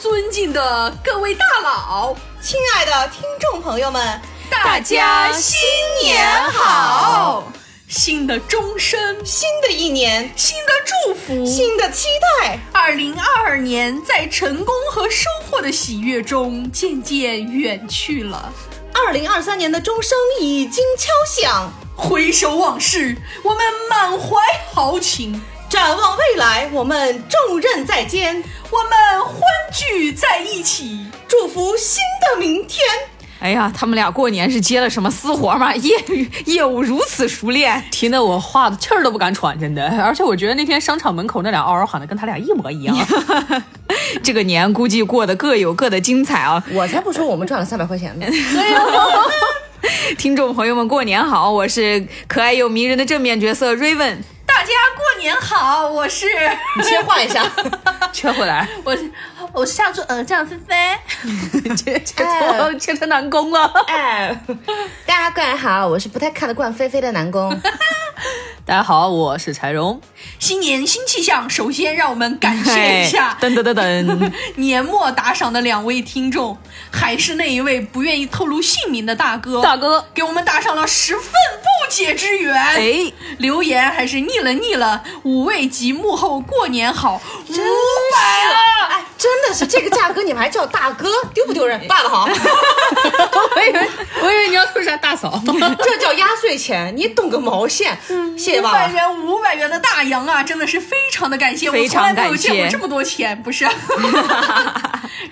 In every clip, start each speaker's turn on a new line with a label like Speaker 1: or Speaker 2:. Speaker 1: 尊敬的各位大佬，
Speaker 2: 亲爱的听众朋友们，
Speaker 1: 大家新年好！新的钟声，
Speaker 2: 新的一年，
Speaker 1: 新的祝福，
Speaker 2: 新的期待，
Speaker 1: 二零二二年在成功和收获的喜悦中渐渐远去了。
Speaker 2: 二零二三年的钟声已经敲响，
Speaker 1: 回首往事，我们满怀豪情。
Speaker 2: 展望未来，我们重任在肩，
Speaker 1: 我们欢聚在一起，
Speaker 2: 祝福新的明天。
Speaker 3: 哎呀，他们俩过年是接了什么私活吗？ 业余业务如此熟练，
Speaker 4: 听得我话气儿都不敢喘，真的。而且我觉得那天商场门口那俩嗷嗷喊的跟他俩一模一样。
Speaker 3: 这个年估计过得各有各的精彩啊！
Speaker 2: 我才不说我们赚了三百块钱呢。
Speaker 3: 听众朋友们，过年好！我是可爱又迷人的正面角色 Raven。
Speaker 1: 大家过年好，我是
Speaker 2: 你切换一下，
Speaker 4: 切回来，
Speaker 1: 我是我是上次嗯张菲菲，
Speaker 3: 切 切
Speaker 4: 哎
Speaker 3: 错，切成南宫了。
Speaker 2: 哎，大家过来好，我是不太看得惯菲菲的南宫。
Speaker 4: 大家好，我是柴 荣。
Speaker 1: 新年新气象，首先让我们感谢一下
Speaker 4: 噔噔噔 噔，
Speaker 1: 年末打赏的两位听众，还是那一位不愿意透露姓名的大哥，
Speaker 4: 大哥
Speaker 1: 给我们打赏了十份不解之缘。
Speaker 3: 哎，
Speaker 1: 留言还是腻了腻了，五位及幕后过年好，五百了。
Speaker 2: 哎，真的是这个价格，你们还叫大哥，丢不丢 人？爸爸好，
Speaker 4: 我以为我以为你要说啥大 嫂，
Speaker 2: 这叫压岁钱，你懂个毛线！谢谢
Speaker 1: 五
Speaker 2: 爸
Speaker 1: 百
Speaker 2: 爸。
Speaker 1: 元，五百元的大洋啊，真的是非常的感谢，我
Speaker 3: 非
Speaker 1: 从
Speaker 3: 常
Speaker 1: 来没有
Speaker 3: 感谢
Speaker 1: 见过这么多钱， 不是？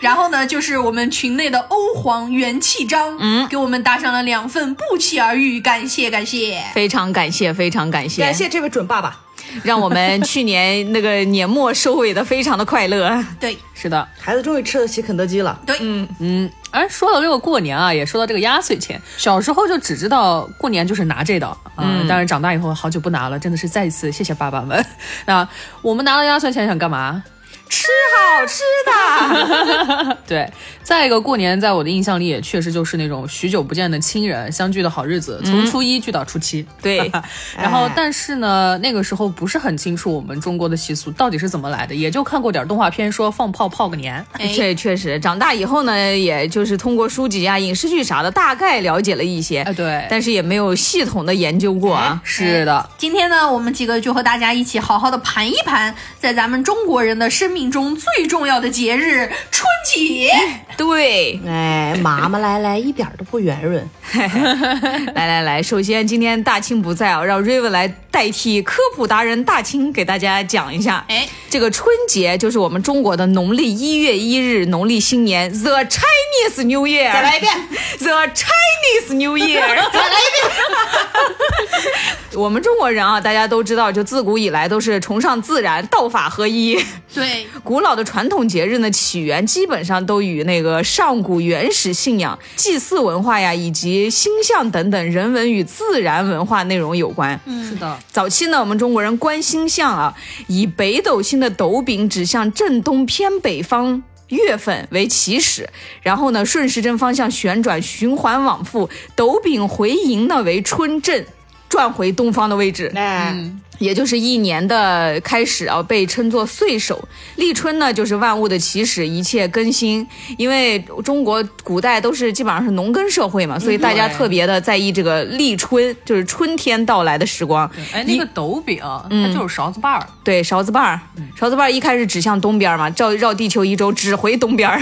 Speaker 1: 然后呢，就是我们群内的欧皇元气章，嗯，给我们打赏了两份，不期而遇，感谢感谢。
Speaker 3: 非常感谢，非常感谢，
Speaker 2: 感谢这位准爸爸，
Speaker 3: 让我们去年那个年末收尾的非常的快乐。
Speaker 1: 对
Speaker 4: 是的，
Speaker 2: 孩子终于吃得起肯德基了。
Speaker 1: 对，
Speaker 4: 嗯，哎，说到这个过年啊，也说到这个压岁钱，小时候就只知道过年就是拿这道啊，当然长大以后好久不拿了，真的是再一次谢谢爸爸们。 那我们拿了压岁钱想干嘛？
Speaker 3: 好吃的，
Speaker 4: 对，再一个过年，在我的印象里也确实就是那种许久不见的亲人相聚的好日子，从初一聚到初七。
Speaker 3: 对，
Speaker 4: 然后，但是呢，那个时候不是很清楚我们中国的习俗到底是怎么来的，也就看过点动画片说放炮泡个年。
Speaker 1: 哎，
Speaker 3: 这确实长大以后呢，也就是通过书籍啊、影视剧啥的，大概了解了一些，
Speaker 4: 哎， 对，哎
Speaker 3: 但是也没有系统的研究过啊。
Speaker 4: 是的，
Speaker 1: 今天呢，我们几个就和大家一起好好的盘一盘，在咱们中国人的生命中最重要的节日——春节。
Speaker 3: 对，
Speaker 2: 哎，妈妈来来，一点都不圆润。
Speaker 3: 来来来，首先今天大清不在啊，让 Raven 来代替科普达人大清给大家讲一下。
Speaker 1: 哎，
Speaker 3: 这个春节就是我们中国的农历一月一日，农历新年 The Chinese New Year。
Speaker 2: 再来一遍
Speaker 3: The Chinese New Year。再来一遍。 我们中国人啊，大家都知道，就自古以来都是崇尚自然、道法合一。
Speaker 1: 对，
Speaker 3: 古老的传统节日呢，起源基本上都与那个上古原始信仰、祭祀文化呀，以及星象等等人文与自然文化内容有关。
Speaker 4: 是的，
Speaker 3: 早期呢，我们中国人观星象啊，以北斗星的斗柄指向正东偏北方。月份为起始，然后呢，顺时针方向旋转，循环往复，斗柄回迎呢为春正，转回东方的位置。
Speaker 2: 哎，
Speaker 3: 也就是一年的开始啊，被称作岁首。立春呢，就是万物的起始，一切更新。因为中国古代都是基本上是农耕社会嘛，所以大家
Speaker 4: 对
Speaker 3: 特别的在意这个立春，就是春天到来的时光。
Speaker 4: 哎，那个斗柄，它就是勺子把儿。
Speaker 3: 对，勺子把儿，
Speaker 4: 嗯
Speaker 3: 勺子把儿一开始指向东边嘛，绕绕地球一周，只回东 边儿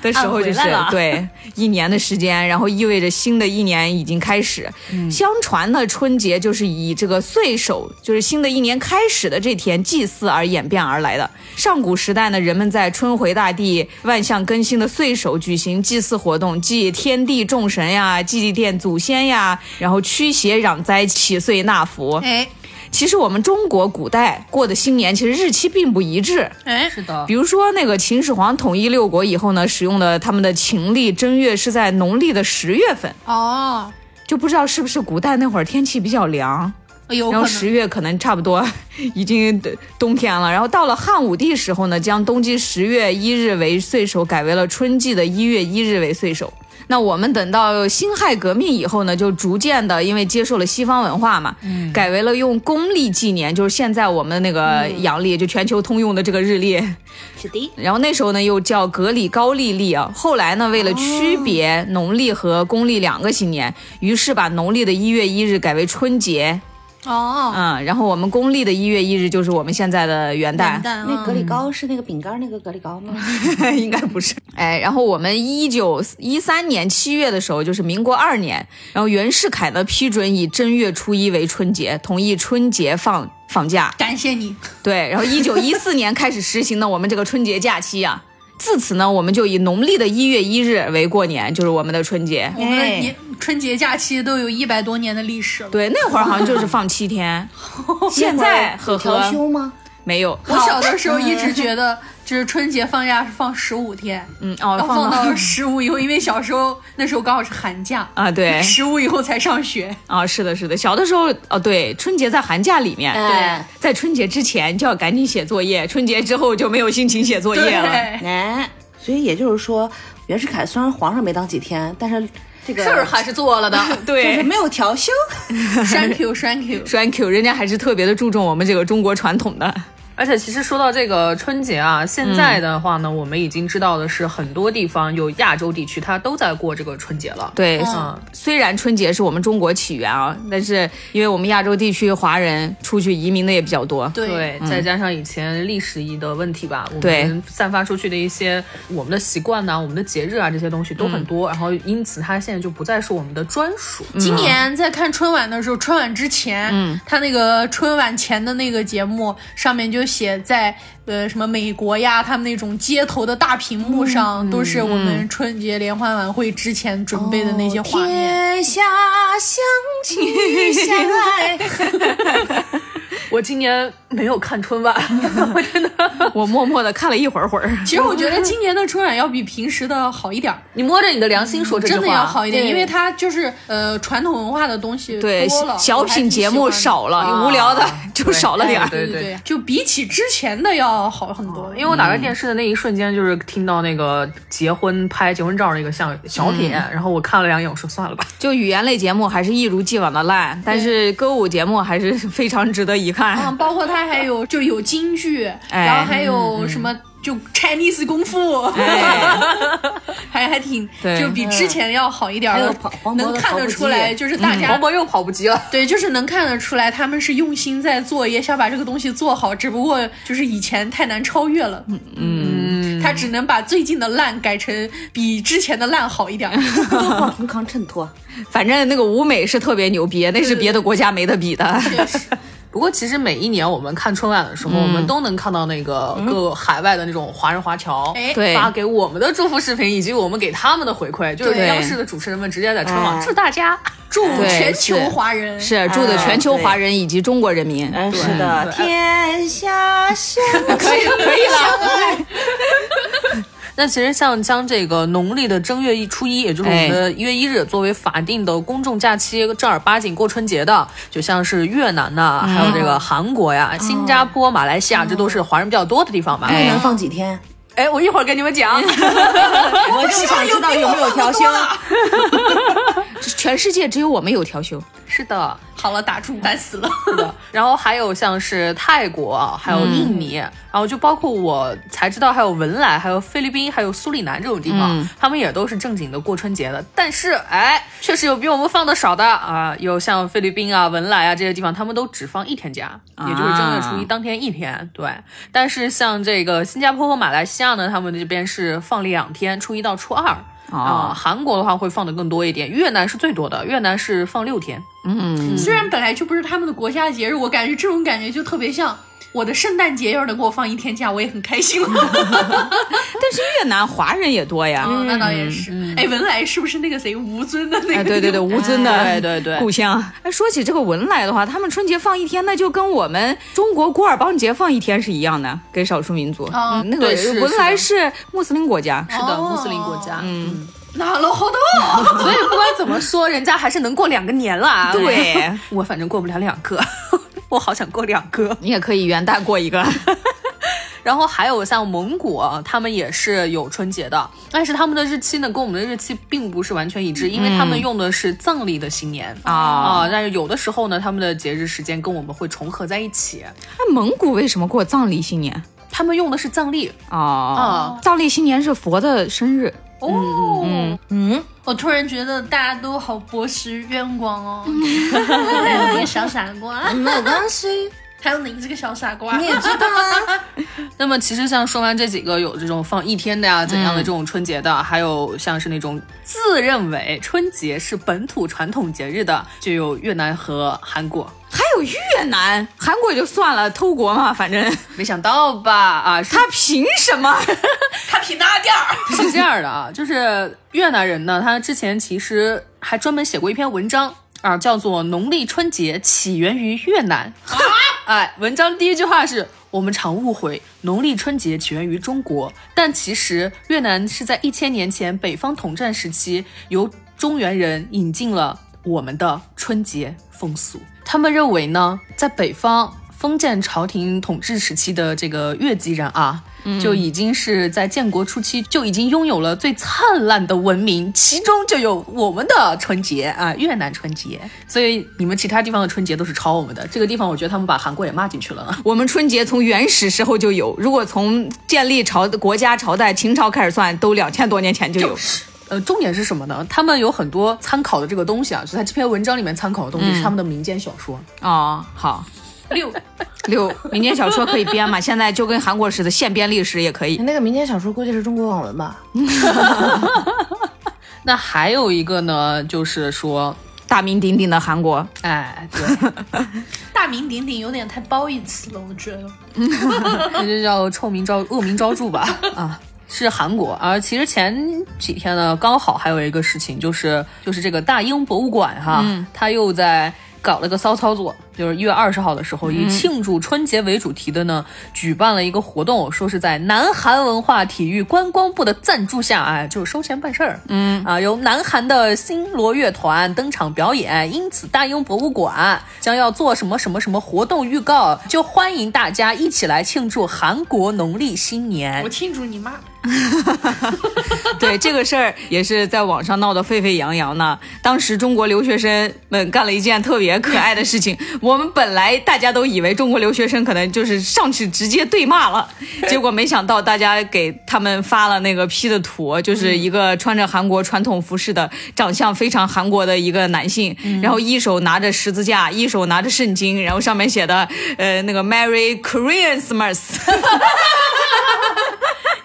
Speaker 3: 的时候，就是
Speaker 4: 按回来了
Speaker 3: 对一年的时间，然后意味着新的一年已经开始。
Speaker 4: 嗯
Speaker 3: 相传呢，春节就是以这个岁首，就是新的一年开始的这天祭祀而演变而来的。上古时代呢，人们在春回大地、万象更新的岁首举行祭祀活动，祭天地众神呀，祭奠祖先呀，然后驱邪攘灾、祈岁纳福。
Speaker 1: 哎，
Speaker 3: 其实我们中国古代过的新年，其实日期并不一致。
Speaker 1: 哎，
Speaker 4: 是的
Speaker 3: 比，如说，那个秦始皇统一六国以后呢，使用的他们的秦历正月是在农历的十月份，
Speaker 1: 哦，
Speaker 3: 就不知道是不是古代那会儿天气比较凉，
Speaker 1: 哎有可
Speaker 3: 然后
Speaker 1: 能
Speaker 3: 十月可能差不多 已经冬天了，然后到了汉武帝时候呢，将冬季十月一日为岁首改为了春季的一月一日为岁首。那我们等到辛亥革命以后呢，就逐渐的因为接受了西方文化嘛，
Speaker 1: 嗯
Speaker 3: 改为了用公历纪年，就是现在我们那个
Speaker 1: 嗯
Speaker 3: 阳历，就全球通用的这个日历。
Speaker 2: 是的，
Speaker 3: 然后那时候呢又叫格里高利历啊，后来呢为了区
Speaker 1: 哦
Speaker 3: 别农历和公历两个新年，于是把农历的一月一日改为春节，
Speaker 1: 哦，
Speaker 3: 嗯，然后我们公历的一月一日就是我们现在的元旦，
Speaker 1: 元旦
Speaker 2: 那格嗯力高是那个饼干儿那个格力高吗？
Speaker 3: 应该不是。哎，然后我们一九一三年七月的时候，就是民国二年，然后袁世凯呢批准以正月初一为春节，同意春节放放假。
Speaker 1: 感谢你，
Speaker 3: 对，然后一九一 四年开始实行的我们这个春节假期啊，自此呢，我们就以农历的一月一日为过年，就是我们的春节。
Speaker 1: 我们的年春节假期都有一百多年的历史了。
Speaker 3: 对，那会儿好像就是放七 天，现在呵
Speaker 2: 调
Speaker 3: 呵
Speaker 2: 休吗？
Speaker 3: 没有，
Speaker 1: 我小的时候一直觉得，就是春节放假是放十五天，
Speaker 3: 嗯哦
Speaker 1: 然后
Speaker 3: 放
Speaker 1: 放
Speaker 3: 到
Speaker 1: 到十五以后，因为小时候那时候刚好是寒假，
Speaker 3: 啊对
Speaker 1: 十五以后才上学。
Speaker 3: 啊是的是的，小的时候哦对，春节在寒假里面，
Speaker 1: 嗯
Speaker 2: 哎
Speaker 3: 对，在春节之前就要赶紧写作业，春节之后就没有心情写作业了。
Speaker 1: 对，
Speaker 2: 哎，所以也就是说，袁世凯虽然皇上没当几天，但是这个
Speaker 4: 事儿还是做了的。
Speaker 2: 就是
Speaker 3: 对
Speaker 2: 没有调休。
Speaker 1: 栓 Q 栓 Q，
Speaker 3: 栓 Q，人家还是特别的注重我们这个中国传统的。
Speaker 1: 嗯
Speaker 4: 而且其实说到这个春节啊，现在的话呢，我们已经知道的是，很多地方有亚洲地区，它都在过这个春节了。
Speaker 3: 对，
Speaker 4: 嗯
Speaker 3: 虽然春节是我们中国起源啊，但是因为我们亚洲地区华人出去移民的也比较多，
Speaker 1: 对
Speaker 4: 对，嗯再加上以前历史的问题吧，我
Speaker 3: 对
Speaker 4: 们散发出去的一些我们的习惯呐、我们的节日啊，这些东西都很多，然后因此它现在就不再是我们的专属。
Speaker 1: 今年在看春晚的时候，春晚之前，嗯，他那个春晚前的那个节目上面就写在呃什么美国呀，他们那种街头的大屏幕上，都是我们春节联欢晚会之前准备的那些画面。
Speaker 2: 哦天下相亲相 爱，
Speaker 4: 我今年没有看春晚， 我真的，
Speaker 3: 我默默的看了一会儿会儿。
Speaker 1: 其实我觉得今年的春晚要比平时的好一点儿，
Speaker 4: 你摸着你的良心说这句
Speaker 1: 真
Speaker 4: 话，
Speaker 1: 的要好一点，
Speaker 2: 对
Speaker 1: 因为它就是呃传统文化的东西
Speaker 3: 对，
Speaker 1: 多了，
Speaker 3: 小
Speaker 1: 我还挺
Speaker 3: 品节
Speaker 1: 喜
Speaker 3: 目
Speaker 1: 欢的。
Speaker 3: 少了，
Speaker 4: 啊
Speaker 3: 无聊的就少了点儿。
Speaker 1: 对
Speaker 4: 对对
Speaker 1: 对，就比起之前的要好很多，因为
Speaker 4: 因为我打开电视的那一瞬间，就是听到那个结婚拍结婚照那个像小品，然后我看了两眼，我说算了吧。
Speaker 3: 就语言类节目还是一如既往的烂，但是歌舞节目还是非常值得一看。
Speaker 1: 啊，包括它还有就有京剧，
Speaker 3: 哎
Speaker 1: 然后还有什么就 Chinese 功夫， 还还挺
Speaker 3: 哎对
Speaker 1: 就比之前要好一点儿
Speaker 2: 嗯还有
Speaker 1: 了
Speaker 2: 跑黄，渤的
Speaker 1: 能看得出来
Speaker 2: 跑步机嗯
Speaker 1: 就是大家
Speaker 4: 黄渤又跑步机了，
Speaker 1: 对，就是能看得出来他们是用心在做，也想把这个东西做好，只不过就是以前太难超越了，嗯，他只能把最近的烂改成比之前的烂好一点儿。
Speaker 2: 多方同康衬托。
Speaker 3: 反正那个舞美是特别牛逼，那是别的国家没得比的。
Speaker 1: 确实，
Speaker 4: 不过其实每一年我们看春晚的时候，我们都能看到那个各海外的那种华人华侨。
Speaker 1: 哎，
Speaker 3: 对
Speaker 4: 发给我们的祝福视频，以及我们给他们的回馈，就是
Speaker 3: 对
Speaker 4: 央视的主持人们直接在春晚
Speaker 2: 哎
Speaker 4: 祝大家，
Speaker 1: 祝
Speaker 3: 对
Speaker 1: 全球
Speaker 3: 是
Speaker 1: 华人
Speaker 3: 是住的全球华人以及中国人民。
Speaker 2: 嗯， 是的，
Speaker 4: 对
Speaker 2: 天下相
Speaker 4: 可以可以了。那其实像将这个农历的正月一初一，也就是我们的一月一日，作为法定的公众假期，正儿八经过春节的，就像是越南呐、还有这个韩国呀、新加坡、马来西亚，这都是华人比较多的地方嘛。
Speaker 2: 爱
Speaker 3: 哎
Speaker 2: 能放几天？
Speaker 4: 哎，我一会儿跟你们讲。
Speaker 2: 我就想知道有没有调休。
Speaker 3: 全世界只有我们有调休。
Speaker 4: 是的，
Speaker 1: 好了，打住，烦死了。
Speaker 4: 是的。 然后还有像是泰国，啊还有印尼，然后就包括我才知道还有文莱，还有菲律宾，还有苏里南这种地方，他们也都是正经的过春节的。但是，哎，确实有比我们放的少的啊，有像菲律宾啊、文莱啊这些地方，他们都只放一天假，也就是正月初一当天一天。对，但是像这个新加坡和马来西亚呢，他们这边是放两天，初一到初二。啊、
Speaker 3: 哦
Speaker 4: 韩国的话会放的更多一点，越南是最多的，越南是放六天，
Speaker 1: 虽然本来就不是他们的国家节日，我感觉这种感觉就特别像我的圣诞节，要是能给我放一天假，我也很开心了。
Speaker 3: 但是越南华人也多 呀。
Speaker 1: 嗯，那倒也是。哎，文莱是不是那个谁吴尊的那个？
Speaker 3: 哎，对对对，吴尊的
Speaker 4: 哎对对对
Speaker 3: 故乡。哎，说起这个文莱的话，他们春节放一天，那就跟我们中国古尔邦节放一天是一样的，给少数民族。
Speaker 1: 啊
Speaker 3: 嗯那个
Speaker 4: 对是
Speaker 3: 文莱是穆斯林国家。
Speaker 4: 是的，
Speaker 1: 哦
Speaker 4: 穆斯林国家，嗯，
Speaker 1: 拿了好多。
Speaker 4: 所以不管怎么说，人家还是能过两个年了啊。
Speaker 3: 对
Speaker 4: 我反正过不了两个， 我好想过两个。
Speaker 3: 你也可以元旦过一个，
Speaker 4: 然后还有像蒙古，他们也是有春节的，但是他们的日期呢，跟我们的日期并不是完全一致，因为他们用的是藏历的新年
Speaker 3: 嗯啊
Speaker 4: 但是有的时候呢，他们的节日时间跟我们会重合在一起，
Speaker 3: 那蒙古为什么过藏历新年？
Speaker 4: 他们用的是藏历。
Speaker 3: 哦，藏历新年是佛的生日，
Speaker 4: 哦，嗯
Speaker 1: 我突然觉得大家都好博识冤枉哦，哎还有你个小傻瓜，
Speaker 2: 没关系，
Speaker 1: 还有你这个小傻瓜
Speaker 2: 你，也知道啊。
Speaker 4: 那么其实像说完这几个，有这种放一天的呀、怎样的这种春节的，还有像是那种自认为春节是本土传统节日的，就有越南和韩国。
Speaker 3: 还有越南、韩国也就算了，偷国嘛，反 正
Speaker 4: 没想到吧？啊，是
Speaker 3: 他凭什么？
Speaker 1: 他比那点儿。
Speaker 4: 是这样的啊，就是越南人呢，他之前其实还专门写过一篇文章啊，叫做《农历春节起源于越南》。 哎，文章第一句话是。我们常误会农历春节起源于中国，但其实越南是在一千年前北方统战时期由中原人引进了我们的春节风俗。他们认为呢，在北方封建朝廷统治时期的这个越籍人啊，就已经是在建国初期就已经拥有了最灿烂的文明，其中就有我们的春节啊，越南春节。所以你们其他地方的春节都是抄我们的，这个地方我觉得他们把韩国也骂进去了。
Speaker 3: 我们春节从原始时候就有，如果从建立朝国家朝代秦朝开始算，都两千多年前就有。
Speaker 4: 呃，重点是什么呢？他们有很多参考的这个东西啊，就在这篇文章里面参考的东西是他们的民间小说。
Speaker 3: 哦，好，
Speaker 1: 六，
Speaker 3: 六民间小说可以编嘛？现在就跟韩国似的，现编历史也可以。
Speaker 2: 那个民间小说估计是中国网文吧？
Speaker 4: 那还有一个呢，就是说，
Speaker 3: 大名鼎鼎的韩国，
Speaker 4: 哎，对，
Speaker 1: 大名鼎鼎有点太褒义词了，我觉得。
Speaker 4: 那就叫臭名昭恶名昭著吧啊。是韩国啊，其实前几天呢，刚好还有一个事情，就是就是这个大英博物馆哈，它又在搞了个骚操作，就是一月二十号的时候，以庆祝春节为主题的呢，举办了一个活动，说是在南韩文化体育观光部的赞助下，哎，就是收钱办事儿，嗯啊，由南韩的新罗乐团登场表演，因此大英博物馆将要做什么什么什么活动预告，就欢迎大家一起来庆祝韩国农历新年
Speaker 1: 我。庆祝你妈！
Speaker 3: 对这个事儿也是在网上闹得沸沸扬扬呢。当时中国留学生们干了一件特别可爱的事情，我们本来大家都以为中国留学生可能就是上去直接对骂了，结果没想到大家给他们发了那个 P 的图，就是一个穿着韩国传统服饰的、长相非常韩国的一个男性，然后一手拿着十字架，一手拿着圣经，然后上面写的呃那个 Merry Christmas。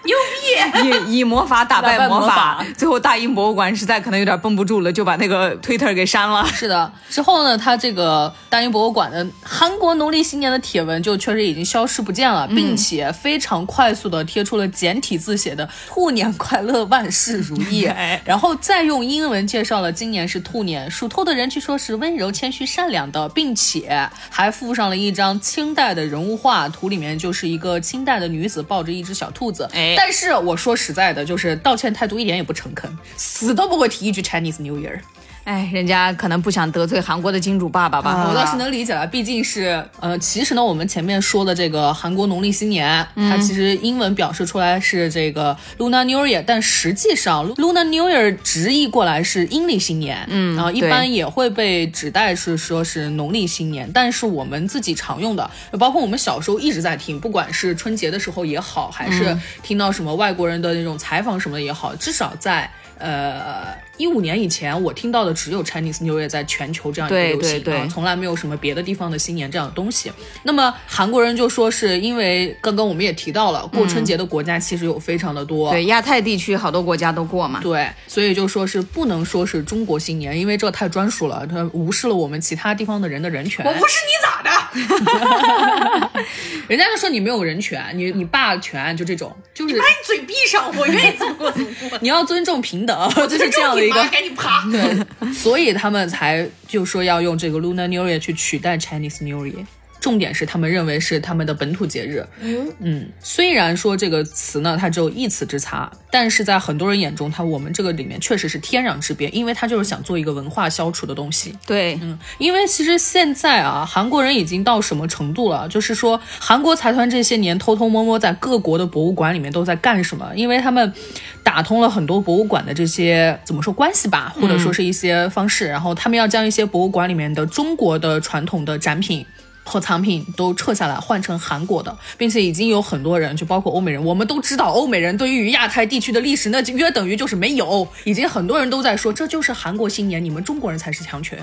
Speaker 3: 以以魔法打败魔
Speaker 4: 打败
Speaker 3: 法，最后大英博物馆实在可能有点绷不住了，就把那个 Twitter 给删了。
Speaker 4: 是的，之后呢，他这个大英博物馆的韩国农历新年的帖文就确实已经消失不见了，并且非常快速的贴出了简体字写的“兔年快乐，万事如意”， 然后再用英文介绍了今年是兔年，属兔的人据说是温柔、谦虚、善良的，并且还附上了一张清代的人物画，图里面就是一个清代的女子抱着一只小兔子。
Speaker 3: 哎
Speaker 4: 但是我说实在的，就是道歉态度一点也不诚恳，死都不会提一句 Chinese New Year。
Speaker 3: 哎，人家可能不想得罪韩国的金主爸爸吧？
Speaker 4: 我倒是能理解了，毕竟是呃，其实呢，我们前面说的这个韩国农历新年，它
Speaker 3: 嗯
Speaker 4: 其实英文表示出来是这个 Lunar New Year，但实际上 Lunar New Year 直译过来是阴历新年，嗯，然后一
Speaker 3: 对
Speaker 4: 般也会被指代是说是农历新年，但是我们自己常用的，包括我们小时候一直在听，不管是春节的时候也好，还是
Speaker 3: 嗯
Speaker 4: 听到什么外国人的那种采访什么的也好，至少在。呃，一五年以前，我听到的只有 Chinese New Year 在全球这样一个
Speaker 3: 对
Speaker 4: 流行啊，
Speaker 3: 对对
Speaker 4: 从来没有什么别的地方的新年这样的东西。那么韩国人就说是因为刚刚我们也提到了，过春节的国家其实有非常的多。
Speaker 3: 对，亚太地区好多国家都过嘛。
Speaker 4: 嗯对，所以就说是不能说是中国新年，因为这太专属了，它无视了我们其他地方的人的人权。
Speaker 1: 是你咋的？
Speaker 4: 人家就说你没有人权，你你霸权就这种，就是
Speaker 1: 你嘴闭上，我愿意怎么过怎么过。
Speaker 4: 你要尊重平等，就是 这样的一
Speaker 1: 我
Speaker 4: 个
Speaker 1: 就。赶紧爬。
Speaker 4: 对，所以他们才就说要用这个 Lunar New Year 去取代 Chinese New Year。重点是他们认为是他们的本土节日。嗯虽然说这个词呢，它只有一词之差，但是在很多人眼中，它我们这个里面确实是天壤之别，因为它就是想做一个文化消除的东西。
Speaker 3: 对，
Speaker 4: 嗯因为其实现在啊，韩国人已经到什么程度了？就是说，韩国财团这些年偷偷摸摸在各国的博物馆里面都在干什么？因为他们打通了很多博物馆的这些怎么说关系吧，或者说是一些方式，然后他们要将一些博物馆里面的中国的传统的展品。和藏品都撤下来，换成韩国的，并且已经有很多人，就包括欧美人，我们都知道，欧美人对于亚太地区的历史，那就约等于就是没有。已经很多人都在说，这就是韩国新年，你们中国人才是强权。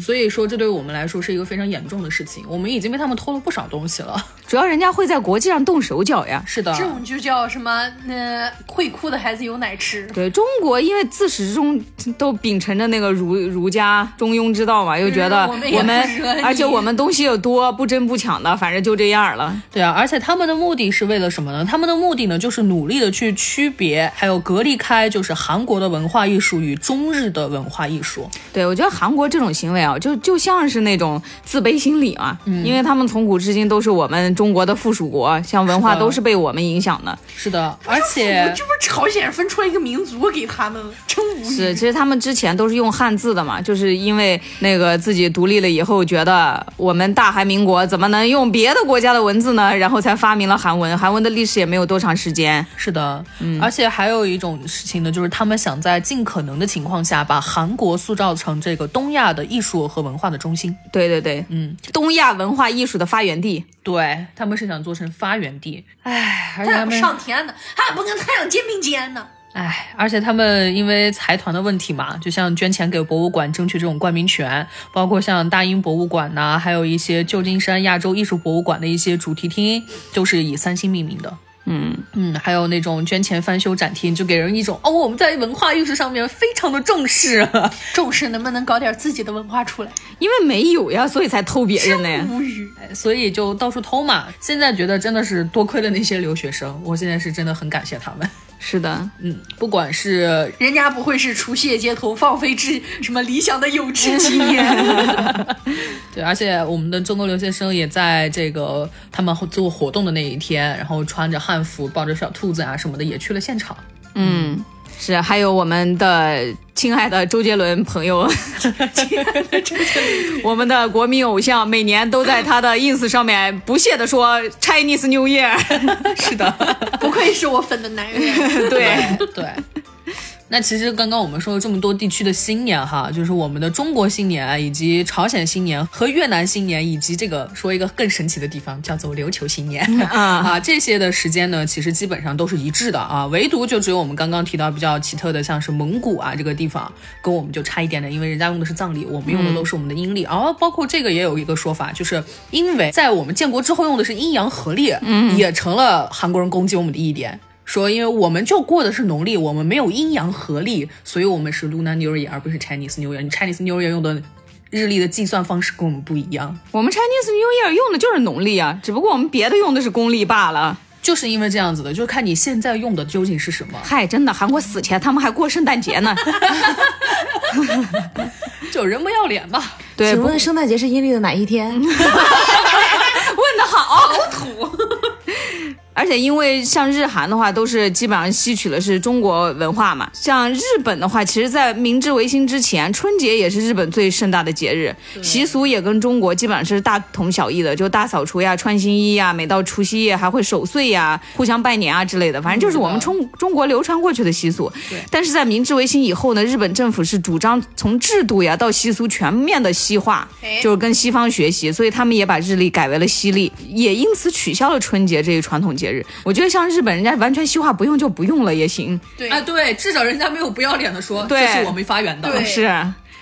Speaker 4: 所以说，这对我们来说是一个非常严重的事情。我们已经被他们偷了不少东西了。
Speaker 3: 主要人家会在国际上动手脚呀。
Speaker 4: 是的
Speaker 1: 这种就叫什么？呃，会哭的孩子有奶吃。
Speaker 3: 对中国，因为自始至终都秉承着那个儒儒家中庸之道嘛，又觉得
Speaker 1: 嗯我们也
Speaker 3: 我们
Speaker 1: 不惹你，
Speaker 3: 而且我们东西又多，不争不抢的，反正就这样了。
Speaker 4: 对啊，而且他们的目的是为了什么呢？他们的目的呢，就是努力的去区别，还有隔离开，就是韩国的文化艺术与中日的文化艺术。
Speaker 3: 对，我觉得韩国这种行为啊，就就像是那种自卑心理嘛，因为他们从古至今都是我们中国的附属国，像文化
Speaker 4: 是的
Speaker 3: 都是被我们影响的。
Speaker 4: 是的，而且
Speaker 1: 这不是朝鲜分出来一个民族给他们，真无
Speaker 3: 是，
Speaker 1: 语。
Speaker 3: 其实他们之前都是用汉字的嘛，就是因为那个自己独立了以后，觉得我们大韩民国怎么能用别的国家的文字呢？然后才发明了韩文。韩文的历史也没有多长时间。
Speaker 4: 是的，
Speaker 1: 嗯
Speaker 4: 而且还有一种事情呢，就是他们想在尽可能的情况下，把韩国塑造成这个东亚的艺术和文化的中心。
Speaker 3: 对对对，嗯，东亚文化艺术的发源地。
Speaker 4: 对他们是想做成发源地。唉，而且
Speaker 1: 他
Speaker 4: 他
Speaker 1: 俩不
Speaker 4: 们
Speaker 1: 上天呢，他俩不跟太阳肩并肩呢。
Speaker 4: 唉，而且他们因为财团的问题嘛，就像捐钱给博物馆争取这种冠名权，包括像大英博物馆呐、还有一些旧金山亚洲艺术博物馆的一些主题厅，都是以三星命名的。嗯嗯，还有那种捐钱翻修展厅，就给人一种哦，我们在文化艺术上面非常的啊重视。
Speaker 1: 重视能不能搞点自己的文化出来？
Speaker 3: 因为没有呀，所以才偷别人的呀。
Speaker 1: 无语。
Speaker 4: 所以就到处偷嘛。现在觉得真的是多亏了那些留学生，我现在是真的很感谢他们。
Speaker 3: 是的，
Speaker 4: 嗯，不管是
Speaker 1: 人家不会是除夕夜街头放飞至什么理想的有志青年？
Speaker 4: 对，而且我们的中国留学生也在这个他们做活动的那一天，然后穿着汉服，抱着小兔子啊什么的，也去了现场。
Speaker 3: 嗯，是，还有我们的亲爱的周杰伦朋友， 我们的国民偶像，每年都在他的 ins 上面不屑的说 Chinese New Year。
Speaker 4: 是的，
Speaker 1: 不愧是我粉的男人。
Speaker 3: 对，
Speaker 4: 对。那其实刚刚我们说了这么多地区的新年哈，就是我们的中国新年，啊以及朝鲜新年和越南新年，以及这个说一个更神奇的地方叫做琉球新年 啊，这些的时间呢，其实基本上都是一致的啊，唯独就只有我们刚刚提到比较奇特的，像是蒙古啊这个地方，跟我们就差一点点，因为人家用的是藏历，我们用的都是我们的阴历。然后、包括这个也有一个说法，就是因为在我们建国之后用的是阴阳合历，嗯，也成了韩国人攻击我们的一点。说，因为我们就过的是农历，我们没有阴阳合历，所以我们是 Lunar New Year 而不是 Chinese New Year。你 Chinese New Year 用的日历的计算方式跟我们不一样，
Speaker 3: 我们 Chinese New Year 用的就是农历啊，只不过我们别的用的是公历罢了。
Speaker 4: 就是因为这样子的，就是看你现在用的究竟是什么。
Speaker 3: 嗨，真的，韩国死前他们还过圣诞节呢。
Speaker 4: 就人不要脸嘛，
Speaker 3: 对，
Speaker 2: 请
Speaker 3: 不
Speaker 2: 问圣诞节是阴历的哪一天？
Speaker 3: 问的好，好土。而且因为像日韩的话，都是基本上吸取的是中国文化嘛。像日本的话，其实，在明治维新之前，春节也是日本最盛大的节日，习俗也跟中国基本上是大同小异的，就大扫除呀、啊穿新衣呀，每到除夕夜还会守岁呀、互相拜年啊之类的，反正就是我们中中国流传过去的习俗。但是在明治维新以后呢，日本政府是主张从制度呀到习俗全面的西化
Speaker 1: 哎，
Speaker 3: 就是跟西方学习，所以他们也把日历改为了西历，也因此取消了春节这一传统节日。我觉得像日本人家完全西化不用就不用了也行，
Speaker 1: 对
Speaker 4: 哎，对，至少人家没有不要脸的说，
Speaker 3: 对
Speaker 4: 这是我们发源的。
Speaker 1: 对
Speaker 3: 是。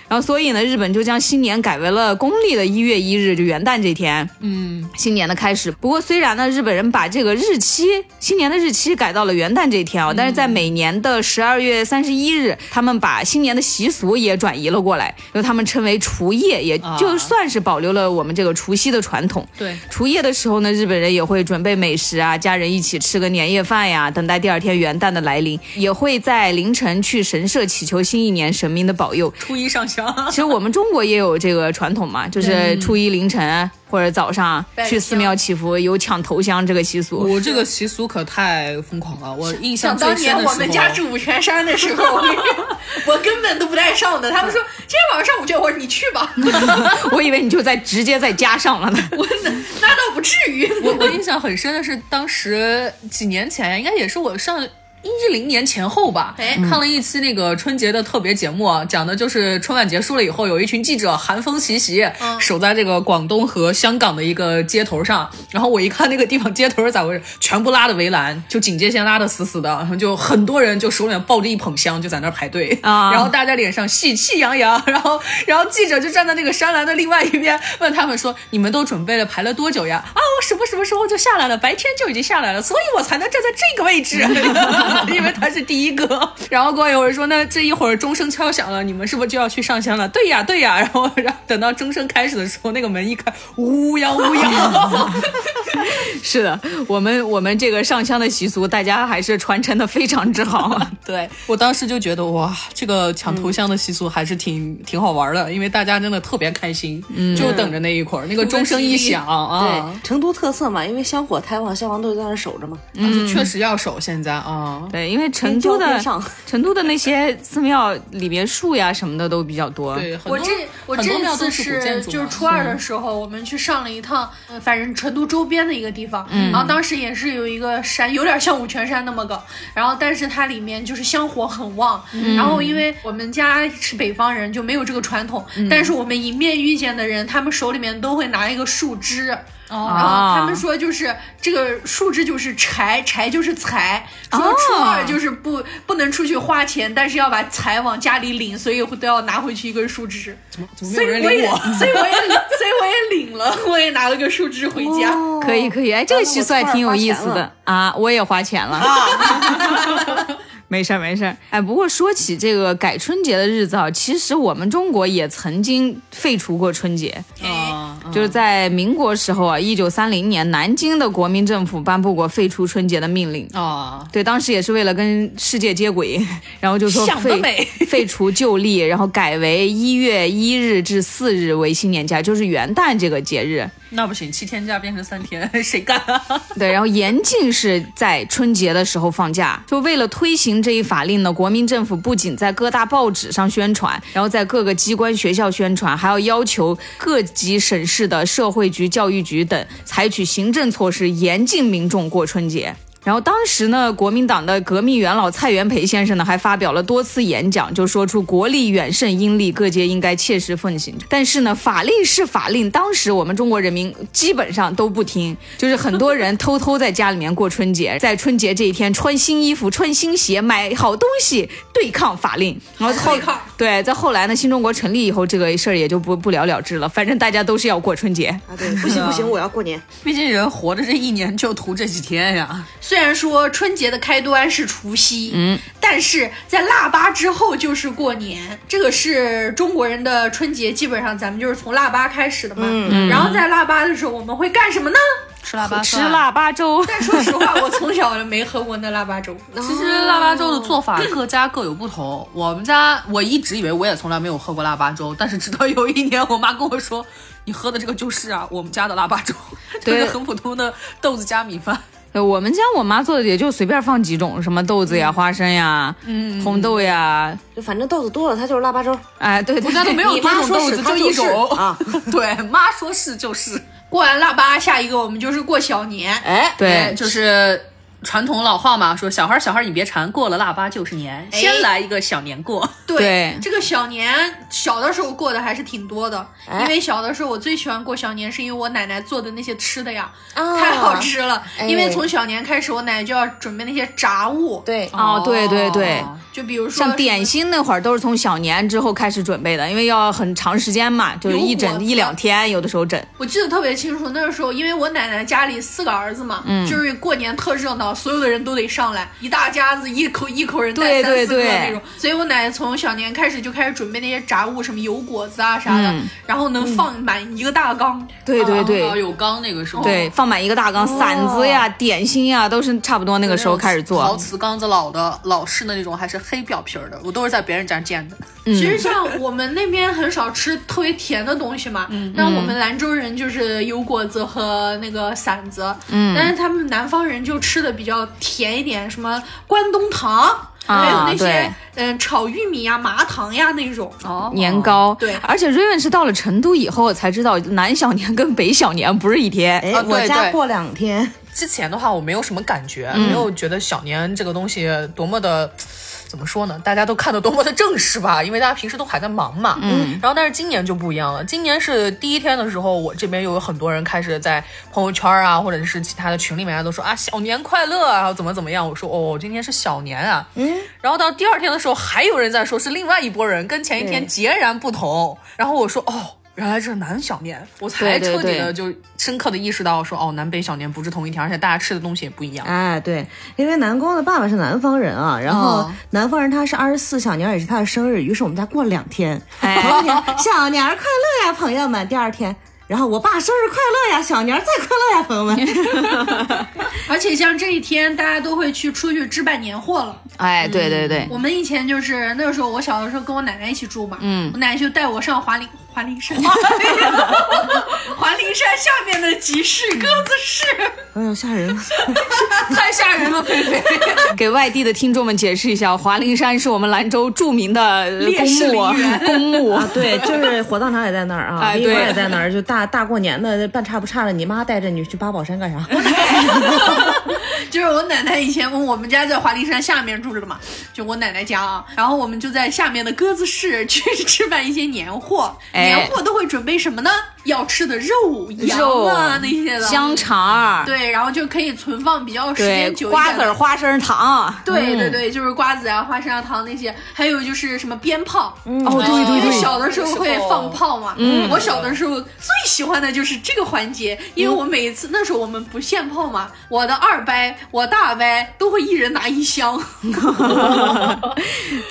Speaker 3: 然后，所以呢，日本就将新年改为了公历的一月一日，就元旦这天，嗯，新年的开始。不过，虽然呢，日本人把这个日期，新年的日期改到了元旦这天啊、但是在每年的十二月三十一日，他们把新年的习俗也转移了过来，就他们称为除夜，也
Speaker 4: 啊
Speaker 3: 就算是保留了我们这个除夕的传统。
Speaker 4: 对
Speaker 3: 除夜的时候呢，日本人也会准备美食啊，家人一起吃个年夜饭呀，等待第二天元旦的来临，也会在凌晨去神社祈求新一年神明的保佑。
Speaker 4: 初一上
Speaker 1: 强。
Speaker 3: 其实我们中国也有这个传统嘛，就是初一凌晨或者早上
Speaker 1: 拜个
Speaker 3: 去寺庙祈福，有抢头香这个习俗。
Speaker 4: 我这个习俗可太疯狂了，我印
Speaker 1: 想
Speaker 4: 象最
Speaker 1: 当
Speaker 4: 深
Speaker 1: 年
Speaker 4: 的时
Speaker 1: 我
Speaker 4: 候，
Speaker 1: 们家住五泉山的时候， 我跟你说，我根本都不带上的。他们说今天晚上上五泉，我说你去吧，
Speaker 3: 我以为你就在直接在家上了呢。
Speaker 1: 那倒不至于。
Speaker 4: 我我印象很深的是，当时几年前，应该也是我上一零年前后吧，
Speaker 1: 哎
Speaker 4: 看了一期那个春节的特别节目啊，讲的就是春晚结束了以后，有一群记者寒风习习，守在这个广东和香港的一个街头上。然后我一看那个地方街头是咋回事，全部拉的围栏，就警戒线拉的死死的，然后就很多人就手里面抱着一捧香，就在那儿排队
Speaker 3: 啊
Speaker 4: 然后大家脸上喜气洋洋，然后然后记者就站在那个山栏的另外一边，问他们说：“你们都准备了排了多久呀？”啊，我什么什么时候就下来了，白天就已经下来了，所以我才能站在这个位置， 因为他是第一个。然后过一会儿说：“那这一会儿钟声敲响了，你们是不是就要去上香了？”对呀，对呀。然后然后等到钟声开始的时候，那个门一开，乌泱 乌泱。
Speaker 3: 是的，我们我们这个上香的习俗，大家还是传承的非常之好。
Speaker 4: 对我当时就觉得哇，这个抢头香的习俗还是挺、挺好玩的，因为大家真的特别开心，就等着那一会儿，那个钟声一响啊，
Speaker 2: 对，嗯成都特色嘛，因为香火太旺，消防队在那儿守着嘛。
Speaker 4: 而且啊确实要守现在啊。
Speaker 3: 对，因为成都
Speaker 2: 边
Speaker 3: 的
Speaker 2: 教边上
Speaker 3: 成都的那些寺庙里边树呀什么的都比较多。
Speaker 4: 对，很
Speaker 1: 我
Speaker 4: 多
Speaker 1: 这我
Speaker 4: 很多
Speaker 1: 这
Speaker 4: 庙
Speaker 1: 次
Speaker 4: 都是古建
Speaker 1: 是
Speaker 4: 筑嘛嗯
Speaker 1: 就是初二的时候，我们去上了一趟，呃反正成都周边的一个地方，然
Speaker 4: 嗯
Speaker 1: 后当时也是有一个山，有点像五泉山那么高，然后但是它里面就是香火很旺，
Speaker 4: 嗯
Speaker 1: 然后因为我们家是北方人，就没有这个传统，
Speaker 4: 嗯
Speaker 1: 但是我们迎面遇见的人，他们手里面都会拿一个树枝。哦然后他们说，就是这个树枝就是柴，柴就是财。说初二就是不不能出去花钱，但是要把财往家里领，所以会都要拿回去一根树枝。
Speaker 4: 怎么没
Speaker 1: 所
Speaker 4: 有
Speaker 1: 以
Speaker 4: 人啊
Speaker 1: 我也，
Speaker 4: 理我？
Speaker 1: 所以我也，所以我也领了，我也拿了个树枝回家。
Speaker 4: 哦
Speaker 2: 哦
Speaker 3: 可以可以，哎，这个习俗还挺有意思的啊！我也花钱了，啊 没事儿没事儿。哎，不过说起这个改春节的日子啊，其实我们中国也曾经废除过春节，
Speaker 4: 啊，
Speaker 1: 哎
Speaker 4: 嗯
Speaker 3: 就是在民国时候啊，一九三零年，南京的国民政府颁布过废除春节的命令。
Speaker 4: 啊，
Speaker 3: 对，当时也是为了跟世界接轨， 然后就说
Speaker 4: 想得
Speaker 3: 废
Speaker 4: 美
Speaker 3: 废除旧历，然后改为一月一日至四日为新年假，就是元旦这个节日。
Speaker 4: 那不行，七天假变成三天， 谁干啊？
Speaker 3: 对，然后严禁是在春节的时候放假。就为了推行这一法令呢，国民政府不仅在各大报纸上宣传，然后在各个机关学校宣传，还要要求各级省市的社会局、教育局等采取行政措施，严禁民众过春节。然后当时呢，国民党的革命元老蔡元培先生呢，还发表了多次演讲，就说出国力远胜英力，各界应该切实奉行。但是呢，法令是法令，当时我们中国人民基本上都不听，就是很多人偷偷在家里面过春节，在春节这一天穿新衣服、穿新鞋、买好东西，对抗法令。然后后
Speaker 1: 对抗
Speaker 3: 对，在后来呢，新中国成立以后，这个事儿也就不不了了之了。反正大家都是要过春节。
Speaker 2: 啊，对， 不行不行，我要过年。
Speaker 4: 毕竟人活着这一年就图这几天呀。
Speaker 1: 虽然说春节的开端是除夕，嗯，但是在腊八之后就是过年，这个是中国人的春节，基本上咱们就是从腊八开始的嘛。嗯，然后在腊八的时候，我们会干什么呢？
Speaker 4: 吃腊八
Speaker 3: 吃
Speaker 4: 蒜
Speaker 3: 腊八粥，
Speaker 1: 但说实话，我从小就没喝过那腊八粥。
Speaker 3: 哦
Speaker 4: 其实腊八粥的做法各家各有不同。我们家我一直以为我也从来没有喝过腊八粥，但是直到有一年我妈跟我说，你喝的这个就是啊，我们家的腊八粥， 就是
Speaker 3: 对
Speaker 4: 很普通的豆子加米 饭。
Speaker 3: 呃，我们家我妈做的也就随便放几种，什么豆子
Speaker 4: 嗯
Speaker 3: 呀、花生呀、红豆呀，
Speaker 2: 就反正豆子多了，它就是腊八粥。
Speaker 3: 哎，对对
Speaker 4: 我家都
Speaker 3: 对，
Speaker 4: 没有
Speaker 2: 你
Speaker 4: 多
Speaker 2: 妈
Speaker 4: 种
Speaker 2: 说
Speaker 4: 豆
Speaker 2: 是
Speaker 4: 子，
Speaker 2: 她
Speaker 4: 就一
Speaker 2: 就是
Speaker 4: 种
Speaker 2: 啊。
Speaker 4: 对，妈说是就是。
Speaker 1: 过完腊八，下一个我们就是过小年。
Speaker 2: 哎，
Speaker 4: 哎
Speaker 3: 对，
Speaker 4: 就是传统老话嘛，说小孩儿小孩儿你别馋，过了腊八就是年，
Speaker 1: 哎
Speaker 4: 先来一个小年过。
Speaker 1: 对，
Speaker 3: 对
Speaker 1: 这个小年小的时候过的还是挺多的，
Speaker 2: 哎
Speaker 1: 因为小的时候我最喜欢过小年，是因为我奶奶做的那些吃的呀，
Speaker 3: 哦
Speaker 2: 啊
Speaker 1: 太好吃了。
Speaker 2: 哎
Speaker 1: 因为从小年开始，我奶奶就要准备那些杂物，，
Speaker 2: 对，
Speaker 4: 啊
Speaker 3: 哦，对对对。
Speaker 1: 就比如说
Speaker 3: 像点
Speaker 1: 什
Speaker 3: 心那会儿都是从小年之后开始准备的，因为要很长时间嘛，就是一
Speaker 1: 有
Speaker 3: 整
Speaker 1: 果
Speaker 3: 一
Speaker 1: 子
Speaker 3: 两天，有的时候整。
Speaker 4: 啊
Speaker 1: 么，我记得特别清楚，那个时候因为我奶奶家里四个儿子嘛，
Speaker 3: 嗯
Speaker 1: 就是过年特热闹，所有的人都得上来，一大家子一口一口人带
Speaker 3: 对
Speaker 1: 三
Speaker 3: 对
Speaker 1: 四个
Speaker 3: 对
Speaker 1: 那种，所以我奶奶从小年开始就开始准备那些杂物，什么油果子啊啥的，
Speaker 3: 嗯
Speaker 1: 然后能放满一个大缸。
Speaker 3: 对对
Speaker 4: 啊
Speaker 3: 对
Speaker 4: 有哦缸那个时候，
Speaker 3: 对，放满一个大缸，馓子呀、点心呀，都是差不多那个时候开始
Speaker 4: 陶
Speaker 3: 做。
Speaker 4: 瓷缸子老的老式的那种，还是黑表皮儿的，我都是在别人家见的。
Speaker 1: 其实像我们那边很少吃特别甜的东西嘛，那我们兰州人就是油果子和那个馓子，嗯，但是他们南方人就吃的比较甜一点，什么关东糖，
Speaker 3: 啊
Speaker 1: 还有那
Speaker 3: 对
Speaker 1: 些嗯、炒玉米呀、麻糖呀那种。
Speaker 4: 哦
Speaker 3: 年糕，
Speaker 1: 对
Speaker 3: 而且 Raven 是到了成都以后我才知道，南小年跟北小年不是一天。
Speaker 2: 哎，
Speaker 4: 啊
Speaker 2: 我
Speaker 4: 对
Speaker 2: 家
Speaker 4: 对
Speaker 2: 过两天，
Speaker 4: 之前的话，我没有什么感觉，没有觉得小年这个东西多么的。怎么说呢？大家都看得多么的正式吧，因为大家平时都还在忙嘛。嗯。然后，但是今年就不一样了。今年是第一天的时候，我这边又有很多人开始在朋友圈啊，或者是其他的群里面啊，都说啊小年快乐啊，怎么怎么样。我说哦，今天是小年啊。嗯。然后到第二天的时候，还有人在说是另外一拨人，跟前一天
Speaker 2: 对
Speaker 4: 截然不同。然后我说哦。原来这是南小年，我才
Speaker 3: 对对
Speaker 4: 彻底
Speaker 3: 对
Speaker 4: 的就深刻的意识到说，哦，南北小年不是同一天，而且大家吃的东西也不一样。
Speaker 2: 哎，对，因为南宫的爸爸是南方人啊，然后
Speaker 4: 哦
Speaker 2: 南方人他是二十四小年儿也是他的生日，于是我们家过了两天，
Speaker 3: 哎
Speaker 2: 头一天 小年儿快乐呀，朋友们，第二天。然后我爸生日快乐呀，小年儿再快乐呀，朋友们。
Speaker 1: 而且像这一天，大家都会去出去置办年货了。
Speaker 3: 哎，对
Speaker 4: 嗯
Speaker 3: 对对，
Speaker 1: 我们以前就是那个时候，我小的时候跟我奶奶一起住嘛，嗯，我奶奶就带我上华林华林山，华林华林山下面的集市鸽子市，
Speaker 2: 哎呦，吓 人！
Speaker 4: 太吓人了，菲菲。
Speaker 3: 给外地的听众们解释一下，华林山是我们兰州著名的
Speaker 1: 烈士
Speaker 3: 公
Speaker 1: 陵
Speaker 3: 墓，
Speaker 1: 园 啊
Speaker 3: 公墓。
Speaker 2: 对，就是火葬场也在那儿啊，
Speaker 3: 哎
Speaker 2: 殡仪馆
Speaker 3: 对
Speaker 2: 也在那儿，就大大过年的半差不差的，你妈带着你去八宝山干 啥？
Speaker 1: 就是我奶奶以前我们家在华林山下面住着嘛，就我奶奶家啊，然后我们就在下面的鸽子市去 置办一些年货，
Speaker 3: 哎
Speaker 1: 年货都会准备什么呢？要吃的肉、羊啊那些的
Speaker 3: 香。肠儿，
Speaker 1: 对，然后就可以存放比较时
Speaker 3: 对
Speaker 1: 间久一
Speaker 3: 瓜
Speaker 1: 点
Speaker 3: 子
Speaker 1: 的
Speaker 3: 儿、花生糖。
Speaker 1: 对
Speaker 3: 嗯
Speaker 1: 对对，就是瓜子啊、花生啊、糖那些，还有就是什么鞭炮。
Speaker 3: 哦，对对
Speaker 1: 因为
Speaker 3: 对，
Speaker 1: 小的时候会放炮嘛，嗯，我小的时候最喜欢的就是这个环节，因为我每次那时候我们不限炮嘛，我的二伯、我大伯都会一人拿一 箱，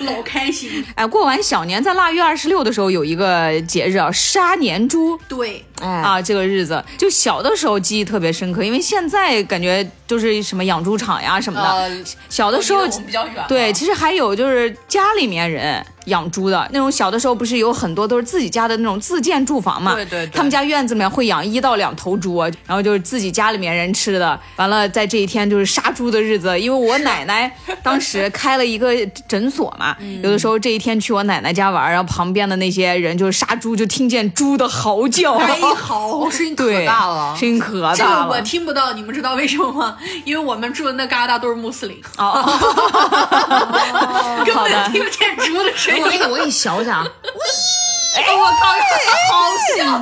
Speaker 1: 老开心。
Speaker 3: 哎，过完小年，在腊月二十六的时候有一个节日啊，杀年猪
Speaker 1: 对，
Speaker 2: 哎，
Speaker 3: 啊，这个日子就小的时候记忆特别深刻，因为现在感觉就是什么养猪场呀什么的，
Speaker 4: 呃，
Speaker 3: 小的时候
Speaker 4: 离我们比较远啊，
Speaker 3: 对，其实还有就是家里面人养猪的那种，小的时候不是有很多都是自己家的那种自建住房嘛？
Speaker 4: 对对对
Speaker 3: 他们家院子里面会养一到两头猪，然后就是自己家里面人吃的。完了，在这一天就是杀猪的日子，因为我奶奶当 时开了一个诊所嘛，
Speaker 4: 嗯
Speaker 3: 有的时候这一天去我奶奶家玩，然后旁边的那些人就是杀猪，就听见猪的嚎叫，
Speaker 1: 哀嚎。
Speaker 4: 声音
Speaker 3: 对，
Speaker 4: 哎可大了。
Speaker 3: 声音可
Speaker 1: 这
Speaker 3: 大
Speaker 1: 个我
Speaker 3: 了。
Speaker 1: 听不到，你们知道为什么吗？因为我们住的那旮沓都是穆斯林，
Speaker 3: 哦，
Speaker 1: 根
Speaker 3: 好的
Speaker 1: 本听不见猪的 声音。
Speaker 2: 我给我给你想想，
Speaker 4: 哎，我靠，好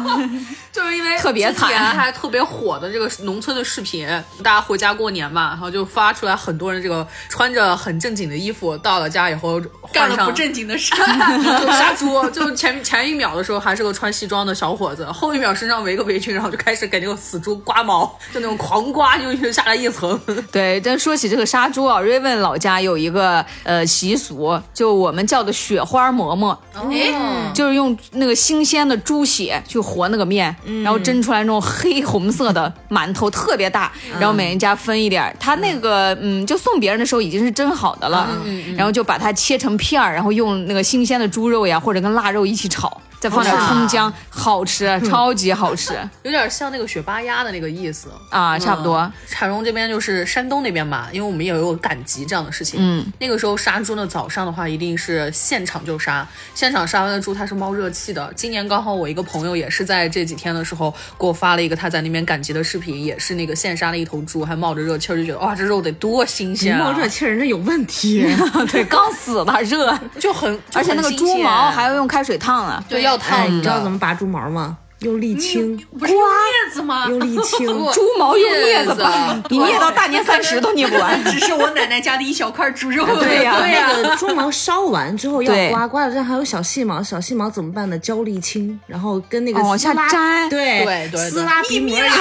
Speaker 4: 像，就是因为
Speaker 3: 特别惨
Speaker 4: 之前还特别火的这个农村的视频，大家回家过年嘛，然后就发出来很多人这个穿着很正经的衣服，到了家以后
Speaker 1: 干
Speaker 4: 换
Speaker 1: 了
Speaker 4: 上
Speaker 1: 不正经的事，
Speaker 4: 就杀猪，就前前一秒的时候还是个穿西装的小伙子，后一秒身上围个围裙，然后就开始给那个死猪刮毛，就那种狂刮，就一直下来一层。
Speaker 3: 对，但说起这个杀猪啊，Raven 老家有一个呃习俗，就我们叫的雪花馍馍，
Speaker 1: 哎，
Speaker 3: 就是用那个新鲜的猪血去和那个面，然后蒸出来那种黑红色的馒头，特别大，然后每人家分一点儿。他那个嗯，就送别人的时候已经是蒸好的了，嗯然后就把它切成片儿，然后用那个新鲜的猪肉呀，或者跟腊肉一起炒。再放点
Speaker 4: 哇
Speaker 3: 葱姜，好吃，超级好吃
Speaker 4: 有点像那个雪巴鸭的那个意思。
Speaker 3: 啊，差不多
Speaker 4: 嗯。产荣这边就是山东那边嘛，因为我们也有赶集这样的事情。
Speaker 3: 嗯，
Speaker 4: 那个时候杀猪呢，早上的话一定是现场就杀，现场杀完的猪它是冒热气的。今年刚好我一个朋友也是在这几天的时候给我发了一个他在那边赶集的视频，也是那个现杀了一头猪，还冒着热气儿，就觉得哇，这肉得多新鲜、
Speaker 3: 嗯
Speaker 4: 啊！
Speaker 2: 冒热气儿人家有问 题。
Speaker 3: 对，刚死的热，
Speaker 2: 啊
Speaker 4: 就很，就
Speaker 3: 而且那个
Speaker 4: 很新
Speaker 3: 猪
Speaker 4: 鲜
Speaker 3: 毛还要用开水烫啊。
Speaker 4: 对要烫
Speaker 2: 哎，
Speaker 4: 的，
Speaker 2: 你知道怎么拔猪毛吗？用沥青，
Speaker 1: 不是用镊子吗？
Speaker 2: 用沥 青。
Speaker 3: 猪毛用镊子
Speaker 4: 镊
Speaker 3: 吧，
Speaker 4: 子
Speaker 3: 你捏到大年三十都捏不 完。
Speaker 1: 只是我奶奶家的一小块猪 肉。
Speaker 3: 对呀
Speaker 2: 对呀、那个猪毛烧完之后
Speaker 3: 对
Speaker 2: 要刮，刮了之后还有小细毛，小细毛怎么办呢？浇沥青，然后跟那个
Speaker 3: 哦往
Speaker 2: 丝
Speaker 3: 下
Speaker 2: 拉
Speaker 3: 粘
Speaker 2: 对
Speaker 4: 对对对
Speaker 2: 撕拉皮膜一样，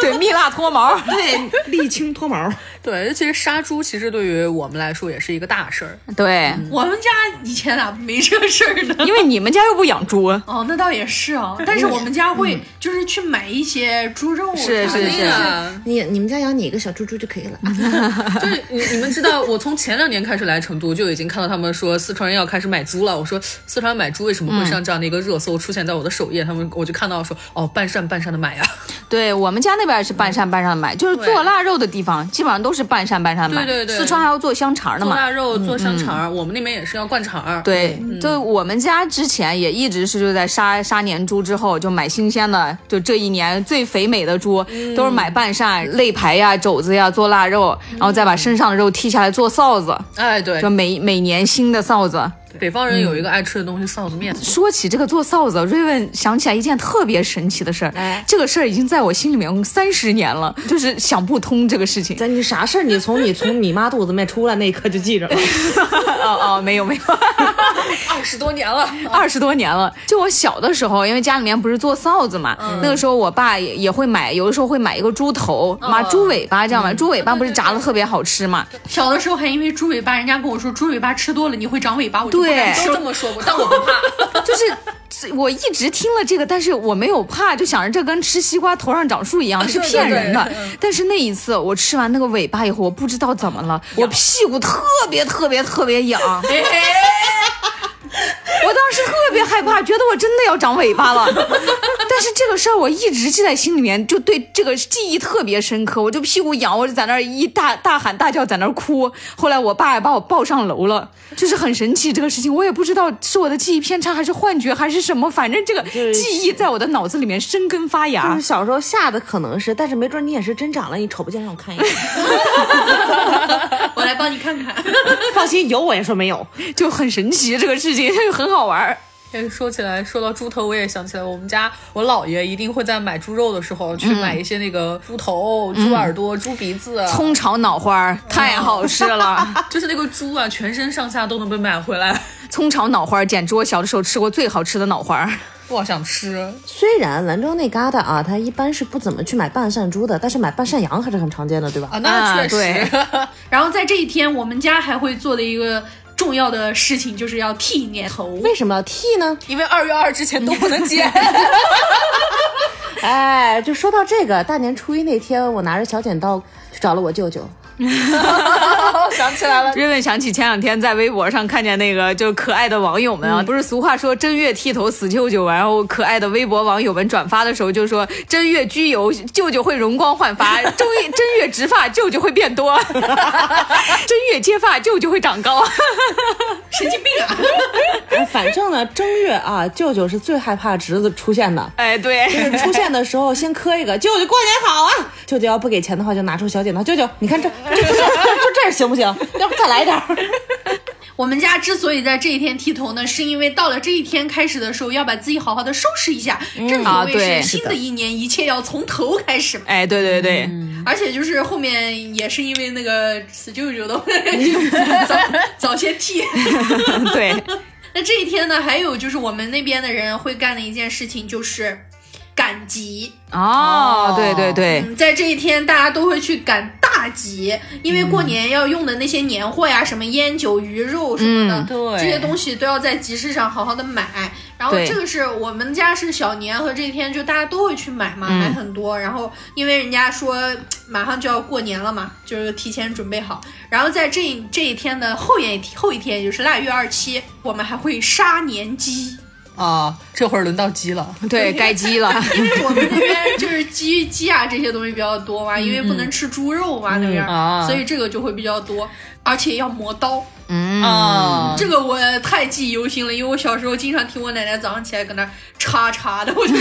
Speaker 3: 对，蜜蜡脱毛，
Speaker 2: 对，沥青脱毛，
Speaker 4: 对，其实杀猪其实对于我们来说也是一个大事儿。
Speaker 3: 对，
Speaker 1: 我们家以前咋没这事儿呢？
Speaker 3: 嗯因为你们家又不养猪，
Speaker 1: 哦，那倒也是啊，
Speaker 3: 嗯
Speaker 1: 但是我们家会就是去买一些猪肉啥的，
Speaker 3: 是是
Speaker 4: 对呀，
Speaker 2: 你你们家养你一个小猪猪就可以了。
Speaker 4: 就是 你你们知道，我从前两年开始来成都，就已经看到他们说四川人要开始买猪了。我说四川买猪为什么会上这样的一个热搜，出现在我的首页？他们我就看到说哦，半扇半扇的买呀。
Speaker 3: 对我们家那边是半扇半扇买，就是做腊肉的地方基本上都是半扇半扇买。
Speaker 4: 对对对
Speaker 3: 四川还要做香肠的
Speaker 4: 做
Speaker 3: 嘛。
Speaker 4: 腊肉、做香肠儿，我们那边也是要灌肠儿。
Speaker 3: 对，就我们家之前也一直是就在杀杀年猪之后就买新鲜的，就这一年最肥美的猪、都是买半扇肋排呀、肘子呀做腊肉，然后再把身上的肉剔下来做臊子，
Speaker 4: 哎，对
Speaker 3: 就，每每年新的臊子。
Speaker 4: 北方人有一个爱吃的东西，臊子面。
Speaker 3: 说起这个做臊子，瑞文想起来一件特别神奇的事儿，
Speaker 2: 哎
Speaker 3: 这个事儿已经在我心里面三十年 了，就是想不通这个事情。
Speaker 2: 咱你啥事儿？你从你从你妈肚子里面出来那一刻就记着了。
Speaker 3: 哦哦，没有没有，
Speaker 4: 二十多年了，
Speaker 3: 二十多年了。就我小的时候，因为家里面不是做臊子嘛，那个时候我爸也也会买，有的时候会买一个猪头，买猪尾巴这样买，猪尾巴不是炸的特别好吃嘛？
Speaker 1: 小的时候还因为猪尾巴，人家跟我说猪尾巴吃多了你会长尾巴，我就不
Speaker 3: 对
Speaker 1: 敢吃
Speaker 4: 都这么说过，但我不怕。
Speaker 3: 就是我一直听了这个，但是我没有怕，就想着这跟吃西瓜头上长树一样是
Speaker 4: 啊对对
Speaker 3: 骗人的
Speaker 4: 对嗯。
Speaker 3: 但是那一次我吃完那个尾巴以后，我不知道怎么了，我屁股特别特别特别痒，我 当时特别害怕，觉得我真的要长尾巴了。但是这个事儿我一直记在心里面，就对这个记忆特别深刻。我就屁股痒，我就在那儿一大大喊大叫，在那儿哭。后来我爸也把我抱上楼了，就是很神奇这个事情，我也不知道是我的记忆偏差还是幻觉还是什么，反正这个
Speaker 2: 就是
Speaker 3: 记忆在我的脑子里面生根发
Speaker 2: 就
Speaker 3: 芽
Speaker 2: 是。小时候吓的可能是，但是没准你也是真长了，你瞅不见，让我看一眼。
Speaker 1: 我来帮你看看。
Speaker 2: 放心，有我也说没有。
Speaker 3: 就很神奇，这个事情 就很好玩儿。
Speaker 4: 哎说起来，说到猪头，我也想起来，我们家我姥爷一定会在买猪肉的时候去买一些那个猪头、猪耳朵、猪鼻子，啊
Speaker 3: 葱炒脑花儿太好吃了，
Speaker 4: 就是那个猪啊，全身上下都能被买回来。
Speaker 3: 葱炒脑花儿简直我小的时候吃过最好吃的脑花儿。
Speaker 4: 不好想吃，
Speaker 2: 虽然兰州那旮瘩啊，它一般是不怎么去买半扇猪的，但是买半扇羊还是很常见的，对吧？
Speaker 4: 啊，那确实，
Speaker 1: 然后在这一天，我们家还会做的一个重要的事情就是要剃年头。
Speaker 2: 为什么要剃呢？
Speaker 4: 因为二月二之前都不能剪。
Speaker 2: 哎，就说到这个，大年初一那天，我拿着小剪刀去找了我舅舅。
Speaker 4: 想起来了，
Speaker 3: 瑞文想起前两天在微博上看见那个，就是可爱的网友们啊，不是俗话说“正月剃头死舅舅”，然后可爱的微博网友们转发的时候就说“正月焗油，舅舅会容光焕 发；正月正月植发，舅舅会变 多；正月接发，舅舅会长高。
Speaker 1: 神经病啊！
Speaker 2: 哎反正呢，正月啊，舅舅是最害怕侄子出现 的”。。
Speaker 3: 哎，
Speaker 2: 就
Speaker 3: 对，
Speaker 2: 是出现的时候先磕一个，舅舅过年好啊！舅舅要不给钱的话，就拿出小剪刀，舅舅你看这这这这这这儿行不行？要不再来一点儿？
Speaker 1: 我们家之所以在这一天剃头呢，是因为到了这一天开始的时候，要把自己好好的收拾一下。正所
Speaker 3: 啊
Speaker 1: 谓
Speaker 3: 对
Speaker 1: 是新的一年，一切要从头开始嘛。
Speaker 3: 哎，对对对，
Speaker 1: 而且就是后面也是因为那个死舅舅的 早早些剃。
Speaker 3: 对，
Speaker 1: 那这一天呢，还有就是我们那边的人会干的一件事情就是赶集。
Speaker 3: 哦，对对对，
Speaker 1: 嗯，在这一天，大家都会去赶大集，因为过年要用的那些年货呀，什么烟酒鱼肉什么的，
Speaker 3: 嗯
Speaker 4: 对
Speaker 1: 这些东西都要在集市上好好的买。然后
Speaker 3: 对
Speaker 1: 这个是我们家是小年和这一天，就大家都会去买
Speaker 4: 嗯
Speaker 1: 嘛，买很多。然后因为人家说嘖马上就要过年了嘛，就是提前准备好。然后在这一这一天的后一天，后一天也就是腊月二七，我们还会杀年 鸡。
Speaker 4: 啊，这会儿轮到鸡了。
Speaker 3: 对该鸡了。
Speaker 1: 因为我们那边就是鸡鸡啊这些东西比较多嘛，因为不能吃猪肉嘛那边
Speaker 4: 嗯啊，
Speaker 1: 所以这个就会比较多，而且要磨刀，
Speaker 4: 啊，
Speaker 1: 这个我太记忆犹新了，因为我小时候经常听我奶奶早上起来搁那儿叉叉的，我就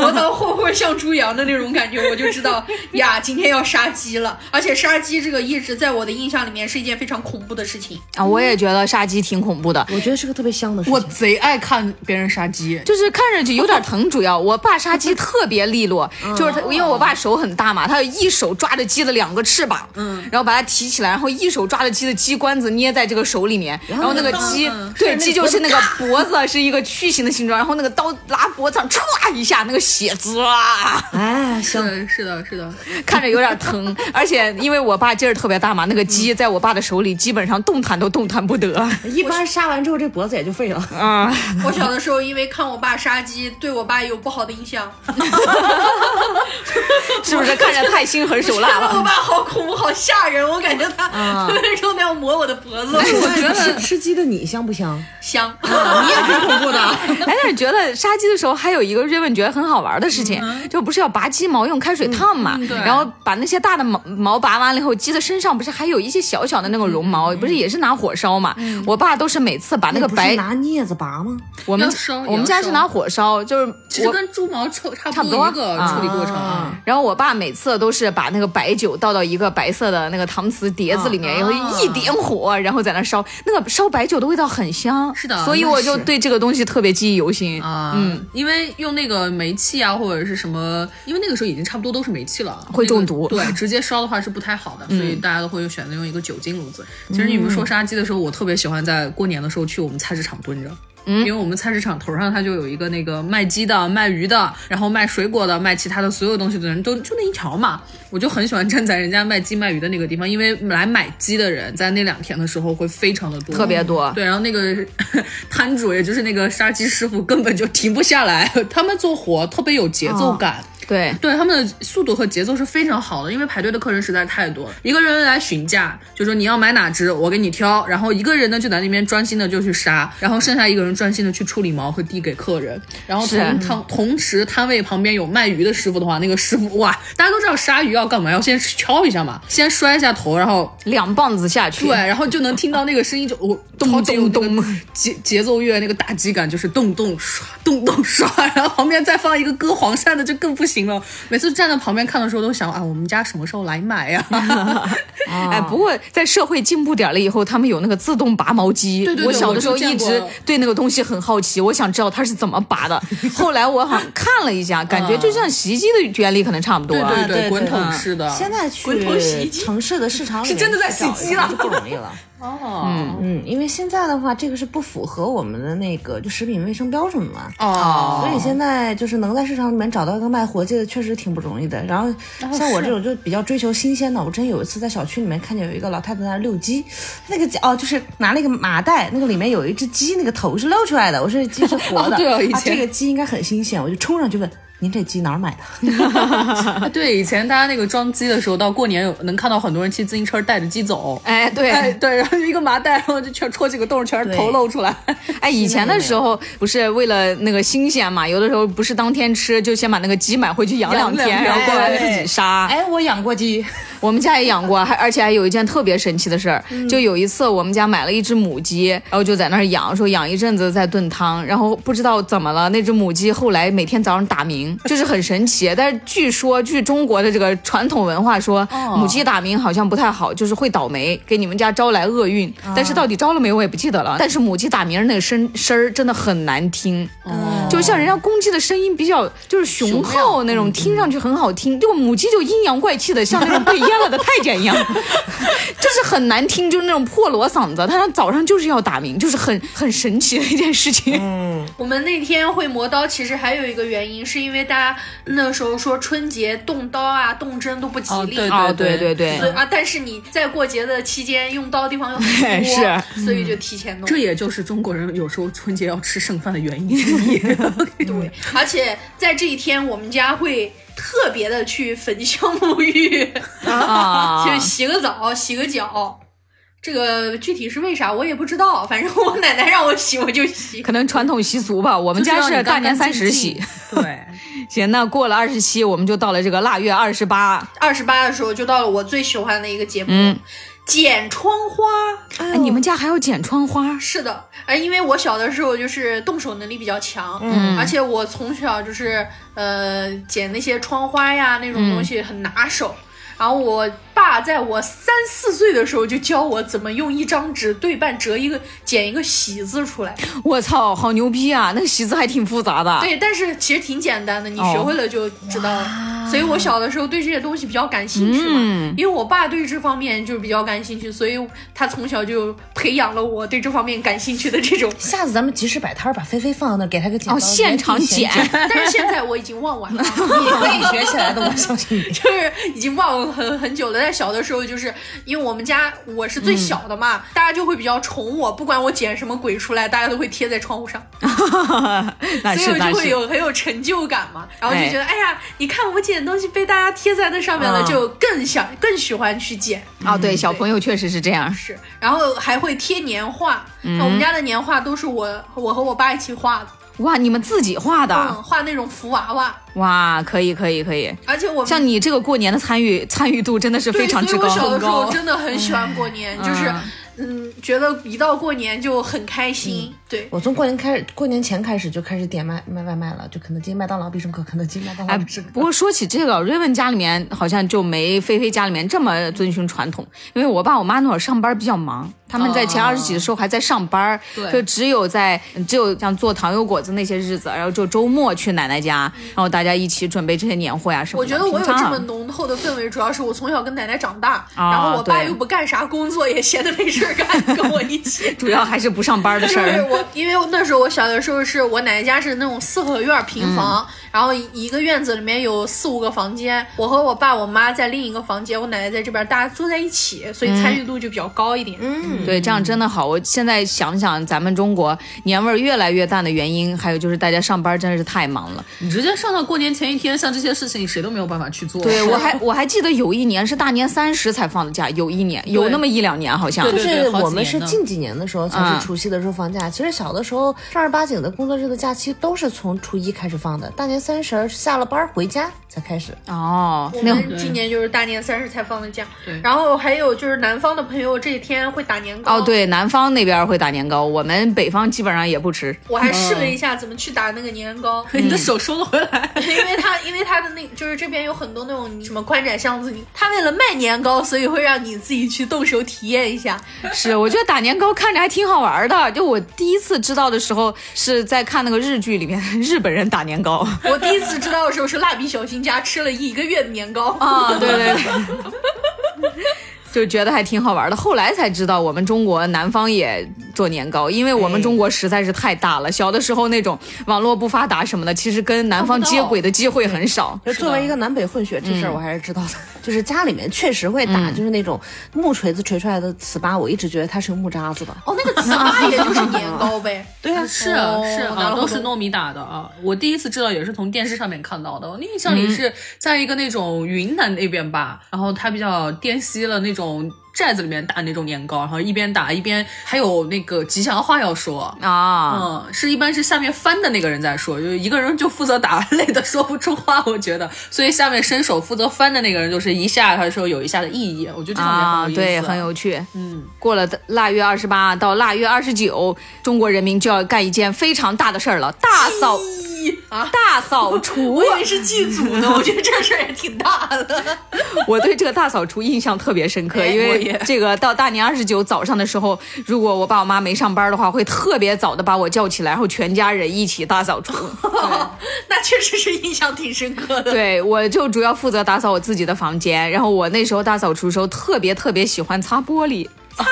Speaker 1: 磨刀霍霍像猪羊的那种感觉，我就知道呀，今天要杀鸡了，而且杀鸡这个一直在我的印象里面是一件非常恐怖的事情，
Speaker 3: 啊，我也觉得杀鸡挺恐怖的，
Speaker 2: 我觉得是个特别香的事
Speaker 4: 我
Speaker 2: 情。
Speaker 4: 贼爱看别人杀鸡，
Speaker 3: 就是看上去有点疼，主要我爸杀鸡特别利落，就是他，因为我爸手很大嘛，他有一手抓着鸡的两个翅膀，嗯，然后把它提起来，然后一手抓着鸡的鸡冠子捏在这个手里面，然后那个鸡，对鸡就是那个脖子是一个曲形的形状，然后那个刀拉脖子上歘一下，那个血滋啊，
Speaker 2: 哎，
Speaker 4: 是
Speaker 2: 行，
Speaker 4: 的，是的，是的，
Speaker 3: 看着有点 疼，而且因为我爸劲儿特别大嘛，那个鸡在我爸的手里基本上动弹都动弹不 得
Speaker 2: 一般杀完之后这脖子也就废了。
Speaker 3: 啊。
Speaker 1: 我小的时候因为看我爸杀鸡，对我爸有不好的印象，
Speaker 3: 是不是看着太心狠 手辣
Speaker 1: 我
Speaker 3: 了？啊
Speaker 1: 爸好恐怖，好吓人，我感觉 他分分钟都要磨我的脖子，我觉得
Speaker 2: 吃吃鸡的你香不 香？
Speaker 1: 香。
Speaker 3: 啊
Speaker 2: 你也挺恐怖的。
Speaker 3: 哎，但是觉得杀鸡的时候还有一个瑞文觉得很好玩的事情，就不是要拔鸡毛用开水烫嘛，
Speaker 4: 嗯对
Speaker 3: 然后把那些大的毛毛拔完了以后，鸡的身上不是还有一些小小的那种绒
Speaker 4: 嗯
Speaker 3: 毛，不是也是拿火烧嘛？我爸都是每次把那个
Speaker 2: 不
Speaker 3: 白
Speaker 2: 是，拿镊子拔吗？
Speaker 3: 我们
Speaker 4: 要烧
Speaker 3: 我们家
Speaker 4: 要
Speaker 3: 是
Speaker 4: 烧
Speaker 3: 拿火烧，就是
Speaker 4: 其实
Speaker 3: 我。
Speaker 4: 跟猪毛臭差
Speaker 3: 差
Speaker 4: 不
Speaker 3: 不多
Speaker 4: 一个
Speaker 3: 啊
Speaker 4: 处理过程。
Speaker 2: 啊
Speaker 3: 然后我爸每次都是把那个白酒倒到一个白色的那个搪瓷碟子
Speaker 4: 嗯
Speaker 3: 里面，然后
Speaker 4: 啊
Speaker 3: 一点火，然后在那烧，那个烧白酒的味道很香，
Speaker 4: 是的
Speaker 3: 所以
Speaker 4: 那
Speaker 3: 我就是对这个东西特别记忆犹新
Speaker 4: 啊，嗯，因为用那个煤气啊，或者是什么，因为那个时候已经差不多都是煤气了，
Speaker 3: 会中毒
Speaker 4: 那个对，直接烧的话是不太好的，所以大家都会选择用一个酒精炉子。其实你们说杀鸡的时候，我特别喜欢在过年的时候去我们菜市场蹲着。
Speaker 3: 嗯
Speaker 4: 因为我们菜市场头上它就有一个那个卖鸡的、卖鱼的，然后卖水果的、卖其他的所有东西的人都就那一条嘛，我就很喜欢站在人家卖鸡卖鱼的那个地方，因为来买鸡的人在那两天的时候会非常的多，
Speaker 3: 特别多。
Speaker 4: 对，然后那个 摊主，也就是那个杀鸡师傅，根本就停不下来， 他们做活特别有节奏感。
Speaker 3: 对，
Speaker 4: 对他们的速度和节奏是非常好的，因为排队的客人实在太多了。一个人来询价，就说你要买哪只，我给你挑。然后一个人呢就在那边专心的就去杀，然后剩下一个人专心的去处理毛和递给客人。然后
Speaker 3: 是
Speaker 4: 同摊同时摊位旁边有卖鱼的师傅的话，那个师傅哇，大家都知道杀鱼要干嘛，要先敲一下嘛，先摔一下头，然后
Speaker 3: 两棒子下去，
Speaker 4: 对，然后就能听到那个声音就，我
Speaker 3: 咚咚咚，
Speaker 4: 超级有那个节节奏乐那个打击感就是咚咚刷咚咚刷， 然后旁边再放一个割黄鳝的就更不行了。每次站在旁边看的时候都想啊，我们家什么时候来买呀、哦
Speaker 3: 哎，不过在社会进步点了以后，他们有那个自动拔毛机。
Speaker 4: 对对对
Speaker 3: 我小的时候
Speaker 4: 我就见
Speaker 3: 一
Speaker 4: 过
Speaker 3: 直对那个东西很好奇，我想知道它是怎么 拔的。后来我好像看了一下，感觉就像洗衣机的原理可能差不多。啊
Speaker 4: 对
Speaker 2: 对
Speaker 4: 对，
Speaker 2: 对
Speaker 4: 滚筒
Speaker 2: 嗯
Speaker 4: 式的。
Speaker 2: 现在
Speaker 1: 滚筒洗衣
Speaker 2: 去
Speaker 1: 机
Speaker 2: 城市的市场里
Speaker 4: 是真的在
Speaker 2: 去找
Speaker 4: 洗鸡
Speaker 2: 一下
Speaker 4: 了
Speaker 2: 就不容易了。
Speaker 4: 哦，嗯
Speaker 2: 嗯，因为现在的话，这个是不符合我们的那个就食品卫生标准的嘛。
Speaker 4: 哦，
Speaker 2: 所以现在就是能在市场里面找到一个卖活鸡的，确实挺不容易的。然后像我这种就比较追求新鲜的，我真有一次在小区里面看见有一个老太太在那遛鸡，那个鸡哦，就是拿了一个麻袋，那个里面有一只鸡，那个头是露出来的，我说这鸡是活的，
Speaker 4: 哦对哦以
Speaker 2: 啊，
Speaker 4: 前
Speaker 2: 这个鸡应该很新鲜，我就冲上去问您这鸡哪儿买的？
Speaker 4: 啊对，以前大家那个装鸡的时候，到过年有能看到很多人骑自行车带着鸡走。
Speaker 3: 哎，对，
Speaker 4: 哎，对，然后就一个麻袋，然后就全戳几个洞，全是头
Speaker 2: 对
Speaker 4: 露出来。
Speaker 3: 哎，以前的时候不是为了那个新鲜嘛，有的时候不是当天吃，就先把那个鸡买回去养
Speaker 4: 养
Speaker 3: 两天，
Speaker 4: 两
Speaker 3: 然后过来
Speaker 2: 天
Speaker 3: 自己杀。
Speaker 2: 哎，我养过鸡，
Speaker 3: 我们家也养过，还而且还有一件特别神奇的事儿，就有一次我们家买了一只母鸡，然后就在那儿养，说养一阵子再炖汤，然后不知道怎么了，那只母鸡后来每天早上打鸣，就是很神奇。但是据说，据中国的这个传统文化说，母鸡打鸣好像不太好，就是会倒霉，给你们家招来厄运。但是到底招了没，我也不记得了。但是母鸡打鸣那个声声儿真的很难听，就像人家公鸡的声音比较就是雄厚那种，听上去很好听。就母鸡就阴阳怪气的，像那种被阉了的太监一样，就是很难听，就是那种破锣嗓子。但它早上就是要打鸣，就是很很神奇的一件事情。
Speaker 1: 我们那天会磨刀，其实还有一个原因，是因为大家那时候说春节动刀啊、动针都不吉
Speaker 4: 哦
Speaker 1: 利。
Speaker 4: 对
Speaker 3: 哦，对对对
Speaker 1: 所以啊，但是你在过节的期间用刀的地方又很多，
Speaker 3: 是
Speaker 1: 所以就提前弄。
Speaker 4: 这也就是中国人有时候春节要吃剩饭的原因之一。
Speaker 1: 对，而且在这一天，我们家会特别的去焚香沐浴，
Speaker 3: 啊
Speaker 1: 就是洗个澡、洗个脚。这个具体是为啥我也不知道，反正我奶奶让我洗我就洗。
Speaker 3: 可能传统习俗吧，我们家是大年三十洗。。
Speaker 4: 对，
Speaker 3: 行，那过了二十七，我们就到了这个腊月二十八。
Speaker 1: 二十八的时候就到了我最喜欢的一个节目。
Speaker 3: 嗯
Speaker 1: 剪窗花，
Speaker 3: 哎，你们家还要剪窗花？
Speaker 1: 是的，哎，因为我小的时候就是动手能力比较强，嗯，而且我从小就是呃剪那些窗花呀那种东西很拿手。然后我爸在我三四岁的时候就教我怎么用一张纸对半折一个剪一个喜字出来。
Speaker 3: 我操，好牛逼啊！那个喜字还挺复杂的。
Speaker 1: 对，但是其实挺简单的，你学会了就知道了。所以我小的时候对这些东西比较感兴趣嘛，因为我爸对这方面就是比较感兴趣，所以他从小就培养了我对这方面感兴趣的这种。
Speaker 2: 下次咱们即时摆摊儿，把菲菲放到那儿，给她个剪刀，
Speaker 3: 哦，现场
Speaker 2: 剪
Speaker 3: 剪，，
Speaker 1: 但是现在我已经忘完 了，
Speaker 2: 你可以学起来的，我相信你。
Speaker 1: 就是已经忘了很很久了。在小的时候，就是因为我们家我是最小的
Speaker 3: 嗯
Speaker 1: 嘛，大家就会比较宠我，不管我捡什么鬼出来，大家都会贴在窗户上，
Speaker 3: 那
Speaker 1: 所以
Speaker 3: 啊是
Speaker 1: 我
Speaker 3: 那
Speaker 1: 就会
Speaker 3: 是。
Speaker 1: 有很有成就感嘛。然后就
Speaker 3: 哎
Speaker 1: 觉得，哎呀，你看我捡东西被大家贴在那上面了，
Speaker 3: 嗯
Speaker 1: 就更想更喜欢去捡。
Speaker 3: 哦，对，小朋友确实是这样。
Speaker 1: 是，然后还会贴年画，
Speaker 3: 嗯
Speaker 1: 那我们家的年画都是我我和我爸一起画的，
Speaker 3: 哇，你们自己画的，
Speaker 1: 嗯，画那种福娃娃，
Speaker 3: 哇，可以可以可以。
Speaker 1: 而且我们
Speaker 3: 像你这个过年的参与参与度真的是
Speaker 1: 对
Speaker 3: 非常之
Speaker 1: 所
Speaker 3: 高，
Speaker 1: 以我小的时候
Speaker 3: 很高
Speaker 1: 真的很喜欢过年，就是嗯，觉得一到过年就很开
Speaker 3: 嗯
Speaker 1: 心。对，
Speaker 2: 我从过年开始，过年前开始就开始点卖卖外卖了，就肯德基、麦当劳必胜客，肯德基、麦当劳
Speaker 3: 哎
Speaker 2: 必胜，
Speaker 3: 不
Speaker 2: 客。
Speaker 3: 过说起这个，瑞文家里面好像就没菲菲家里面这么遵循传统，因为我爸我妈那会儿上班比较忙，他们在前
Speaker 4: 哦
Speaker 3: 二十几的时候还在上班，
Speaker 4: 对
Speaker 3: 就只有在只有像做糖油果子那些日子，然后就周末去奶奶家，然后大家一起准备这些年货呀、什么
Speaker 1: 我
Speaker 3: 的。
Speaker 1: 觉得我有
Speaker 3: 嗯平常
Speaker 1: 这么浓厚的氛围，主要是我从小跟奶奶长大，
Speaker 3: 啊
Speaker 1: 然后我爸
Speaker 3: 对
Speaker 1: 又不干啥工作，也闲的没事儿干，跟我一起。
Speaker 3: 主要还是不上班的事
Speaker 1: 就是
Speaker 3: 儿。
Speaker 1: 我，因为那时候我小的时候是我奶奶家是那种四合院儿
Speaker 3: 嗯
Speaker 1: 平房，然后一个院子里面有四五个房间，我和我爸我妈在另一个房间，我奶奶在这边，大家住在一起，所以
Speaker 3: 嗯
Speaker 1: 参与度就比较高一点。
Speaker 2: 嗯，
Speaker 3: 对，这样真的好。我现在想想，咱们中国年味儿越来越淡的原因，还有就是大家上班真的是太忙了。
Speaker 4: 你直接上到过年前一天，像这些事情谁都没有办法去做。
Speaker 3: 对我还我还记得有一年是大年三十才放的假，有一年有那么一两年好像。
Speaker 4: 对
Speaker 2: 就
Speaker 4: 对
Speaker 2: 是
Speaker 4: 好几
Speaker 2: 我们
Speaker 4: 年
Speaker 2: 是
Speaker 4: 呢
Speaker 2: 近几年的时候才
Speaker 3: 嗯
Speaker 2: 是除夕的时候放假。其实小的时候正儿八经的工作日的假期都是从初一开始放的，大年三十儿下了班儿回家才开始。
Speaker 3: 哦，
Speaker 1: 我
Speaker 3: 那会
Speaker 1: 们今年就是大年三十才放的假
Speaker 4: 对，
Speaker 1: 然后还有就是南方的朋友这几天会打年糕。
Speaker 3: 哦，，对，南方那边会打年糕，我们北方基本上也不吃。
Speaker 1: 我还试了
Speaker 3: 嗯
Speaker 1: 一下怎么去打那个年糕，
Speaker 4: 你的手收了回来。
Speaker 1: 因为它因为它的那就是这边有很多那种什么宽窄巷子，它为了卖年糕，所以会让你自己去动手体验一下。
Speaker 3: 是，我觉得打年糕看着还挺好玩的。就我第一次知道的时候是在看那个日剧里面，日本人打年糕。
Speaker 1: 我第一次知道的时候是蜡笔小新家吃了一个月的年糕
Speaker 3: 啊，对对对。 就觉得还挺好玩的，后来才知道我们中国南方也做年糕，因为我们
Speaker 2: 哎
Speaker 3: 中国实在是太大了。小的时候那种网络不发达什么的，其实跟南方
Speaker 4: 看不到
Speaker 3: 接轨的机会很少。
Speaker 2: 就作为一个南北混血，这事儿我还是知道的。就是家里面确实会打，就是那种木锤子锤出来的糍粑，我一直觉得它是用木渣 子的。
Speaker 1: 哦，那个糍粑也就是年糕呗。
Speaker 2: 对啊，
Speaker 4: 是啊
Speaker 1: 哦
Speaker 4: 是
Speaker 1: 我拿
Speaker 4: 啊，
Speaker 1: 了
Speaker 4: 都
Speaker 1: 好
Speaker 4: 是
Speaker 1: 多
Speaker 4: 糯米打的啊。我第一次知道也是从电视上面看到的。我印象里是在一个那种云南那边吧，然后他比较滇西了那种寨子里面打那种年糕，然后一边打一边还有那个吉祥话要说。
Speaker 3: 啊，
Speaker 4: 嗯，是一般是下面翻的那个人在说，就一个人就负责打，累的说不出话，我觉 得，所以下面伸手负责翻的那个人就是一下，他说有一下的意义，我觉得这种也
Speaker 3: 啊，
Speaker 4: 很有意思，
Speaker 3: 对，很有趣。
Speaker 4: 嗯，
Speaker 3: 过了腊月二十八到腊月二十九，中国人民就要干一件非常大的事儿了，大 扫哦啊
Speaker 1: 啊！
Speaker 3: 大扫除
Speaker 1: 我。以为是祭祖呢，我觉得这事儿也挺大的。
Speaker 3: 我对这个大扫除印象特别深刻，
Speaker 4: 哎
Speaker 3: 因
Speaker 4: 我
Speaker 3: 为
Speaker 4: 也
Speaker 3: 这个到大年二十九早上的时候，如果我爸我妈没上班的话，会特别早的把我叫起来，然后全家人一起 大扫除。
Speaker 1: 那确实是印象挺深刻的。
Speaker 3: 对我就主要负责打扫我自己的房间，然后我那时候大扫除的时候特别特别喜欢擦玻璃。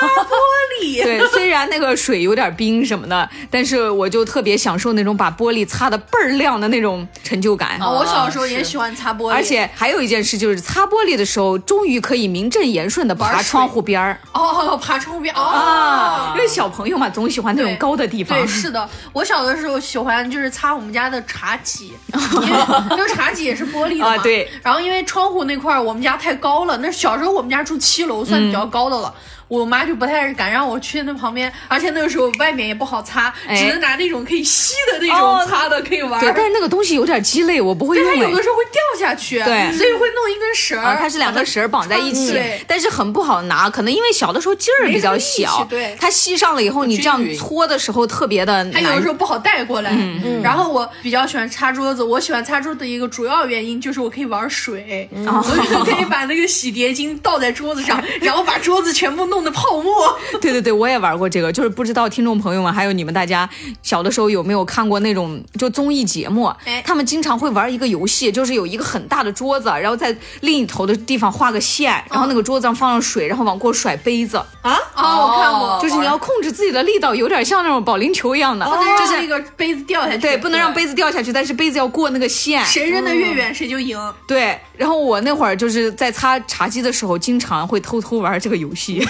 Speaker 1: 玻璃
Speaker 3: 对，虽然那个水有点冰什么的，但是我就特别享受那种把玻璃擦的倍儿亮的那种成就感。
Speaker 4: 哦
Speaker 1: 啊，我小时候
Speaker 4: 是
Speaker 1: 也喜欢擦玻璃，
Speaker 3: 而且还有一件事就是擦玻璃的时候，终于可以名正言顺的爬
Speaker 1: 玩水
Speaker 3: 窗户边儿。
Speaker 1: 哦，爬窗户边哦。
Speaker 3: 啊，因为小朋友嘛，总喜欢那种
Speaker 1: 对
Speaker 3: 高的地方
Speaker 1: 对，。是的，我小的时候喜欢就是擦我们家的茶几，因 为因为茶几也是玻璃的嘛。
Speaker 3: 啊对。
Speaker 1: 然后因为窗户那块儿我们家太高了，那小时候我们家住七楼，算比较
Speaker 3: 嗯
Speaker 1: 高的了。我妈就不太敢让我去那旁边，而且那个时候外面也不好擦，
Speaker 3: 哎
Speaker 1: 只能拿那种可以吸的那
Speaker 3: 哦
Speaker 1: 种擦的，可以玩
Speaker 3: 对，
Speaker 1: 儿。
Speaker 3: 但是那个东西有点鸡肋，我不会
Speaker 1: 对，它
Speaker 3: 用
Speaker 1: 有的
Speaker 3: 哎。
Speaker 1: 时候会掉下去，
Speaker 3: 对
Speaker 1: 所以会弄一根绳
Speaker 3: 啊，
Speaker 1: 儿。
Speaker 3: 它是两个绳儿绑在一起
Speaker 1: 对，
Speaker 3: 但是很不好拿，可能因为小的时候劲儿比较
Speaker 1: 没什么力
Speaker 3: 小
Speaker 1: 气，对
Speaker 3: 它吸上了以后，你这样
Speaker 4: 均匀
Speaker 3: 搓的时候特别的
Speaker 1: 它有
Speaker 3: 难
Speaker 1: 的时。候不好带过来，
Speaker 3: 嗯
Speaker 1: 然后我比较喜欢擦桌子。我喜欢擦桌子的一个主要原因就是我
Speaker 3: 嗯
Speaker 1: 可以玩水，我就可以把那个洗洁精倒在桌子上，然后把桌子全部弄弄的泡沫。
Speaker 3: 对对对，我也玩过这个，就是不知道听众朋友们还有你们大家小的时候有没有看过那种就综艺节目啊
Speaker 1: 哎，
Speaker 3: 他们经常会玩一个游戏，就是有一个很大的桌子，啊然后在另一头的地方画个线，
Speaker 1: 嗯
Speaker 3: 然后那个桌子上放上水，然后往过甩杯子，
Speaker 1: 啊，我看过，
Speaker 3: 就是你要控制自己的力道，有点像那种保龄球一样的，
Speaker 1: 不能
Speaker 3: 就
Speaker 1: 让哦那
Speaker 3: 是。
Speaker 1: 个杯子掉下去，
Speaker 3: 对，不能让杯子掉下去，但是杯子要过那个线。
Speaker 1: 谁扔的越远谁就赢。
Speaker 3: 对，然后我那会儿就是在擦茶几的时候，经常会偷偷玩这个 游戏。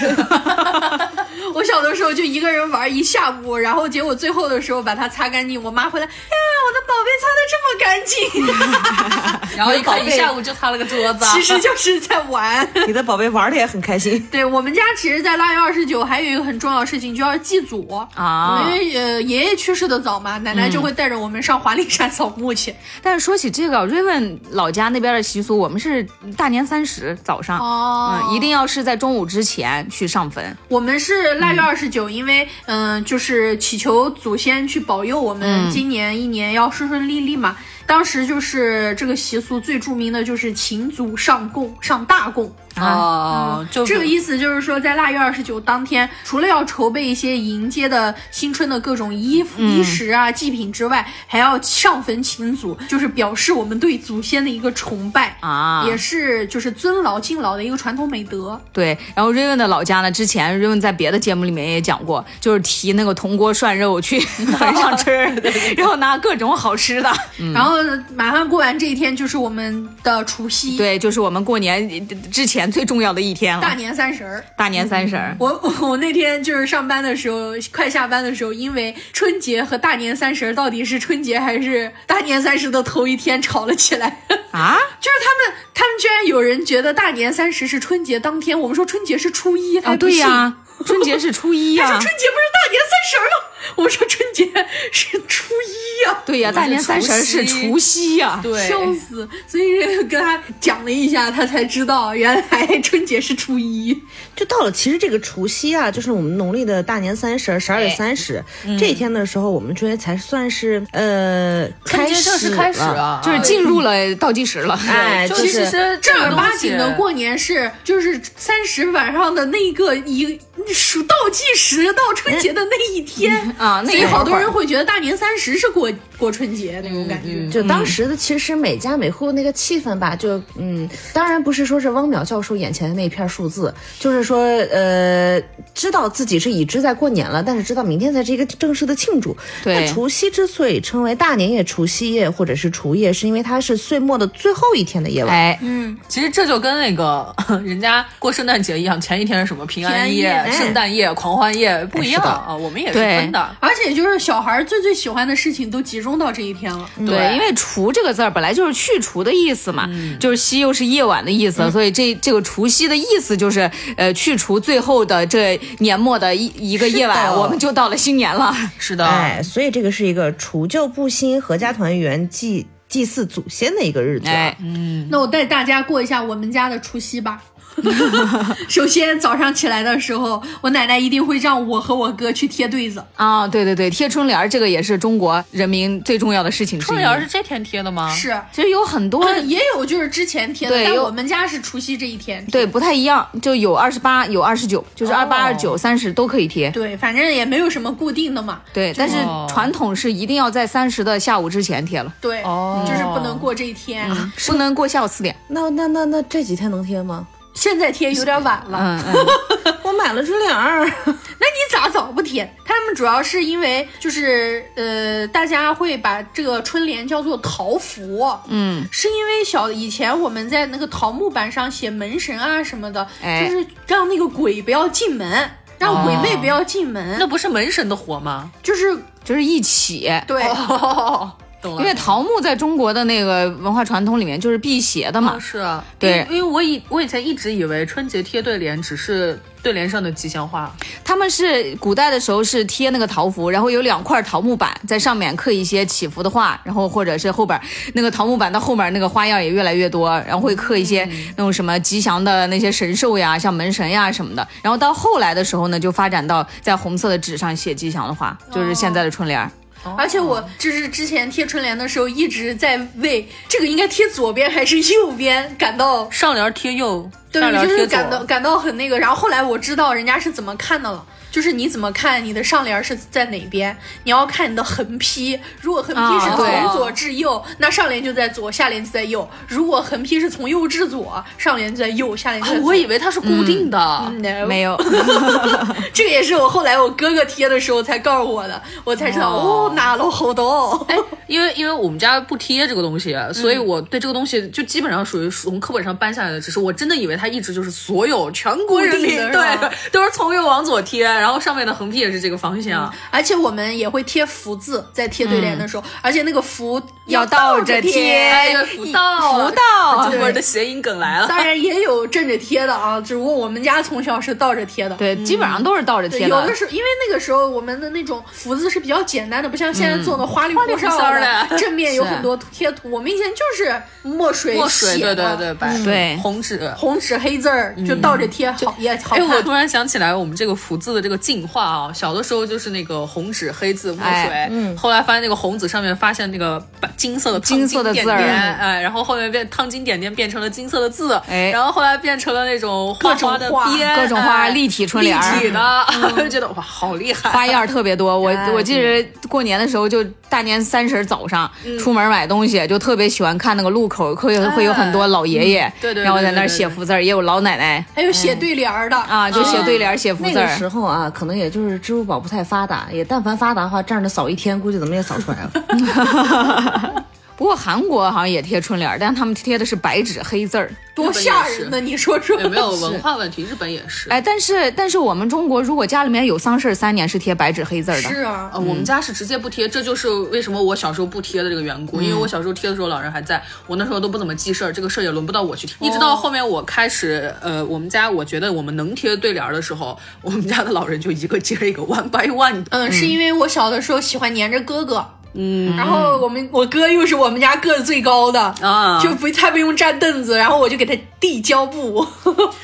Speaker 1: 我小的时候就一个人玩一下午，然后结果最后的时候把它擦干净，我妈回来，哎呀，我的宝贝擦的这么干净，
Speaker 4: 然后一看一
Speaker 2: 宝贝
Speaker 4: 下午就擦了个桌 子，啊
Speaker 1: 其实就是在玩。
Speaker 2: 你的宝贝玩的也很开心。
Speaker 1: 对我们家，其实，在腊月二十九还有一个很重要的事情，就要祭祖
Speaker 3: 啊
Speaker 1: 因为呃爷爷去世的早嘛，奶奶就会带着我们上华林山扫墓去。
Speaker 3: 但是说起这个瑞文老家那边的习俗，我们是大年三十早上，
Speaker 1: 哦
Speaker 3: 嗯，一定要是在中午之前去上坟。
Speaker 1: 我们是腊月二十九，因为嗯、就是祈求祖先去保佑我们今年一年要顺顺利利嘛。当时就是这个习俗最著名的就是请祖上供，上大供。
Speaker 4: 哦，就
Speaker 1: 这个
Speaker 4: 一
Speaker 1: 意思就是说，在腊月二十九当天，除了要筹备一些迎接的新春的各种衣服、
Speaker 3: 嗯
Speaker 1: 衣食啊、祭品之外，还要上坟请祖，就是表示我们对祖先的一个崇拜
Speaker 3: 啊
Speaker 1: 也是就是尊老敬老的一个传统美德。
Speaker 3: 对，然后瑞文的老家呢，之前瑞文在别的节目里面也讲过，就是提那个铜锅涮肉去 坟 上吃，然后拿各种好吃的。
Speaker 1: 然后马上过完这一天，就是我们的除夕，，
Speaker 3: 对，就是我们过年之前最重要的一天
Speaker 1: 大
Speaker 3: 了，
Speaker 1: 年三十儿。
Speaker 3: 大年三十儿。
Speaker 1: 我 我我那天就是上班的时候，快下班的时候，因为春节和大年三十儿到底是春节还是大年三十的头一天吵了起来。
Speaker 3: 啊，
Speaker 1: 就是他们，他们居然有人觉得大年三十是春节当天，我们说春节是初一
Speaker 3: 啊，对呀、春节是初一
Speaker 1: 他
Speaker 3: 呀、
Speaker 1: 说春节不是大年三十儿吗？我们说春节是 初一啊呀、
Speaker 3: 对呀、
Speaker 4: 我们
Speaker 3: 大
Speaker 4: 是
Speaker 3: 年三十儿是
Speaker 4: 除夕
Speaker 3: 除夕呀、
Speaker 4: 对
Speaker 1: 笑死！所以跟他讲了一下，他才知道原来春节是初一。
Speaker 2: 就到了，其实这个除夕啊，就是我们农历的大年三十、十二
Speaker 4: 哎
Speaker 2: 月三十
Speaker 4: 嗯
Speaker 2: 这一天的时候，我们这边才算是呃
Speaker 4: 春
Speaker 2: 开
Speaker 4: 节正式
Speaker 2: 始
Speaker 4: 开始
Speaker 2: 了。
Speaker 4: 啊，
Speaker 3: 就是进入了倒计时了。
Speaker 2: 哎，
Speaker 4: 就
Speaker 2: 就
Speaker 4: 其
Speaker 2: 是
Speaker 4: 实
Speaker 1: 正儿八经的过年是就是三十晚上的那个一数倒计时到春节的那一天。
Speaker 3: 啊，那
Speaker 1: 所以
Speaker 3: 一
Speaker 1: 好多
Speaker 3: 会儿嗯
Speaker 1: 人会觉得大年三十是过过春节那种感觉。
Speaker 2: 就
Speaker 4: 嗯
Speaker 2: 当时的，其实每家每户那个气氛吧，就嗯，当然不是说是汪淼教授眼前的那一片数字，就是说呃，知道自己是已知在过年了，但是知道明天才是一个正式的庆祝。
Speaker 3: 对
Speaker 2: 那除夕之所以称为大年夜、除夕夜或者是除夜，是因为它是岁末的最后一天的夜晚。
Speaker 3: 哎，
Speaker 4: 其实这就跟那个 人家过圣诞节一样，前一天是什么平安夜、
Speaker 1: 平安
Speaker 2: 夜
Speaker 4: 圣诞夜、狂欢夜不一样
Speaker 2: 是的
Speaker 4: 啊，我们也是
Speaker 3: 对
Speaker 4: 分的。
Speaker 1: 而且就是小孩儿最最喜欢的事情都集中到这一天了。
Speaker 3: 对，因为“除”这个字儿本来就是去除的意思嘛，就是夕又是夜晚的意思，所以这这个除夕的意思就是呃去除最后的这年末的一一个夜晚，我们就到了新年了。
Speaker 4: 是
Speaker 1: 啊
Speaker 4: 的，
Speaker 2: 哎，所以这个是一个除旧布新、阖家团圆、祭祭祀祖先的一个日子。啊
Speaker 3: 哎，，
Speaker 1: 那我带大家过一下我们家的除夕吧。 首先早上起来的时候，我奶奶一定会让我和我哥去贴对子。
Speaker 3: 啊、对对对，贴春联儿这个也是中国人民最重要的事情之一。
Speaker 4: 春联是这天贴的吗？
Speaker 1: 是，
Speaker 3: 其实有很多
Speaker 1: 也有就是之前贴的，
Speaker 3: 啊对
Speaker 1: 但
Speaker 3: 有
Speaker 1: 我们家是除夕这一天贴。
Speaker 3: 对不太一样，就有二十八，有二十九，就是
Speaker 4: 哦
Speaker 3: 二八、二九、三十都可以贴。
Speaker 1: 对，反正也没有什么固定的嘛。
Speaker 3: 对，但是
Speaker 4: 哦
Speaker 3: 传统是一定要在三十的下午之前贴了，
Speaker 1: 对，
Speaker 4: 哦
Speaker 1: 就是不能过这一天。
Speaker 3: 不能过下午四点。
Speaker 2: 那那那那这几天能贴吗？
Speaker 1: 现在贴有点晚了。
Speaker 3: 嗯嗯。
Speaker 2: 我买了春联儿，
Speaker 1: 那你咋早不贴？他们主要是因为就是呃，大家会把这个春联叫做桃符，嗯，是因为小以前我们在那个桃木板上写门神啊什么的，
Speaker 3: 哎
Speaker 1: 就是让那个鬼不要进门，让鬼魅不要进门，
Speaker 4: 那不是门神的活吗？
Speaker 1: 就是
Speaker 3: 就是一起。
Speaker 1: 对。
Speaker 4: 哦，懂了。
Speaker 3: 因为桃木在中国的那个文化传统里面就是辟邪的嘛
Speaker 4: 哦，，是啊，
Speaker 3: 对
Speaker 4: 因为因为我以我以前一直以为春节贴对联只是对联上的吉祥话，
Speaker 3: 他们是古代的时候是贴那个桃符，然后有两块桃木板在上面刻一些祈福的话，然后或者是后边那个桃木板到后面那个花样也越来越多，然后会刻一些
Speaker 1: 嗯
Speaker 3: 那种什么吉祥的那些神兽呀，像门神呀什么的。
Speaker 1: 哦
Speaker 3: 然后到后来的时候呢，就发展到在红色的纸上写吉祥的话，就是现在的春联儿。
Speaker 1: 而且我就是之前贴春联的时候，一直在为这个应该贴左边还是右边感到，
Speaker 4: 上联贴右，
Speaker 1: 对
Speaker 4: 下，联
Speaker 1: 就是
Speaker 4: 贴
Speaker 1: 感到
Speaker 4: 左。
Speaker 1: 感到很那个。然后后来我知道人家是怎么看的了。就是你怎么看你的上联是在哪边？你要看你的横批，如果横批是
Speaker 3: 啊
Speaker 4: 对
Speaker 1: 从左至右，那上联就在左，下联就在右；如果横批是从右至左，上联就在右，下联就在
Speaker 3: 啊
Speaker 1: 左。
Speaker 4: 啊我以为它是固定的，
Speaker 1: No
Speaker 3: 没有，
Speaker 1: 这个也是我后来我哥哥贴的时候才告诉我的，我才知道
Speaker 4: 哦
Speaker 1: 哦，哪了好多。哦
Speaker 4: 哎，因为因为我们家不贴这个东西，
Speaker 1: 嗯
Speaker 4: 所以我对这个东西就基本上属于从课本上搬下来的。只是我真的以为它一直就是所有全国人民
Speaker 1: 固定的是吧
Speaker 4: 对都是从右往左贴，然后上面的横批也是这个方向。
Speaker 1: 而且我们也会贴福字，在贴对联的时候，而且那个福
Speaker 3: 嗯要
Speaker 1: 倒
Speaker 3: 倒着贴
Speaker 4: 哎对，福到
Speaker 3: 福
Speaker 1: 嗯
Speaker 3: 到。
Speaker 4: 中国人的谐音梗来了。
Speaker 1: 当然也有正着贴的啊，只不过我们家从小是倒着贴的。
Speaker 3: 对，基本上都是倒着
Speaker 1: 对。
Speaker 3: 贴
Speaker 1: 有的
Speaker 3: 的。
Speaker 1: 时候，因为那个时候我们的那种福字是比较简单的，不像现在做的花里
Speaker 4: 里
Speaker 1: 胡
Speaker 4: 胡哨
Speaker 1: 哨
Speaker 4: 的
Speaker 1: 正面有
Speaker 3: 是
Speaker 1: 很多贴图。我们以前就是墨水
Speaker 4: 墨水，
Speaker 1: 写
Speaker 4: 对对
Speaker 1: 的
Speaker 4: 对，白
Speaker 3: 对
Speaker 4: 红纸。
Speaker 1: 红纸黑字儿就倒着贴，好也好
Speaker 4: 哎，
Speaker 1: 看。
Speaker 4: 我突然想起来，我们这个福字的这个进化啊，小的时候就是那个红纸、黑字、墨水，
Speaker 3: 哎
Speaker 4: 后来发现那个红字上面发现那个白金色的烫
Speaker 3: 金色的
Speaker 4: 点
Speaker 3: 字儿嗯
Speaker 4: 点哎，然后后面变烫金点点变成了金色的字，
Speaker 3: 哎
Speaker 4: 然后后来变成了那种画
Speaker 1: 种
Speaker 4: 的
Speaker 1: 画
Speaker 4: 边，
Speaker 3: 各种画
Speaker 4: 哎
Speaker 3: 立体春联儿嗯
Speaker 4: 立体的，就 觉得哇，好厉害，
Speaker 3: 花样儿特别多，我
Speaker 1: 哎
Speaker 3: 我记得过年的时候，就大年三十早上出门买东西，就特别喜欢看那个路口，会有会有很多老爷爷，
Speaker 4: 对对对
Speaker 3: 然后在那儿
Speaker 4: 对对
Speaker 3: 写福字儿，也有老奶奶
Speaker 1: 还有写对联儿的啊
Speaker 3: 啊，就写对联儿、写福
Speaker 2: 那
Speaker 3: 字
Speaker 2: 个
Speaker 3: 儿。
Speaker 2: 时候啊，可能也就是支付宝不太发达，也但凡发达的话，站着扫一天，估计怎么也扫出来 了。
Speaker 3: 不过韩国好像也贴春联儿，但他们贴的是白纸黑字儿。
Speaker 1: 多吓人呢！你说说，
Speaker 4: 有没有文化问题？日本也是，
Speaker 3: 哎，但是但是我们中国如果家里面有丧事儿，三年是贴白纸黑字儿的。
Speaker 1: 是啊，
Speaker 4: 呃，
Speaker 2: 嗯
Speaker 4: 我们家是直接不贴，这就是为什么我小时候不贴的这个缘故。因为我
Speaker 2: 嗯
Speaker 4: 小时候贴的时候，老人还在，我那时候都不怎么记事儿，这个事儿也轮不到我去贴。一
Speaker 2: 哦
Speaker 4: 直到后面我开始，呃，我们家我觉得我们能贴对联儿的时候，我们家的老人就一个接着一个，one by one 的。
Speaker 1: 嗯，是因为我小的时候喜欢黏着哥哥，嗯，然后我们我哥又是我们家个子最高的
Speaker 4: 啊
Speaker 1: 就不他不用占凳子，然后我就给他递胶布，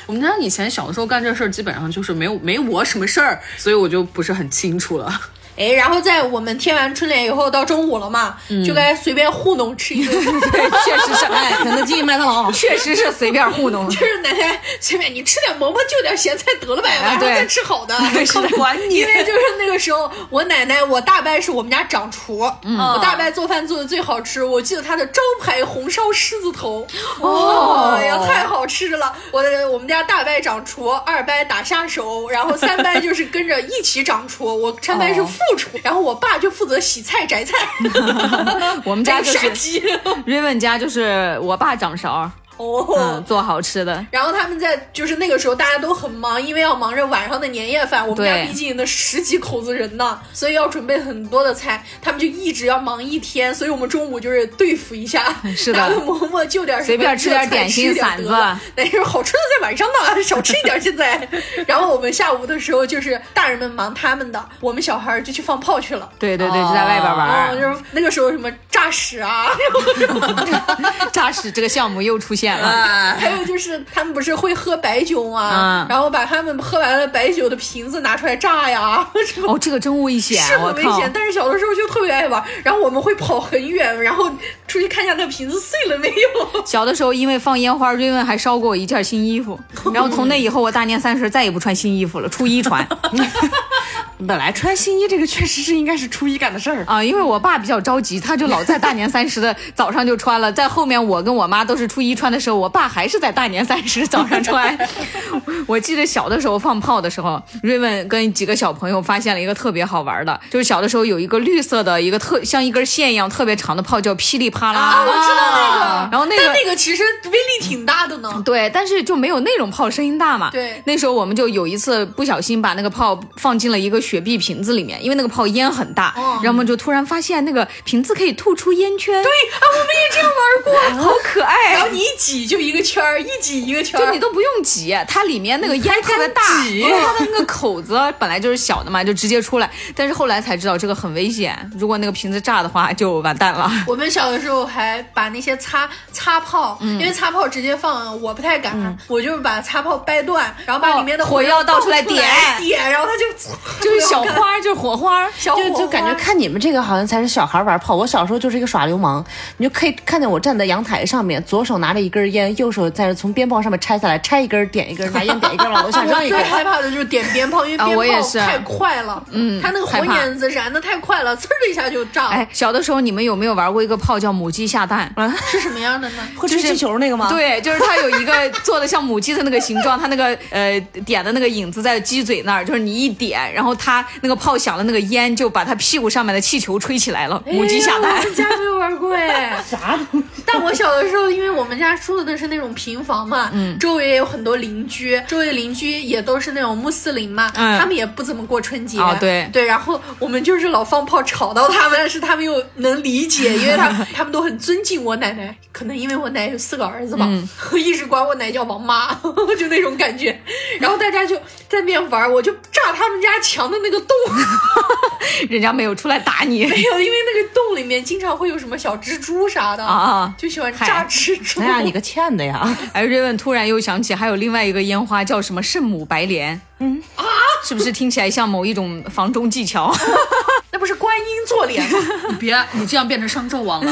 Speaker 4: 我们家以前小的时候干这事儿，基本上就是没有没我什么事儿，所以我就不是很清楚 了。
Speaker 1: 哎，然后在我们贴完春联以后，到中午了嘛，就该随便糊弄吃一顿，
Speaker 3: 对， 确实是，哎，
Speaker 2: 肯德基、麦 当劳，
Speaker 3: 确实是随便糊弄。
Speaker 1: 就是奶奶随便你吃点馍馍就点咸菜得了呗，晚上
Speaker 3: 对
Speaker 1: 再吃好的，
Speaker 3: 是的
Speaker 4: 管你
Speaker 1: 因为就是那个时候，我奶奶，我大伯是我们家掌厨，
Speaker 3: 嗯
Speaker 1: 我大伯做饭做的最好吃。我记得他的招牌红烧狮子头，哦哎呀，太好吃了！我的我们家大伯掌厨，二伯打下手，然后三伯就是跟着一起掌厨，我三伯是副厨，然后我爸就负责洗菜摘 菜。哎
Speaker 3: 我们家就
Speaker 1: 还
Speaker 3: 是
Speaker 1: 有杀鸡
Speaker 3: Raven 家就是我爸掌勺，嗯，
Speaker 1: 哦。
Speaker 3: 做好吃的。
Speaker 1: 然后他们在就是那个时候大家都很忙，因为要忙着晚上的年夜饭。我们家
Speaker 3: 对
Speaker 1: 毕竟那十几口子人呢，所以要准备很多的菜，他们就一直要忙一天。所以我们中午就是对付一下，
Speaker 3: 是的
Speaker 1: 打个馍馍就点什么
Speaker 3: 随便吃点
Speaker 1: 热菜
Speaker 3: 点心
Speaker 1: 吃点
Speaker 3: 馓
Speaker 1: 得
Speaker 3: 子 啊
Speaker 1: 了那就是好吃的在晚上呢，少吃一点现 在。 然后我们下午的时候就是大人们忙他们的，我们小孩儿就去放炮去了。
Speaker 3: 对对对，就在外边玩
Speaker 1: 然后
Speaker 3: 儿。
Speaker 1: 就是那个时候什么炸屎啊，
Speaker 3: 诈尸这个项目又出现了。
Speaker 1: 嗯
Speaker 4: 哎，
Speaker 1: 还有就是他们不是会喝白酒吗？
Speaker 3: 嗯
Speaker 1: 然后把他们喝完了白酒的瓶子拿出来炸呀，这种
Speaker 3: 哦，这个真危险，
Speaker 1: 是
Speaker 3: 我
Speaker 1: 很危
Speaker 3: 靠！
Speaker 1: 险。但是小的时候就特别爱玩，然后我们会跑很远，然后出去看一下那瓶子碎了没有。
Speaker 3: 小的时候因为放烟花，瑞文还烧过我一件新衣服，然后从那以后我大年三十再也不穿新衣服了，初一穿
Speaker 2: 本来穿新衣这个确实是应该是初一干的事儿。
Speaker 3: 啊，因为我爸比较着急，他就老在大年三十的早上就穿了，在后面我跟我妈都是初一穿的时候，我爸还是在大年三十早上穿。 我记得小的时候放炮的时候，瑞文跟几个小朋友发现了一个特别好玩的，就是小的时候有一个绿色的一个特像一根线一样特别长的炮叫噼里啪啦，
Speaker 1: 啊 我知道那个，
Speaker 3: 啊然后那
Speaker 1: 但
Speaker 3: 个
Speaker 1: 那个其实威力挺大的呢。
Speaker 3: 对，但是就没有那种炮声音大嘛。
Speaker 1: 对
Speaker 3: 那时候我们就有一次不小心把那个炮放进了一个雪碧瓶子里面，因为那个炮烟很大，
Speaker 1: 哦
Speaker 3: 然后我们就突然发现那个瓶子可以吐出烟圈，
Speaker 1: 对啊，我们也这样玩过。
Speaker 3: 好可爱
Speaker 1: 然
Speaker 3: 啊
Speaker 1: 后！你一挤就一个圈儿，一挤一个圈
Speaker 3: 就
Speaker 1: 儿
Speaker 3: 你。都不用挤，它里面那个烟特别大，
Speaker 1: 还敢挤
Speaker 3: 因为它的那个口子本来就是小的嘛，就直接出来。但是后来才知道这个很危险，如果那个瓶子炸的话就完蛋了。
Speaker 1: 我们小的时候还把那些擦擦炮，
Speaker 3: 嗯
Speaker 1: 因为擦炮直接放，我不太敢，我就是把擦炮掰断，然后把里面的
Speaker 3: 哦火药倒
Speaker 1: 倒
Speaker 3: 出
Speaker 1: 出
Speaker 3: 来
Speaker 1: 点
Speaker 3: 点
Speaker 1: 点，然后它就
Speaker 3: 就是小花，就是火花，
Speaker 1: 小火
Speaker 2: 就就感觉
Speaker 1: 花
Speaker 2: 看你们这个好像才是小孩玩炮，我小时候就是一个耍流氓，你就可以看见我站在阳台上面，左手拿着一根烟，右手在从鞭炮上面拆下来，拆一根点一根，拿烟点一根往楼下
Speaker 1: 我
Speaker 2: 扔一
Speaker 1: 最
Speaker 2: 根。
Speaker 1: 害怕的 就是点鞭炮，因为
Speaker 3: 啊
Speaker 1: 鞭
Speaker 3: 我也
Speaker 1: 炮
Speaker 3: 是
Speaker 1: 太快了，嗯它那个
Speaker 3: 害
Speaker 1: 火
Speaker 3: 怕
Speaker 1: 捻子燃的太快了，呲儿的一下就炸。
Speaker 3: 哎，小的时候你们有没有玩过一个炮叫母鸡下蛋？
Speaker 1: 是什么样的呢？
Speaker 2: 会吹气球那个吗？，
Speaker 3: 对，就是它有一个做的像母鸡的那个形状，它那个呃点的那个影子在鸡嘴那儿，就是你一点，然后它那个炮响了，那个烟就把它屁股上面的气球吹起来了， 母鸡下
Speaker 1: 哎
Speaker 3: 蛋
Speaker 1: 我。们家没有玩过哎，
Speaker 2: 啥东西？
Speaker 1: 但我小的时候，因为我们家住的是那种平房嘛，
Speaker 3: 嗯
Speaker 1: 周围也有很多邻居，周围邻居也都是那种穆斯林嘛，
Speaker 3: 嗯
Speaker 1: 他们也不怎么过春节，
Speaker 3: 哦对
Speaker 1: 对，然后我们就是老放炮吵到他们，但是他们又能理解，因为他 他们都很尊敬我奶奶，可能因为我奶有四个儿子吧，
Speaker 3: 嗯
Speaker 1: 一直管我奶叫王妈， 就那种感觉，然后大家就在那边玩，我就炸他们家墙的那 个洞。
Speaker 3: 人家没有出来打你。
Speaker 1: 没有，因为那个洞里面经常会有什么小蜘蛛啥的
Speaker 3: 啊
Speaker 1: 就喜欢炸蜘蛛。
Speaker 2: 哎呀， 你个欠的呀！
Speaker 3: 哎，瑞文突然又想起还有另外一个烟花叫什么圣母白莲，嗯啊，是不是听起来像某一种防中技 巧？
Speaker 1: 那不是观音坐莲 吗？
Speaker 4: 你别，你这样变成商纣 王了。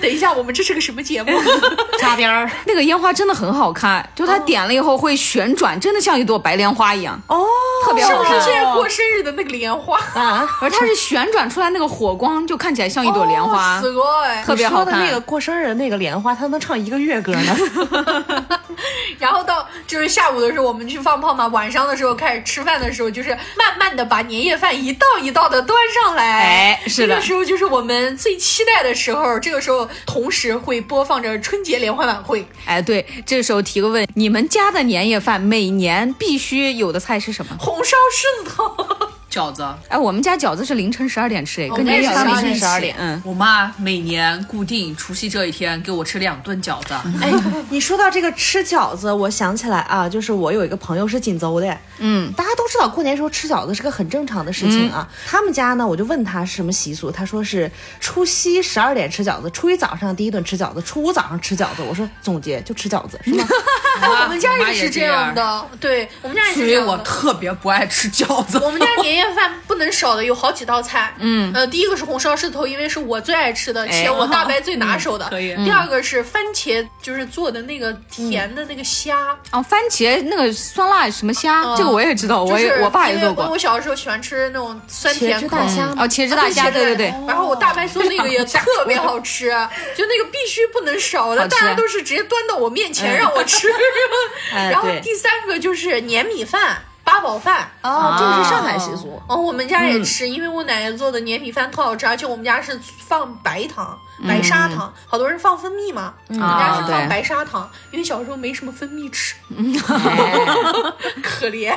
Speaker 1: 等一下，我们这是个什么 节目？
Speaker 2: 擦边儿
Speaker 3: 那个烟花真的很好看，就它点了以后会旋转，真的像一朵白莲花一样，
Speaker 2: 哦，
Speaker 3: 特别
Speaker 1: 是
Speaker 3: 好
Speaker 1: 不
Speaker 3: 看
Speaker 1: 是。现在过生日的那个莲花？
Speaker 2: 啊，
Speaker 3: 而它是旋转出来那个火光，就看起来像一朵莲花
Speaker 1: 哦，死过哎
Speaker 3: 特别
Speaker 2: 你说
Speaker 3: 好
Speaker 2: 的那
Speaker 3: 看
Speaker 2: 个。过生日那个莲花，他能唱一个月歌 呢。
Speaker 1: 然后到就是下午的时候，我们去放炮嘛。晚上的时候开始吃饭的时候，就是慢慢的把年夜饭一道一道的端上来。
Speaker 3: 哎是的
Speaker 1: 这个时候就是我们最期待的时候。这个时候同时会播放着春节联欢晚会。
Speaker 3: 哎，对，这时候提个问，你们家的年夜饭每年必须有的菜是什么？
Speaker 1: 红烧狮子头，
Speaker 4: 饺子，
Speaker 3: 哎，我们家饺子是凌晨十二点吃，哎，
Speaker 1: 我
Speaker 3: 跟
Speaker 1: 们
Speaker 3: 你
Speaker 1: 也是
Speaker 3: 讲凌晨
Speaker 1: 12
Speaker 3: 十二点，嗯，
Speaker 4: 我妈每年固定除夕这一天给我吃两顿饺子，
Speaker 2: 哎，你说到这个吃饺子，我想起来啊，就是我有一个朋友是锦州的，嗯，大家都知道过年时候吃饺子是个很正常的事情
Speaker 3: 嗯
Speaker 2: 啊。他们家呢，我就问他是什么习俗，他说是初七十二点吃饺子，初一早上第一顿吃饺子，初五早上吃饺子。我说总结就吃饺子是吗？
Speaker 1: 哎，我们家
Speaker 4: 我妈
Speaker 1: 也
Speaker 4: 也
Speaker 1: 是
Speaker 4: 这
Speaker 1: 这样
Speaker 4: 样
Speaker 3: 哎
Speaker 1: 的，对我们家也
Speaker 4: 所
Speaker 1: 是这
Speaker 4: 以
Speaker 1: 样的。
Speaker 4: 我特别不爱吃饺子。
Speaker 1: 我们家年夜饭不能少的有好几道菜，嗯，呃，第一个是红烧狮子头，因为是我最爱吃的，
Speaker 3: 哎
Speaker 1: 且我大伯最拿手的。
Speaker 4: 嗯可以
Speaker 1: 第二个是番茄，就是做的那个甜的那个虾，
Speaker 3: 哦，番茄那个酸辣什么虾，这个我也知道，
Speaker 1: 就
Speaker 3: 我
Speaker 1: 是
Speaker 3: 也我爸也
Speaker 1: 因为啊
Speaker 3: 做过
Speaker 1: 我。小的时候喜欢吃那种酸甜
Speaker 2: 茄汁
Speaker 1: 口
Speaker 2: 大。虾
Speaker 3: 哦， 茄汁大虾，对对对，哦
Speaker 1: 然后我大伯做那个也特别好吃，就那个必须不能少的，
Speaker 3: 好吃
Speaker 1: 大家都是直接端到我面前让我 吃。
Speaker 2: 哎
Speaker 1: 然后
Speaker 2: 对
Speaker 1: 第三个就是粘米饭、八宝饭，
Speaker 2: 哦，这个是上海习俗。
Speaker 1: 哦，我们家也吃，因为我奶奶做的粘米饭特好吃，而且我们家是放白糖、白砂糖，好多人放蜂蜜嘛，我们家
Speaker 3: 啊
Speaker 1: 是
Speaker 3: 对
Speaker 1: 放白砂糖，因为小时候没什么蜂蜜吃，
Speaker 3: 哎
Speaker 1: 可怜。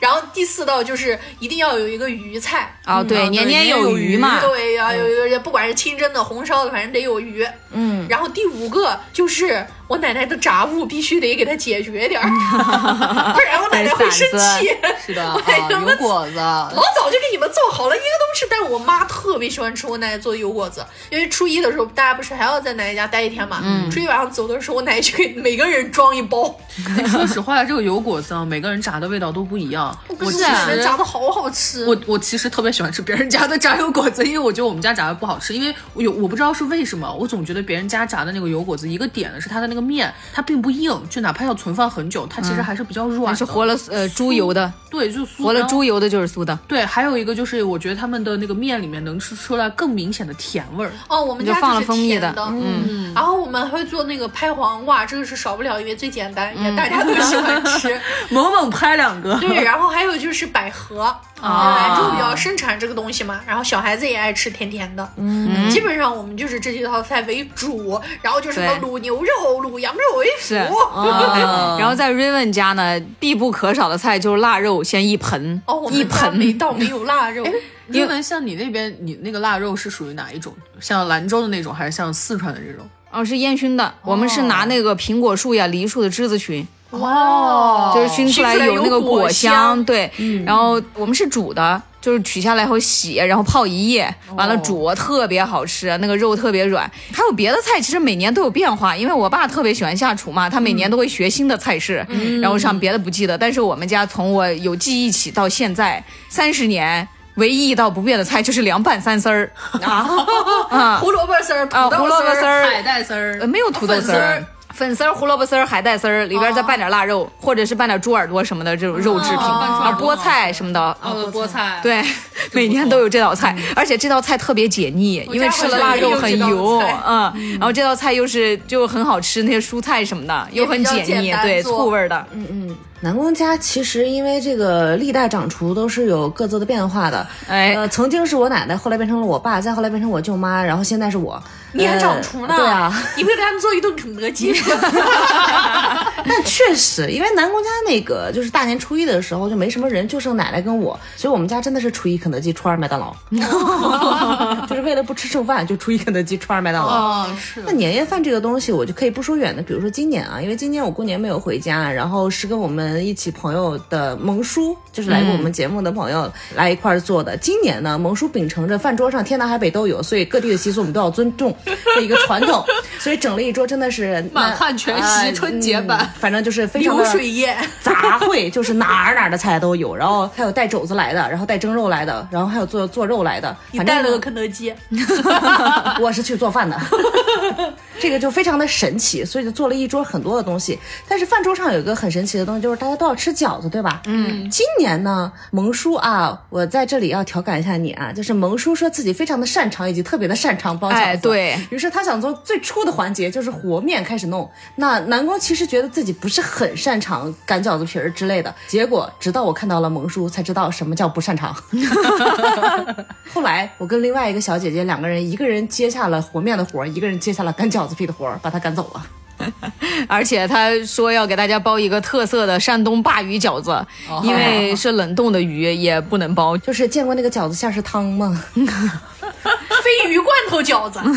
Speaker 1: 然后第四道就是一定要有一个鱼菜。
Speaker 3: 哦，对，
Speaker 4: 对
Speaker 3: 年
Speaker 4: 年有
Speaker 3: 有余
Speaker 4: 余
Speaker 3: 嘛，
Speaker 1: 对呀、有有有，不管是清蒸的、红烧的，反正得有鱼。嗯，然后第五个就是我奶奶的杂物必须得给她解决 点儿，不然我奶奶会生
Speaker 3: 散散
Speaker 1: 气。
Speaker 4: 是的，
Speaker 1: 我
Speaker 3: 哦
Speaker 1: 还能问
Speaker 4: 果 子。
Speaker 1: 老早就给你们做好了，一个都不吃。但是我妈特别喜欢吃我奶奶做的油果子，因为初一的时候大家不是还要在奶奶家待一天嘛。初一晚上走的时候，我奶奶就给每个人装一包，
Speaker 4: 说实话，这个油果子啊，每个人炸的味道都不一样。我
Speaker 1: 是
Speaker 4: 其
Speaker 1: 啊
Speaker 4: 实
Speaker 1: 炸的好好吃。啊
Speaker 4: 我我其实特别喜欢吃别人家的炸油果子，因为我觉得我们家炸的不好吃，因为我有我不知道是为什么，我总觉得别人家炸的那个油果子，一个点的是它的那个面，它并不硬，就哪怕要存放很久，它其实还是比较软
Speaker 3: 那
Speaker 4: 的，
Speaker 3: 是活了呃猪油的，
Speaker 4: 对，就酥
Speaker 3: 活了
Speaker 4: 然后
Speaker 3: 猪油的就是酥的，
Speaker 4: 对，还有一个就是，我觉得他们的那个面里面能吃出来更明显的甜 味儿。
Speaker 1: 哦，我们
Speaker 3: 就
Speaker 1: 家
Speaker 3: 放了
Speaker 1: 是
Speaker 3: 蜂蜜
Speaker 1: 甜
Speaker 3: 的
Speaker 1: 的，嗯，然后我们还会做那个拍黄瓜，这个是少不了，因为最简
Speaker 3: 嗯
Speaker 1: 单，也大家都喜欢 吃。
Speaker 4: 猛猛拍两个，
Speaker 1: 对，然后还有就是百合，
Speaker 3: 啊
Speaker 1: 兰州比较盛产这个东西嘛，然后小孩子也爱吃甜甜的，嗯，基本上我们就是这几道菜为主，然后就是什么
Speaker 3: 对
Speaker 1: 卤牛肉、卤羊肉为辅
Speaker 3: 是，
Speaker 1: 哦
Speaker 3: 嗯对哎然后在 Raven 家呢，必不可少的菜就是腊肉，先一盆，
Speaker 1: 哦，我
Speaker 3: 一
Speaker 1: 们家每
Speaker 3: 盆。哎
Speaker 1: 道没有腊肉，
Speaker 4: 因为像你那边，你那个腊肉是属于哪一种？像兰州的那种，还是像四川的这种？
Speaker 3: 哦，是烟熏的。我们是拿
Speaker 4: 哦
Speaker 3: 那个苹果树呀、梨树的枝子熏，
Speaker 1: 哇
Speaker 3: 就是熏出来
Speaker 4: 哦熏出来
Speaker 3: 有那个
Speaker 4: 有果
Speaker 3: 香。
Speaker 4: 香嗯
Speaker 3: 对，然后我们是煮的，就是取下来以后洗，然后泡一夜，
Speaker 4: 哦
Speaker 3: 完了煮，特别好吃，那个肉特别软。还有别的菜，其实每年都有变化，因为我爸特别喜欢下厨嘛，他
Speaker 4: 嗯
Speaker 3: 每年都会学新的菜式，然后上别的不记得，但是我们家从我有记忆起到现在三十年。唯一一道不变的菜就是凉拌三 丝儿啊 啊！
Speaker 1: 胡萝卜丝儿、土
Speaker 3: 啊胡
Speaker 1: 豆
Speaker 3: 萝卜丝儿
Speaker 1: 海带丝儿
Speaker 3: 呃，，没有土豆
Speaker 1: 粉
Speaker 3: 丝儿
Speaker 1: 丝儿。哦
Speaker 3: 粉丝儿、胡萝卜丝儿、海带丝儿，里边再拌点腊肉，或者是拌点猪耳朵什么的这种肉制品，
Speaker 1: 哦拌猪耳
Speaker 3: 啊，
Speaker 1: 朵
Speaker 3: 菠菜什么的，
Speaker 4: 呃
Speaker 1: 哦，菠菜，
Speaker 3: 对， 每年都有这道菜，而且这道菜特别解腻，
Speaker 1: 嗯我
Speaker 3: 因为
Speaker 1: 家
Speaker 3: 吃了
Speaker 1: 好像
Speaker 3: 腊
Speaker 1: 也
Speaker 3: 肉
Speaker 1: 有
Speaker 3: 很
Speaker 1: 这道
Speaker 3: 油，
Speaker 1: 菜
Speaker 3: 嗯，然后这道菜又是就很好吃，那些蔬菜什么的又很
Speaker 1: 比较
Speaker 3: 解
Speaker 1: 简
Speaker 3: 腻，
Speaker 1: 单
Speaker 3: 对，
Speaker 1: 做嗯
Speaker 3: 醋味儿的，
Speaker 2: 南宫家其实因为这个历代掌厨都是有各自的变化的，
Speaker 3: 哎
Speaker 2: 呃，曾经是我奶奶，后来变成了我爸，再后来变成我舅妈，然后现在是我。
Speaker 1: 你还
Speaker 2: 呃
Speaker 1: 掌厨呢？
Speaker 2: 对啊，，
Speaker 1: 你不是给他们做一顿肯德 基吗？
Speaker 2: 但确实，因为南宫家那个就是大年初一的时候就没什么人，就剩奶奶跟我，所以我们家真的是初一肯德基，初二麦当劳， 就是为了不吃剩饭，就初一肯德基，初二麦当劳。
Speaker 1: 哦，是
Speaker 2: 那年夜饭这个东西，我就可以不说远的，比如说今年啊，因为今年我过年没有回家，然后是跟我们一起朋友的萌叔，就是来过我们节目的朋友、来一块儿做的。今年呢，萌叔秉承着饭桌上天南海北都有，所以各地的习俗我们都要尊重的一个传统，所以整了一桌真的是
Speaker 4: 满
Speaker 2: 那
Speaker 4: 汉全席
Speaker 2: 呃
Speaker 4: 春节版
Speaker 2: 嗯反正就是非常的
Speaker 1: 流水宴，
Speaker 2: 杂烩， 就是哪儿哪儿的菜都有，然后还有带肘子来的，然后带蒸肉来的，然后还有做做肉来的，
Speaker 1: 你
Speaker 2: 反正
Speaker 1: 带了
Speaker 2: 呢
Speaker 1: 个肯德基，
Speaker 2: 我是去做饭的，这个就非常的神奇，所以就做了一桌很多的东西。但是饭桌上有一个很神奇的东西，就是大家都要吃饺子，对吧？嗯，今年呢，萌叔啊，我在这里要调侃一下你啊，就是萌叔说自己非常的擅长，以及特别的擅长包饺子。
Speaker 3: 哎对
Speaker 2: 于是他想从最初的环节，就是和面开始弄。那南宫其实觉得自己不是很擅长擀饺子皮儿之类的，结果直到我看到了萌叔，才知道什么叫不擅长。后来我跟另外一个小姐姐两个人，一个人接下了和面的活儿，一个人接下了擀饺子皮的活儿，把她赶走了。
Speaker 3: 而且他说要给大家包一个特色的山东鲅鱼饺子，
Speaker 1: 哦
Speaker 3: 因为是冷冻的鱼也不能包，
Speaker 2: 就是见过那个饺子馅儿是汤 吗？
Speaker 1: 鲱鱼罐头饺子，
Speaker 2: 嗯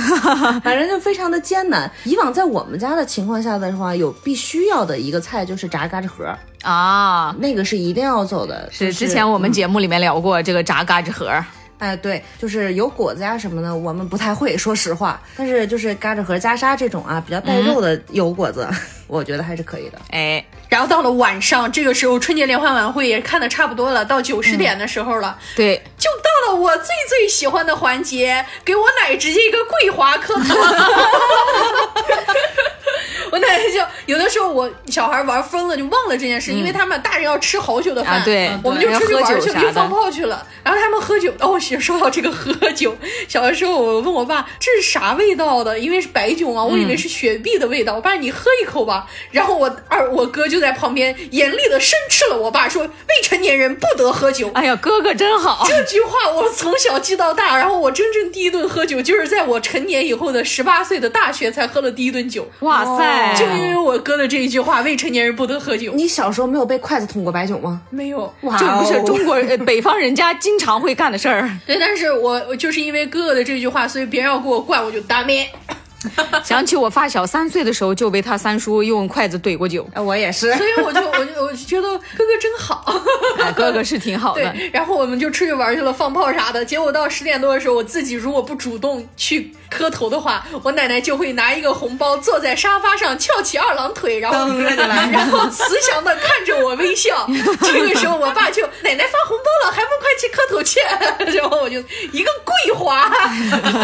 Speaker 2: 反正啊就非常的艰难。以往在我们家的情况下的话，有必须要的一个菜就是炸嘎吱盒儿，
Speaker 3: 啊。
Speaker 2: 那个是一定要走的。就是
Speaker 3: 之前我
Speaker 1: 嗯
Speaker 3: 们节目里面聊过这个炸嘎吱盒儿，
Speaker 2: 哎，对，就是有果子呀什么的，我们不太会，说实话。但是就是嘎吱盒、加沙这种啊，比较带肉的油果子， 我觉得还是可以的。
Speaker 3: 哎，
Speaker 1: 然后到了晚上，这个时候春节联欢晚会也看的差不多了，到九十
Speaker 2: 嗯
Speaker 1: 点的时候了，
Speaker 3: 对，
Speaker 1: 就到了我最最喜欢的环节，给我奶直接一个跪滑磕头。 我奶奶就有的时候我小孩玩疯了就忘了这件事，因为他们大人要吃好久的饭，
Speaker 3: 嗯啊对
Speaker 1: 我们就出去
Speaker 3: 要喝
Speaker 1: 玩
Speaker 3: 酒
Speaker 1: 去
Speaker 3: 啥的
Speaker 1: 了，又放炮去了。然后他们喝酒， 哦，是说到这个喝酒，小的时候我问我爸这是啥味道的，因为是白酒
Speaker 3: 嗯
Speaker 1: 嘛，我以为是雪碧的味道。我爸你喝一口吧。然后我二我哥就在旁边严厉的申斥了我爸说，未成年人不得喝酒。
Speaker 3: 哎呀，哥哥真好，
Speaker 1: 这句话我从小记到大，然后我真正第一顿喝酒就是在我成年以后的十八岁的大学才喝了第一顿酒，
Speaker 3: 哇塞，
Speaker 1: 就因为我哥的这一句话，未成年人不得喝酒。
Speaker 2: 你小时候没有被筷子捅过白酒吗？
Speaker 1: 没有，
Speaker 2: 哦
Speaker 3: 这不是中国人、呃北方人家经常会干的事儿。
Speaker 1: 对，但是我我就是因为哥哥的这句话，所以别人要给我灌，我就打咩。
Speaker 3: 想起我发小三岁的时候就被他三叔用筷子怼过酒，
Speaker 2: 哎，我也是。
Speaker 1: 所以我就我就我就觉得哥哥真 好。
Speaker 3: 哎哥哥是挺好的。
Speaker 1: 对，然后我们就出去玩去了，放炮啥的。结果到十点多的时候，我自己如果不主动去磕头的话，我奶奶就会拿一个红包坐在沙发上，翘起二郎腿，然后 然后慈祥的看着我微笑。这个时候，我爸就奶奶发红包了，还不快去磕头去？ 然后我就一个跪滑，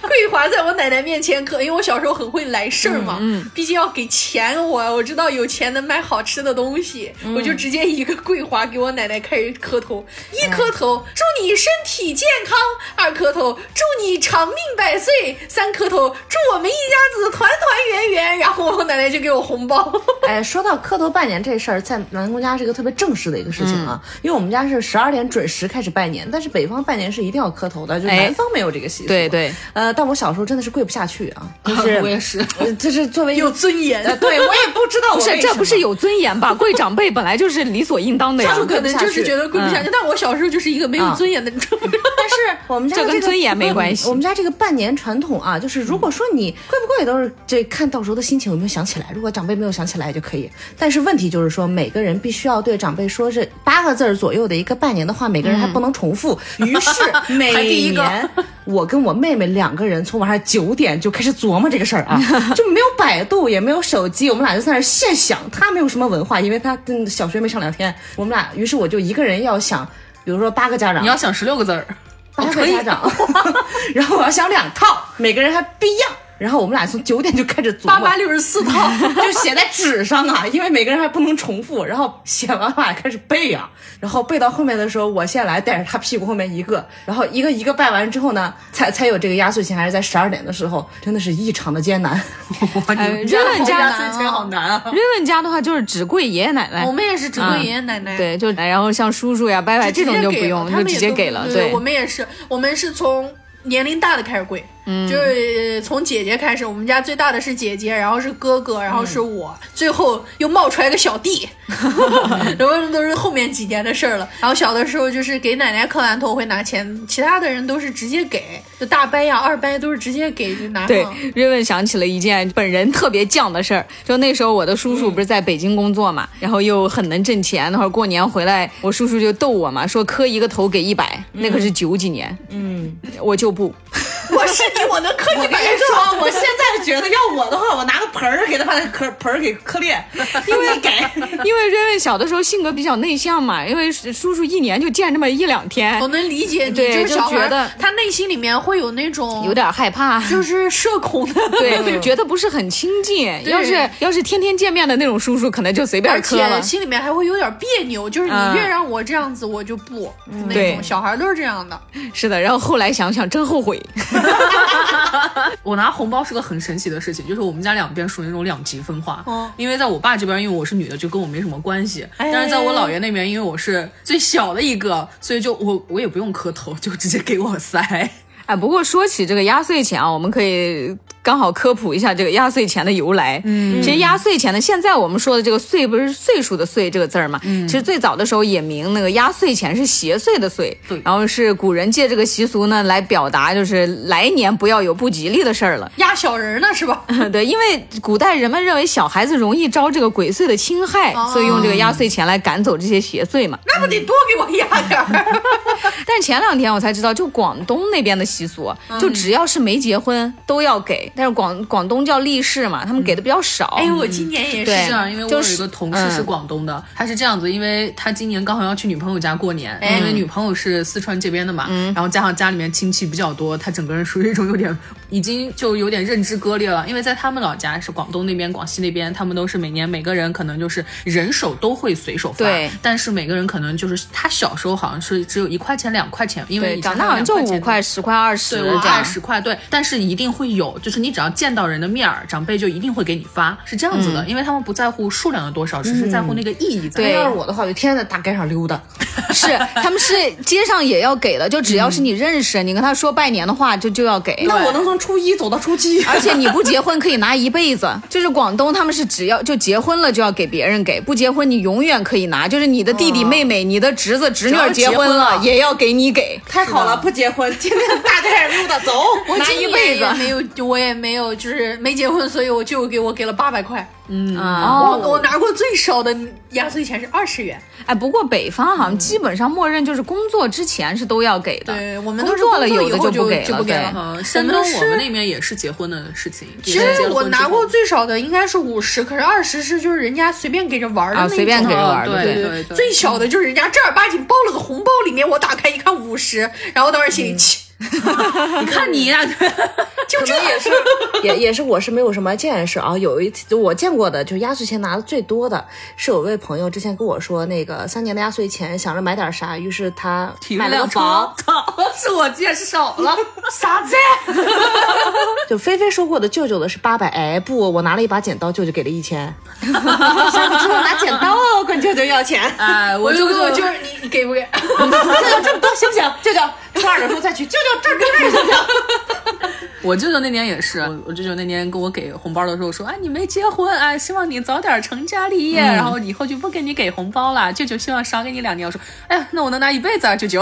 Speaker 1: 跪滑在我奶奶面前磕，因为我小时候很会来事儿嘛，毕竟要给钱我，我知道有钱能买好吃的东西，我就直接一个跪滑给我奶奶开始磕头，一磕头祝你身体健康，二磕头祝你长命百岁，三磕头祝我们一家子团团圆圆，然后我奶奶就给我红包，
Speaker 2: 哎，说到磕头拜年这事儿，在南宫家是一个特别正式的一个事情啊，因为我们家是十二点准时开始拜年，但是北方拜年是一定要磕头的，就
Speaker 3: 哎
Speaker 2: 南方没有这个习俗。
Speaker 3: 对对，
Speaker 2: 呃，但我小时候真的是跪不下去啊， 就是、
Speaker 4: 我也是，
Speaker 2: 呃就是作为一个
Speaker 1: 有尊严。
Speaker 2: 呃，对我也 不知道我
Speaker 3: 不是
Speaker 2: 为，
Speaker 3: 这
Speaker 2: 什
Speaker 3: 不是
Speaker 2: 么
Speaker 3: 有尊严吧？跪长辈本来 就是理所应当的呀
Speaker 1: 他。们可能就是
Speaker 2: 跪不下去
Speaker 3: 嗯
Speaker 1: 觉得跪不下去，但我小时候就是一个没有尊严的人。
Speaker 2: 但是 我们家
Speaker 3: 这
Speaker 2: 这
Speaker 3: 跟
Speaker 2: 个
Speaker 3: 尊严没关
Speaker 2: 嗯
Speaker 3: 系
Speaker 2: 我们家这个拜年传统啊，就是如果说你贵不贵，都是这看到时候的心情有没有想起来。如果长辈没有想起来就可以。但是问题就是说，每个人必须要对长辈说这八个字儿左右的一个拜年的话，每个人还不能重复。于 是
Speaker 3: 排嗯第
Speaker 2: 每
Speaker 3: 一个
Speaker 2: 年我跟我妹妹两个人从晚上九点就开始琢磨这个事 儿啊，就没有百度，也没有手机，我们俩就在那儿现想。她没有什么文化，因为她嗯小学没上两天，我们俩于是我就一个人要想。比如说八个家长，
Speaker 4: 你要想十六个字儿，
Speaker 2: 八个家长，哦 然后我要想两套，每个人还不一样。然后我们俩从九点就开始琢
Speaker 1: 八
Speaker 2: 磨
Speaker 1: 八，六十四套，
Speaker 2: 就写在纸上啊，因为每个人还不能重复。然后写完了开始背啊，然后背到后面的时候，我先来带着他屁股后面一个，然后一个一个拜完之后呢，才才有这个压岁钱，还是在十二点的时候，真的是异常的艰难。
Speaker 3: 哎，润
Speaker 1: 家
Speaker 3: 润家
Speaker 1: 好
Speaker 4: 压岁钱好难啊！
Speaker 3: 润润家的话就是只跪爷爷奶奶
Speaker 1: 我，们也是只
Speaker 3: 啊
Speaker 1: 跪爷爷奶奶。
Speaker 3: 对，就然后像叔叔呀、伯伯这
Speaker 1: 直接
Speaker 3: 种就不
Speaker 1: 给了
Speaker 3: 用，
Speaker 1: 他
Speaker 3: 就
Speaker 1: 们也
Speaker 3: 直接
Speaker 1: 都
Speaker 3: 给了。
Speaker 1: 对，我们也是，我们是从年龄大的开始跪，
Speaker 3: 嗯
Speaker 1: 就是从姐姐开始。我们家最大的是姐姐，然后是哥哥，然后是
Speaker 3: 嗯
Speaker 1: 我，最后又冒出来个小 弟，然后都是后面几年的事儿了。然后小的时候就是给奶奶磕完头会拿钱，其他的人都是直接给，就大伯呀、二伯都是直接给就拿
Speaker 3: 对
Speaker 1: 上。，
Speaker 3: 瑞文想起了一件本人特别犟的事儿，就那时候我的叔叔不是在北京工作嘛，然后又很能挣钱，那会儿过年回来，我叔叔就逗我嘛，说磕一个头给一百、那可是九几年，嗯，我就 不，
Speaker 1: 我是你，我能磕一百双。
Speaker 2: 我现在觉得要我的话，我拿个盆儿给他把那壳盆儿给磕裂，因为给。
Speaker 3: 因为瑞文小的时候性格比较内向嘛，因为叔叔一年就见这么一两天
Speaker 1: 我，能理解你，
Speaker 3: 对
Speaker 1: 就是
Speaker 3: 就
Speaker 1: 小孩
Speaker 3: 觉得
Speaker 1: 儿他内心里面会有那种
Speaker 3: 有点害怕，
Speaker 1: 就是 社恐的，
Speaker 3: 对，觉得不是很亲近。要是要是天天见面的那种叔叔，可能就随便
Speaker 1: 而
Speaker 3: 磕了
Speaker 1: 且。心里面还会有点别扭，就是
Speaker 3: 嗯
Speaker 1: 你越让我这样子，我就不、那
Speaker 3: 对
Speaker 1: 种小孩都是这样的。
Speaker 3: 是的，然后后来想想真后悔。
Speaker 4: 我拿红包是个很神奇的事情，就是我们家两边属于那种两极分化。
Speaker 1: 哦哎
Speaker 4: 因为在我爸这边，因为我是女的，就跟我没什么关系；但是在我姥爷那边，因为我是最小的一个，所以就我我也不用磕头，就直接给我塞。
Speaker 3: 哎，不过说起这个压岁钱啊，我们可以刚好科普一下这个压岁钱的由来。嗯，其实压岁钱呢，现在我们说的这个“岁”不是岁数的“岁”这个字儿嘛？嗯，其实最早的时候也名那个压岁钱是邪祟的“祟”，
Speaker 4: 对
Speaker 3: 然后是古人借这个习俗呢来表达就是来年不要有不吉利的事儿了。
Speaker 1: 压小人呢是吧？
Speaker 3: 对，因为古代人们认为小孩子容易招这个鬼祟的侵害，
Speaker 1: 哦
Speaker 3: 所以用这个压岁钱来赶走这些邪祟嘛。
Speaker 1: 那不得多给我压点儿？
Speaker 3: 但是前两天我才知道，就广东那边的习俗，就只要是没结婚都要给，但是广广东叫立誓嘛，他们给的比较少。
Speaker 1: 哎呦，我今年也
Speaker 3: 对
Speaker 1: 是
Speaker 4: 是啊，因为我
Speaker 3: 就
Speaker 4: 有
Speaker 3: 是嗯
Speaker 4: 一个同事是广东的，他是这样子，因为他今年刚好要去女朋友家过年，
Speaker 1: 哎
Speaker 4: 因为女朋友是四川这边的嘛，
Speaker 3: 嗯
Speaker 4: 然后加上家里面亲戚比较多，他整个人属于一种有点已经就有点认知割裂了，因为在他们老家是广东那边、广西那边，他们都是每年每个人可能就是人手都会随手发
Speaker 3: 对，
Speaker 4: 但是每个人可能就是他小时候好像是只有一块钱、两块钱，因为
Speaker 3: 对，
Speaker 4: 以前
Speaker 3: 长大
Speaker 4: 还有
Speaker 3: 好像就
Speaker 4: 两
Speaker 3: 五
Speaker 4: 钱
Speaker 3: 块、十块、二十
Speaker 4: 对，
Speaker 3: 这
Speaker 4: 我
Speaker 3: 样
Speaker 4: 二。十块，对，但是一定会有，就是你只要见到人的面儿，长辈就一定会给你发，是这样子的，因为他们不在乎数量有多少，只是在乎那个意义在。哎
Speaker 3: 对
Speaker 2: 要是我的话，我就天天在大街上溜达。
Speaker 3: 是，他们是街上也要给的，就只要是你认识，你跟他说拜年的话，就就要给。
Speaker 2: 那我能从初一走到初七，
Speaker 3: 而且你不结婚可以拿一辈子，就是广东他们是只要就结婚了就要给别人给，不结婚你永远可以拿，就是你的弟弟妹妹、你的侄子侄女
Speaker 4: 只要
Speaker 3: 儿
Speaker 4: 结
Speaker 3: 结
Speaker 4: 婚
Speaker 3: 婚了
Speaker 4: 了
Speaker 3: 也要给你给。
Speaker 2: 太好了，不结婚，天天大街上溜达 走。
Speaker 1: 我
Speaker 3: 拿
Speaker 1: 今
Speaker 3: 一
Speaker 1: 年
Speaker 3: 辈子
Speaker 1: 也没有，我也没有，就是没结婚，所以我舅给我给了八百块。哦
Speaker 3: 啊、
Speaker 1: 我我拿过最少的压岁钱是二十元，
Speaker 3: 哎，不过北方好像基本上默认就是工作之前是都要给的，
Speaker 1: 嗯对我们都
Speaker 3: 工
Speaker 1: 是
Speaker 3: 作
Speaker 1: 工
Speaker 3: 了
Speaker 1: 作
Speaker 3: 有的
Speaker 1: 以后
Speaker 3: 不
Speaker 1: 就
Speaker 3: 给
Speaker 1: 就不给
Speaker 3: 对
Speaker 1: 了
Speaker 4: 嗯，山东我们那边也是结婚的事情。
Speaker 1: 其
Speaker 4: 也是
Speaker 1: 实
Speaker 4: 结婚
Speaker 1: 我
Speaker 4: 之
Speaker 1: 拿
Speaker 4: 后
Speaker 1: 过最少的应该是五十，可是二十是就是人家随便给着玩儿的
Speaker 3: 啊
Speaker 1: 那种，
Speaker 3: 随便给着
Speaker 4: 哦
Speaker 3: 玩儿的
Speaker 4: 对
Speaker 3: 对
Speaker 4: 对对，
Speaker 1: 最小的就是人家正儿八经包了个红包，里面我打开一看五十，然后当时心里气，
Speaker 4: 你看你呀，
Speaker 1: 就这也是
Speaker 2: 也也是我是没有什么见识啊。有一次就我见过的，就是压岁钱拿的最多的是有位朋友之前跟我说，那个三年的压岁钱想着买点啥，于是他
Speaker 4: 体育
Speaker 2: 买了
Speaker 4: 量
Speaker 2: 个车
Speaker 4: 房。，是我见识少了，
Speaker 1: 啥子？
Speaker 2: 就菲菲说过的，舅舅的是八百，哎不，我拿了一把剪刀，舅舅给了一 千。下次之后拿剪刀哦，管舅舅要 钱。
Speaker 4: 哎，我
Speaker 1: 我
Speaker 4: 就
Speaker 1: 就
Speaker 4: 就
Speaker 1: 就
Speaker 4: 就
Speaker 1: 就是你你给不给？
Speaker 2: 舅舅这么多行不行？舅舅初二的时候再去，舅舅这儿给点儿行不行？
Speaker 4: 我舅舅那年也是，我我舅舅那年给我给红包的时候说，哎，你没结婚，哎，希望你早点成家立业，然后以后就不给你给红包了。舅舅希望少给你两年，我说，哎呀，那我能拿一辈子啊，舅舅。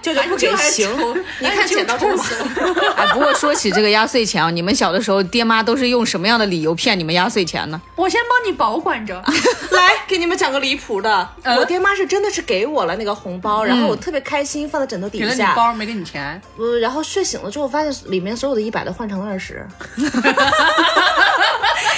Speaker 2: 舅 舅不给行，你看剪刀这么狠，
Speaker 3: 哎，不过说起这个压岁钱啊，你们小的时候爹妈都是用什么样的理由骗你们压岁钱呢？
Speaker 1: 我先帮你保管 着。
Speaker 2: 来给你们讲个离谱的。
Speaker 4: 嗯
Speaker 2: 我爹妈是真的是给我了那个红包，然后我特别开心，放在枕头底
Speaker 4: 给了你
Speaker 2: 下。
Speaker 4: 包没给你钱，
Speaker 2: 呃，然后睡醒了之后，发现里面所有的一百都换成了二十。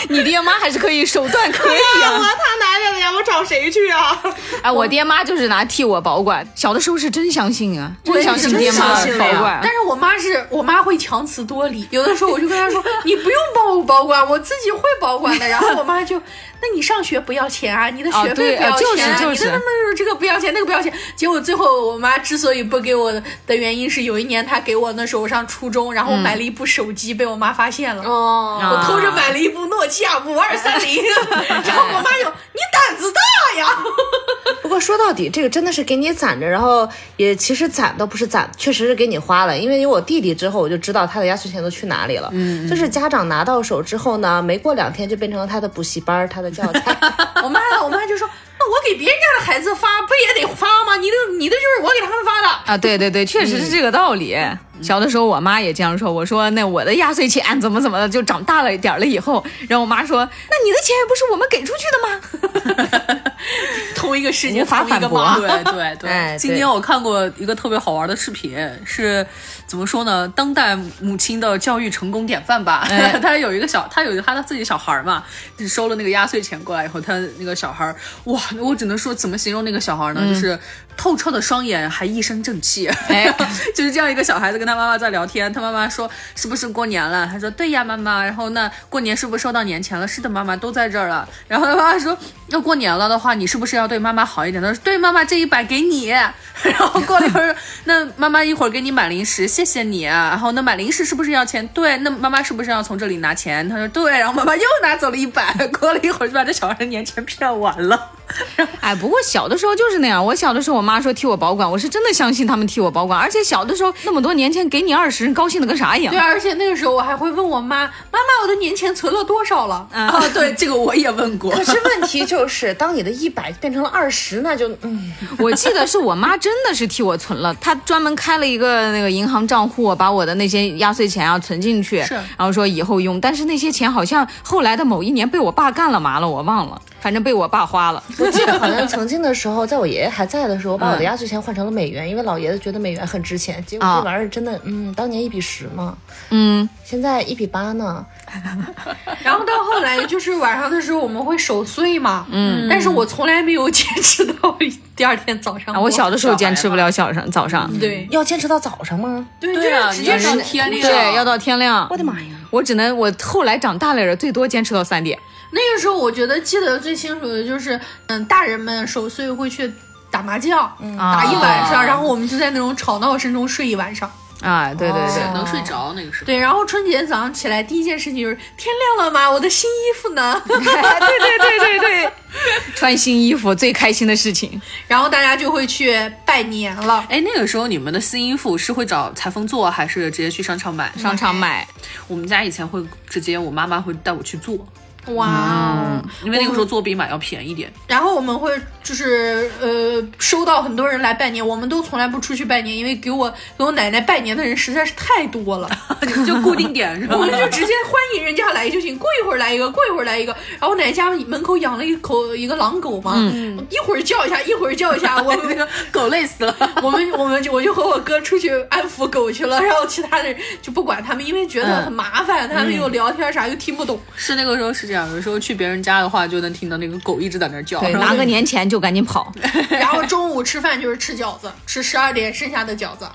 Speaker 3: 你爹妈还是可以，手段可以啊。
Speaker 2: 他奶奶的呀，我找谁去啊？
Speaker 3: 哎，我爹妈就是拿替我保管，小的时候是真相信啊，真相信
Speaker 2: 真
Speaker 3: 爹妈
Speaker 2: 相信了
Speaker 3: 保
Speaker 2: 呀
Speaker 3: 管。
Speaker 1: 啊但是我妈是我妈会强词夺理，有的时候我就跟她说你不用帮我保管，我自己会保管的。然后我妈就，那你上学不要钱啊，你的
Speaker 3: 啊
Speaker 1: 学
Speaker 3: 对
Speaker 1: 费不要
Speaker 3: 啊就是
Speaker 1: 钱啊，
Speaker 3: 就是
Speaker 1: 你的那么这个不要钱，那个不要钱。结果最后我妈之所以不给我的原因是，有一年她给我那时候我上初中，然后我买了一部手机，被我妈发现了。
Speaker 3: 嗯
Speaker 2: 哦，
Speaker 1: 我偷着买了一部诺基亚五二三 零，然后我妈就你胆子大呀！
Speaker 2: 不过说到底，这个真的是给你攒着，然后也其实攒都不是攒，确实是给你花了。因为有我弟弟之后，我就知道他的压岁钱都去哪里了。嗯，就是家长拿到手之后呢，没过两天就变成了他的补习班，他的教材。
Speaker 1: 我妈我妈就说，那我给别人家的孩子发不也得发吗？你的你的就是我给他们发的。
Speaker 3: 啊，对对对，确实是这个道理。小的时候，我妈也这样说。我说那我的压岁钱怎么怎么的，就长大了一点儿了以后，然后我妈说，那你的钱也不是我们给出去的吗？
Speaker 1: 同一个世界，
Speaker 3: 无法
Speaker 1: 同一个
Speaker 3: 反驳
Speaker 1: 妈。
Speaker 4: 对对对，
Speaker 2: 哎对
Speaker 4: 今天我看过一个特别好玩的视频，是怎么说呢？当代母亲的教育成功典范吧。
Speaker 3: 哎
Speaker 4: 她有一个小，她有一个她的自己小孩儿嘛，就收了那个压岁钱过来以后，她那个小孩儿，哇，我只能说怎么形容那个小孩儿呢？就是透彻的双眼，还一身正气。
Speaker 3: 哎，
Speaker 4: 就是这样一个小孩子跟他妈妈在聊天，他妈妈说是不是过年了？他说对呀，妈妈。然后那过年是不是收到年钱了？是的，妈妈都在这儿了。然后他妈妈说要过年了的话，你是不是要对妈妈好一点？他说对，妈妈这一百给你。 然后过了一会儿，那妈妈一会儿给你买零食，谢谢你、啊。然后那买零食是不是要钱？对，那妈妈是不是要从这里拿钱？他说对。然后妈妈又拿走了一百。过了一会儿就 把这小孩的年钱骗完了。
Speaker 3: 哎，不过小的时候就是那样。我小的时候，我妈说替我保管，我是真的相信他们替我保管。而且小的时候那么多年前给你二十，高兴的跟啥一样
Speaker 1: 对，。而且那个时候我还会问我妈：“妈妈，我的年前存了多少了
Speaker 4: 啊，对，这个我也问过。
Speaker 2: 可是问题就是，当你的一百变成了二十，那就嗯，
Speaker 3: 我记得是我妈真的是替我存了，她专门开了一个那个银行账户，把我的那些压岁钱啊存进去，
Speaker 4: 是
Speaker 3: 然后说以后用。但是那些钱好像后来的某一年被我爸干了嘛了，我忘了，反正被 我爸花了。
Speaker 2: 我 记得好像曾经的时候，在我爷爷还在的时候，我把我的压岁钱换成了美元，因为老爷子觉得美元很值钱。结果
Speaker 3: 啊
Speaker 2: 这玩意儿真的，嗯，当年一比十嘛，
Speaker 3: 嗯，
Speaker 2: 现在一比八呢。？”
Speaker 1: 然后到后来就是晚上的时候我们会守岁嘛，嗯，但是我从来没有 坚持到第二天早上
Speaker 3: 啊
Speaker 1: 过。
Speaker 3: 我小的时候坚持不了小上早上，
Speaker 1: 对
Speaker 2: 要坚持到早上吗？
Speaker 1: 对
Speaker 4: 对啊
Speaker 1: 就是直接
Speaker 4: 你要
Speaker 1: 上
Speaker 4: 是
Speaker 1: 天亮。
Speaker 3: 对，要到天亮。我的
Speaker 2: 妈呀！
Speaker 3: 我只能我后来长大了点，最多坚持到三点。
Speaker 1: 那个时候我觉得记得最清楚的就是，嗯，大人们守岁会去打麻将，嗯打一晚上，然后我们就在那种吵闹声中睡一晚上。
Speaker 3: 啊，对对对，
Speaker 4: 能睡着那个时候。
Speaker 1: 对，然后春节早上起来第一件事情就是天亮了吗？我的新衣服呢？
Speaker 3: 啊对对对对对， 穿新衣服最开心的事情。
Speaker 1: 然后大家就会去拜年了。
Speaker 4: 哎，那个时候你们的新衣服是会找裁缝做，还是直接去商场买？
Speaker 3: 商场买，
Speaker 4: 我们家以前会直接，我妈妈会带我去做，
Speaker 1: 哇、哦！
Speaker 4: 因为那个时候做比买要便宜点。
Speaker 1: 然后我们会就是呃，收到很多人来拜年，我们都从来不出去拜年，因为给我给我奶奶拜年的人实在是太多了，
Speaker 4: 你们就固定点是吧
Speaker 1: 我？们就直接欢迎人家来就行，过一会儿来一个，过一会儿来一个。然后我奶奶家门口养了一口一个狼狗嘛，一会儿叫一下，一会儿叫一下，我们
Speaker 4: 那个狗累死了。
Speaker 1: 我们我们就我就和我哥出去安抚狗去了，然后其他的人就不管他们，因为觉
Speaker 3: 嗯
Speaker 1: 得很麻烦，他们又聊天啥又听不懂。
Speaker 4: 是那个时候是这样，有时候去别人家的话，就能听到那个狗一直在那儿叫。
Speaker 3: 对，
Speaker 4: 然后
Speaker 3: 拿个年前就赶紧跑。
Speaker 1: 然后中午吃饭就是吃饺子，吃十二点剩下的 饺子。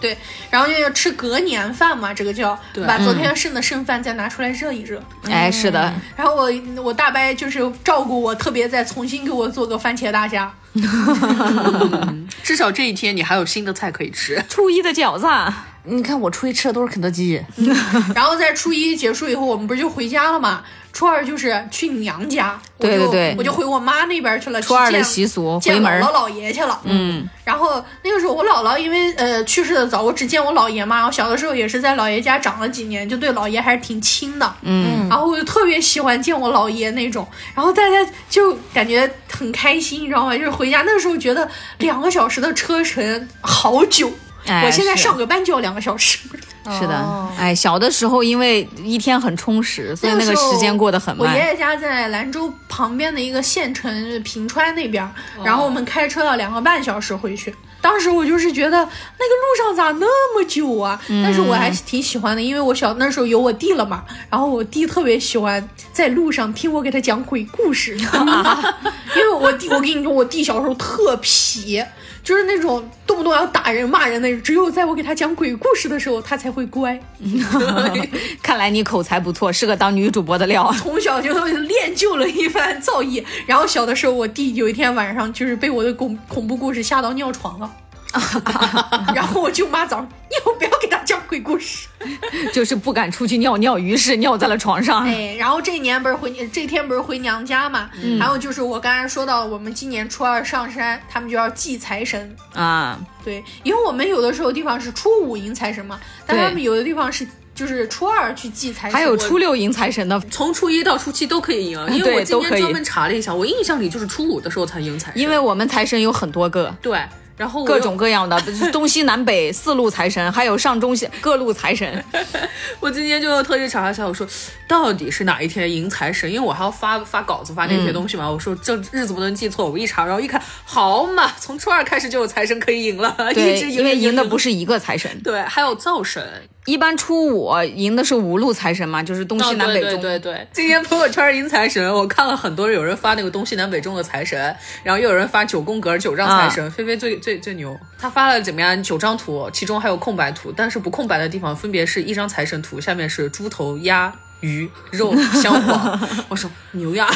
Speaker 1: 对，然后就要吃隔年饭嘛，这个叫
Speaker 4: 对
Speaker 1: 把
Speaker 3: 嗯
Speaker 1: 昨天剩的剩饭再拿出来热一热。
Speaker 3: 哎，是的，
Speaker 1: 然后我我大伯就是照顾我，特别再重新给我做个番茄大 虾。
Speaker 4: 至少这一天你还有新的菜可以吃。
Speaker 3: 初一的饺子啊，
Speaker 2: 你看我初一吃的都是肯德基，
Speaker 1: 然后在初一结束以后，我们不是就回家了嘛？初二就是去娘家，我
Speaker 3: 对
Speaker 1: 就
Speaker 3: 对对
Speaker 1: 我就回我妈那边去了。
Speaker 3: 初二
Speaker 1: 去
Speaker 3: 的
Speaker 1: 见
Speaker 3: 习俗回
Speaker 1: 见
Speaker 3: 门
Speaker 1: 姥
Speaker 3: 儿
Speaker 1: 姥姥爷去了。嗯，然后那个时候我姥姥因为呃去世的早，我只见我姥爷嘛。我小的时候也是在姥爷家长了几年，就对姥爷还是挺亲的。嗯，然后我就特别喜欢见我姥爷那种，然后大家就感觉很开心，你知道吗？就是回家那个时候觉得两个小时的车程好久，
Speaker 3: 哎
Speaker 1: 我现在
Speaker 3: 是
Speaker 1: 上个班就要两个小时。
Speaker 3: 是的，哎，小的时候因为一天很充实，所以那
Speaker 1: 那
Speaker 3: 个
Speaker 1: 时候
Speaker 3: 时间过得很
Speaker 1: 我爷
Speaker 3: 慢。
Speaker 1: 爷家在兰州旁边的一个县城就是平川那边儿，然后我们开车要两个半小时回去。当时我就是觉得那个路上咋那么久啊？但是我还
Speaker 3: 嗯
Speaker 1: 挺喜欢的，因为我小那时候有我弟了嘛，然后我弟特别喜欢在路上听我给他讲鬼故事， 因为我弟，我跟你说，我弟小时候特皮，就是那种动不动要打人骂人的，只有在我给他讲鬼故事的时候，他才会乖。
Speaker 3: 看来你口才不错，是个当女主播的料。
Speaker 1: 从小就练就了一番造诣。 然后小的时候，我弟有一天晚上就是被我的恐恐怖故事吓到尿床了， 然后我舅妈早上，你以后不要给他讲鬼故事。
Speaker 3: 就是不敢出去尿尿，于是尿在了床上。
Speaker 1: 哎，然后这一年不是回这天不是回娘家嘛，
Speaker 3: 嗯
Speaker 1: 还有就是我刚才说到，我们今年初二上山，他们就要祭财神。
Speaker 3: 啊，
Speaker 1: 对，因为我们有的时候地方是初五迎财神嘛，但
Speaker 3: 对
Speaker 1: 他们有的地方是就是初二去祭财神。
Speaker 3: 还有
Speaker 1: 我
Speaker 3: 初六迎财神的，
Speaker 4: 从初一到初七都可以赢啊，因为我
Speaker 3: 对
Speaker 4: 今
Speaker 3: 都可
Speaker 4: 天
Speaker 3: 以
Speaker 4: 专门查了一下，我印象里就是初五的时候才赢财神，
Speaker 3: 因为我们财神有很多个。
Speaker 4: 对，然后我
Speaker 3: 各
Speaker 4: 又
Speaker 3: 种各样的，东西南北 四路财神，还有上中下各路财神。
Speaker 4: 我今天就特意查了一下，我说到底是哪一天迎财神？因为我还要发发稿子、发那
Speaker 3: 嗯
Speaker 4: 些东西嘛。我说这日子不能记错。我一查，然后一看，好嘛，从初二开始就有财神可以迎了， 一直
Speaker 3: 对，因为赢的不
Speaker 4: 是
Speaker 3: 是一个财神，
Speaker 4: 对，还有灶神。
Speaker 3: 一般初五赢的是五路财神嘛，就是东
Speaker 4: 哦
Speaker 3: 西南北
Speaker 4: 对
Speaker 3: 中。
Speaker 4: 对对对，今天朋友圈迎财神，我看了很多人有人发那个东西南北中的财神，然后又有人发九宫格九张财神。菲菲最最最牛，她发了怎么样？九张图，其中还有空白图，但是不空白的地方分别是一张财神图，下面是猪头、鸭、鱼、 肉、香火。我说 牛呀！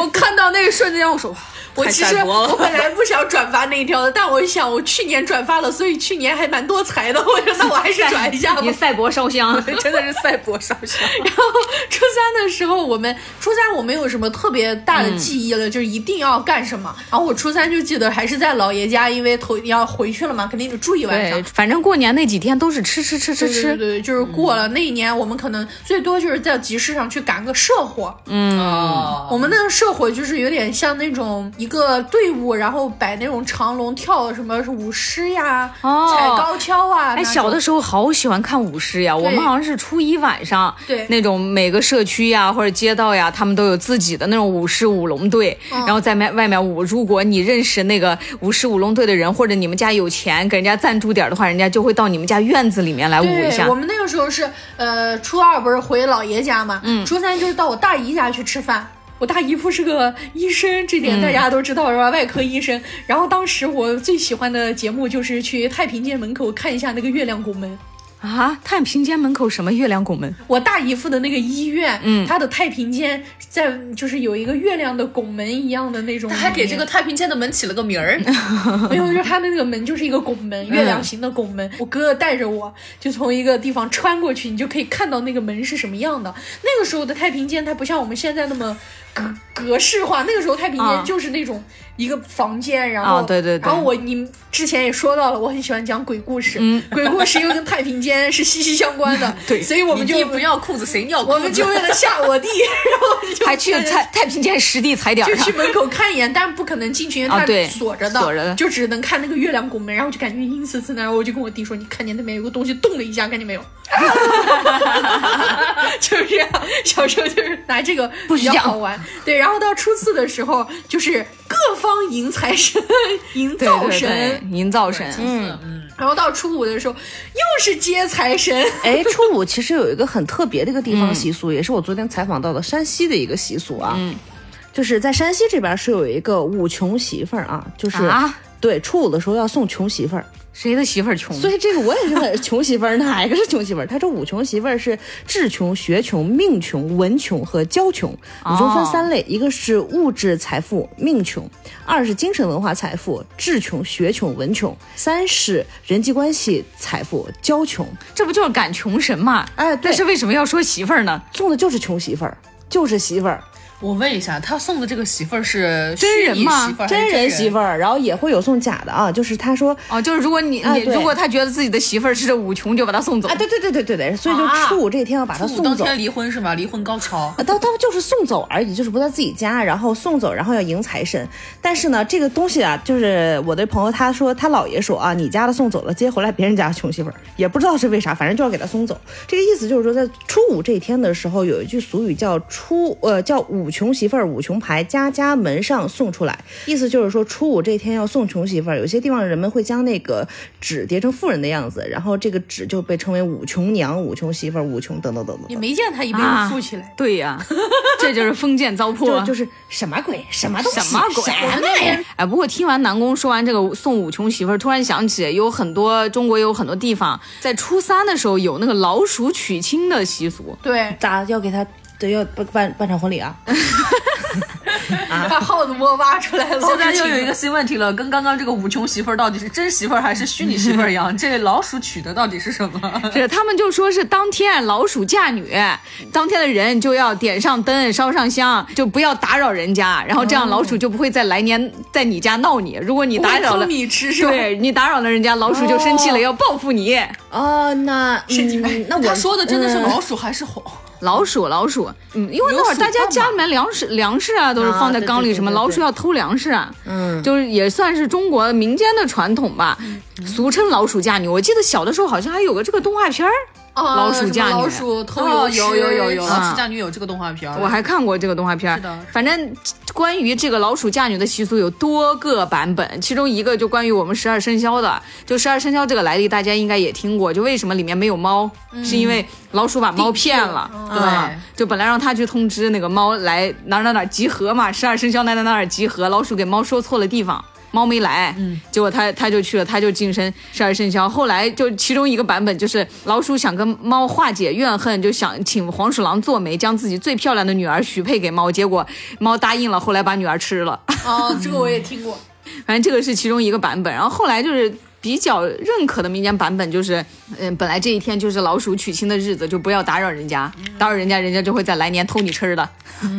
Speaker 4: 我看到那一瞬间，我说哇，
Speaker 1: 我
Speaker 4: 太
Speaker 1: 其
Speaker 4: 赛
Speaker 1: 实
Speaker 4: 博
Speaker 1: 我
Speaker 4: 了。
Speaker 1: 本来不想转发那一条的，但我一想我去年转发了，所以去年还蛮多才的，我觉得那我还是转一下吧
Speaker 3: 你。赛博烧 香，
Speaker 4: 真的是赛博烧香，
Speaker 1: 然后初三的时候，我们初三我没有什么特别大的记忆了，就是一定要干什么。然后我初三就记得还是在姥爷家，因为头要回去了嘛，肯定得住一晚
Speaker 3: 对，
Speaker 1: 上。
Speaker 3: 反正过年那几天都是吃吃吃吃
Speaker 1: 对对
Speaker 3: 吃。
Speaker 1: 对，就是过了那一年，我们可能最多就是在集市上去赶个社火，
Speaker 4: 嗯，
Speaker 1: 我们那个社火就是有点像那种一个队伍，然后摆那种长龙跳什么舞狮呀、
Speaker 3: 哦
Speaker 1: 踩高跷啊。
Speaker 3: 哎，
Speaker 1: 那种
Speaker 3: 小的时候好喜欢看舞狮呀！我们好像是初一晚上，
Speaker 1: 对
Speaker 3: 那种每个社区呀或者街道呀，他们都有自己的那种舞狮舞龙队，
Speaker 1: 嗯
Speaker 3: 然后在外外面舞。如果你认识那个舞狮舞龙队的人，或者你们家有钱给人家赞助点儿的话，人家就会到你们家院子里面来舞一下
Speaker 1: 对，我。们那个时候是，呃，初二不是回姥爷家嘛，
Speaker 3: 嗯
Speaker 1: 初三就是到我大姨家去吃饭。我大姨夫是个医生，这
Speaker 3: 嗯
Speaker 1: 点大家都知道是吧？外科医生。然后当时我最喜欢的节目就是去太平间门口看一下那个月亮拱门。
Speaker 3: 啊，太平间门口什么月亮 拱门？
Speaker 1: 我大姨夫的那个医院，嗯，他的太平间在就是有一个月亮的拱门一样的那种里面，
Speaker 4: 还给这个太平间的门起了个名儿，
Speaker 1: 没有，就是他那个门就是一个拱门，月亮形的拱门。我哥带着我就从一个地方穿过去，你就可以看到那个门是什么样的。那个时候的太平间，它不像我们现在那么格格式化。那个时候太平
Speaker 3: 啊
Speaker 1: 间就是那种一个房间，然后、
Speaker 3: 啊对对对
Speaker 1: 然后我你之前也说到了，我很喜欢讲鬼故事，鬼故事又跟太平间是息息相关的，对，所以我们就
Speaker 4: 你弟不要裤子谁尿裤子？
Speaker 1: 我们就为了吓我弟，然后就
Speaker 3: 还去
Speaker 1: 带着
Speaker 3: 太太平间实地踩点 儿啊
Speaker 1: 就
Speaker 3: 上
Speaker 1: 去。门口看一眼，但是不可能进去，因为
Speaker 3: 啊
Speaker 1: 它
Speaker 3: 对
Speaker 1: 锁着的，
Speaker 3: 锁着的
Speaker 1: 就只能看那个月亮拱门，然后就感觉阴森森的，然后我就跟我弟说，你看见那边有个东西动了一下，看见没 有？就是这样，小时候就是拿这个
Speaker 3: 不
Speaker 1: 比
Speaker 3: 许
Speaker 1: 较
Speaker 3: 讲
Speaker 1: 好玩。对，然后到初四的时候，就是各方迎财神、迎
Speaker 3: 对
Speaker 1: 灶
Speaker 3: 对
Speaker 1: 神，
Speaker 3: 对，营造神，
Speaker 4: 嗯，
Speaker 1: 然后到初五的时候又是接财神。
Speaker 2: 哎，初五其实有一个很特别的一个地方习俗，也是我昨天采访到的山西的一个习俗啊。嗯，就是在山西这边是有一个舞穷媳妇儿啊，就是、
Speaker 3: 啊
Speaker 2: 对初五的时候要送穷媳妇儿。
Speaker 3: 谁的媳妇儿穷？
Speaker 2: 所以这个我也是很 穷媳妇儿，哪一个是穷媳妇儿？他这五穷媳妇儿是智穷、学穷、命穷、文穷和交穷，五穷分三类，一个是物质财富命穷，二是精神文化财富智穷、学穷、文穷，三是人际关系财富交穷。
Speaker 3: 这不就是赶穷神嘛？
Speaker 2: 哎，对
Speaker 3: 但，是为什么要说媳妇儿呢？
Speaker 2: 送的就是穷媳妇儿，就是媳妇儿，
Speaker 4: 我问一下，他送的这个媳妇儿是
Speaker 3: 真人吗
Speaker 4: 虚拟媳妇儿还是
Speaker 2: 真人
Speaker 4: 人
Speaker 2: 媳妇儿，然后也会有送假的啊，就是他说
Speaker 3: 哦，就是如果你
Speaker 2: 啊
Speaker 3: 你
Speaker 2: 对
Speaker 3: 如果他觉得自己的媳妇儿是这五穷，就把他送走
Speaker 2: 啊，。对对对对对对，所以就
Speaker 3: 啊
Speaker 2: 初五这一天要把他
Speaker 4: 父母
Speaker 2: 送
Speaker 4: 当
Speaker 2: 走。
Speaker 4: 天离婚是吗？离婚高 潮。
Speaker 2: 啊，当他们就是送走而已，就是不在自己家，然后送走，然后要迎财神。但是呢，这个东西啊，就是我的朋友他说他姥爷说啊，你家的送走了，接回来别人家的穷媳妇儿，也不知道是为啥，反正就要给他送走。这个意思就是说，在初五这一天的时候，有一句俗语叫初呃叫五穷媳妇儿五穷牌，家家门上送出来，意思就是说初五这天要送穷媳妇儿。有些地方人们会将那个纸叠成妇人的样子，然后这个纸就被称为五穷娘、五穷媳妇儿、五穷等等等等等
Speaker 1: 也
Speaker 2: 等。
Speaker 1: 没见他一辈
Speaker 3: 啊
Speaker 1: 子富起来。
Speaker 3: 对呀、 这就是封建糟粕
Speaker 2: 就
Speaker 3: 啊。
Speaker 2: 就是什么鬼，什么东西，
Speaker 3: 什么鬼
Speaker 2: 什么呀？
Speaker 3: 哎，不过听完南宫说完这个送五穷媳妇儿，突然想起有很多中国有很多地方在初三的时候有那个老鼠娶亲的习俗，
Speaker 1: 对，
Speaker 2: 咋要给他对要办办办场婚礼啊？
Speaker 3: 啊
Speaker 1: 把耗子窝挖出
Speaker 3: 哦
Speaker 1: 来了。
Speaker 4: 现在又有一个新问题了，跟刚刚这个无穷媳妇儿到底是真媳妇儿还是虚拟媳妇儿一 样，这老鼠娶的到底是什么？
Speaker 3: 是他们就说是当天老鼠嫁女，当天的人就要点上灯，烧上香，就不要打扰人家，然后这样老鼠就不会再来年在你家闹你。如果你打扰了，
Speaker 1: 米吃是吧？
Speaker 3: 对你打扰了人家，老鼠就生气了，要报复你。
Speaker 2: 哦， 那嗯，那
Speaker 4: 他
Speaker 2: 我
Speaker 4: 说的真的是
Speaker 2: 嗯
Speaker 4: 老鼠还是猴？
Speaker 3: 老鼠，老鼠，嗯，因为那会儿大家家里面粮食粮食啊都是放在缸里，
Speaker 2: 啊
Speaker 3: 什么
Speaker 2: 对对对对
Speaker 3: 老鼠要偷粮食啊，
Speaker 2: 嗯，
Speaker 3: 就是也算是中国民间的传统吧，俗称老鼠嫁女。我记得小的时候好像还有个这个动画片儿，
Speaker 1: 啊
Speaker 3: 老鼠
Speaker 1: 什么
Speaker 3: 嫁女
Speaker 1: 老鼠偷
Speaker 4: 哦
Speaker 1: 油
Speaker 4: 有有有有，嗯
Speaker 1: 吃
Speaker 4: 老鼠嫁女有这个动画片儿，
Speaker 3: 我还看过这个动画片
Speaker 4: 是的
Speaker 3: 儿，反正关于这个老鼠嫁女的习俗有多个版本，其中一个就关于我们十二生肖的，就十二生肖这个来历大家应该也听过，就为什么里面没有猫，
Speaker 4: 嗯
Speaker 3: 是因为老鼠把猫骗了，
Speaker 4: 对
Speaker 3: 啊就本来让他去通知那个猫来哪儿哪儿哪儿集合嘛，十二生肖哪儿哪儿哪儿集合，老鼠给猫说错了地方。猫没来，嗯，结果他他就去了，他就晋升十二生肖。后来就其中一个版本就是老鼠想跟猫化解怨恨，就想请黄鼠狼做媒，将自己最漂亮的女儿许配给猫。结果猫答应了，后来把女儿吃了。
Speaker 1: 哦，这个我也听过。
Speaker 3: 反正这个是其中一个版本。然后后来就是比较认可的民间版本，就是嗯，本来这一天就是老鼠娶亲的日子，就不要打扰人家，打扰人家，人家就会在来年偷你吃的。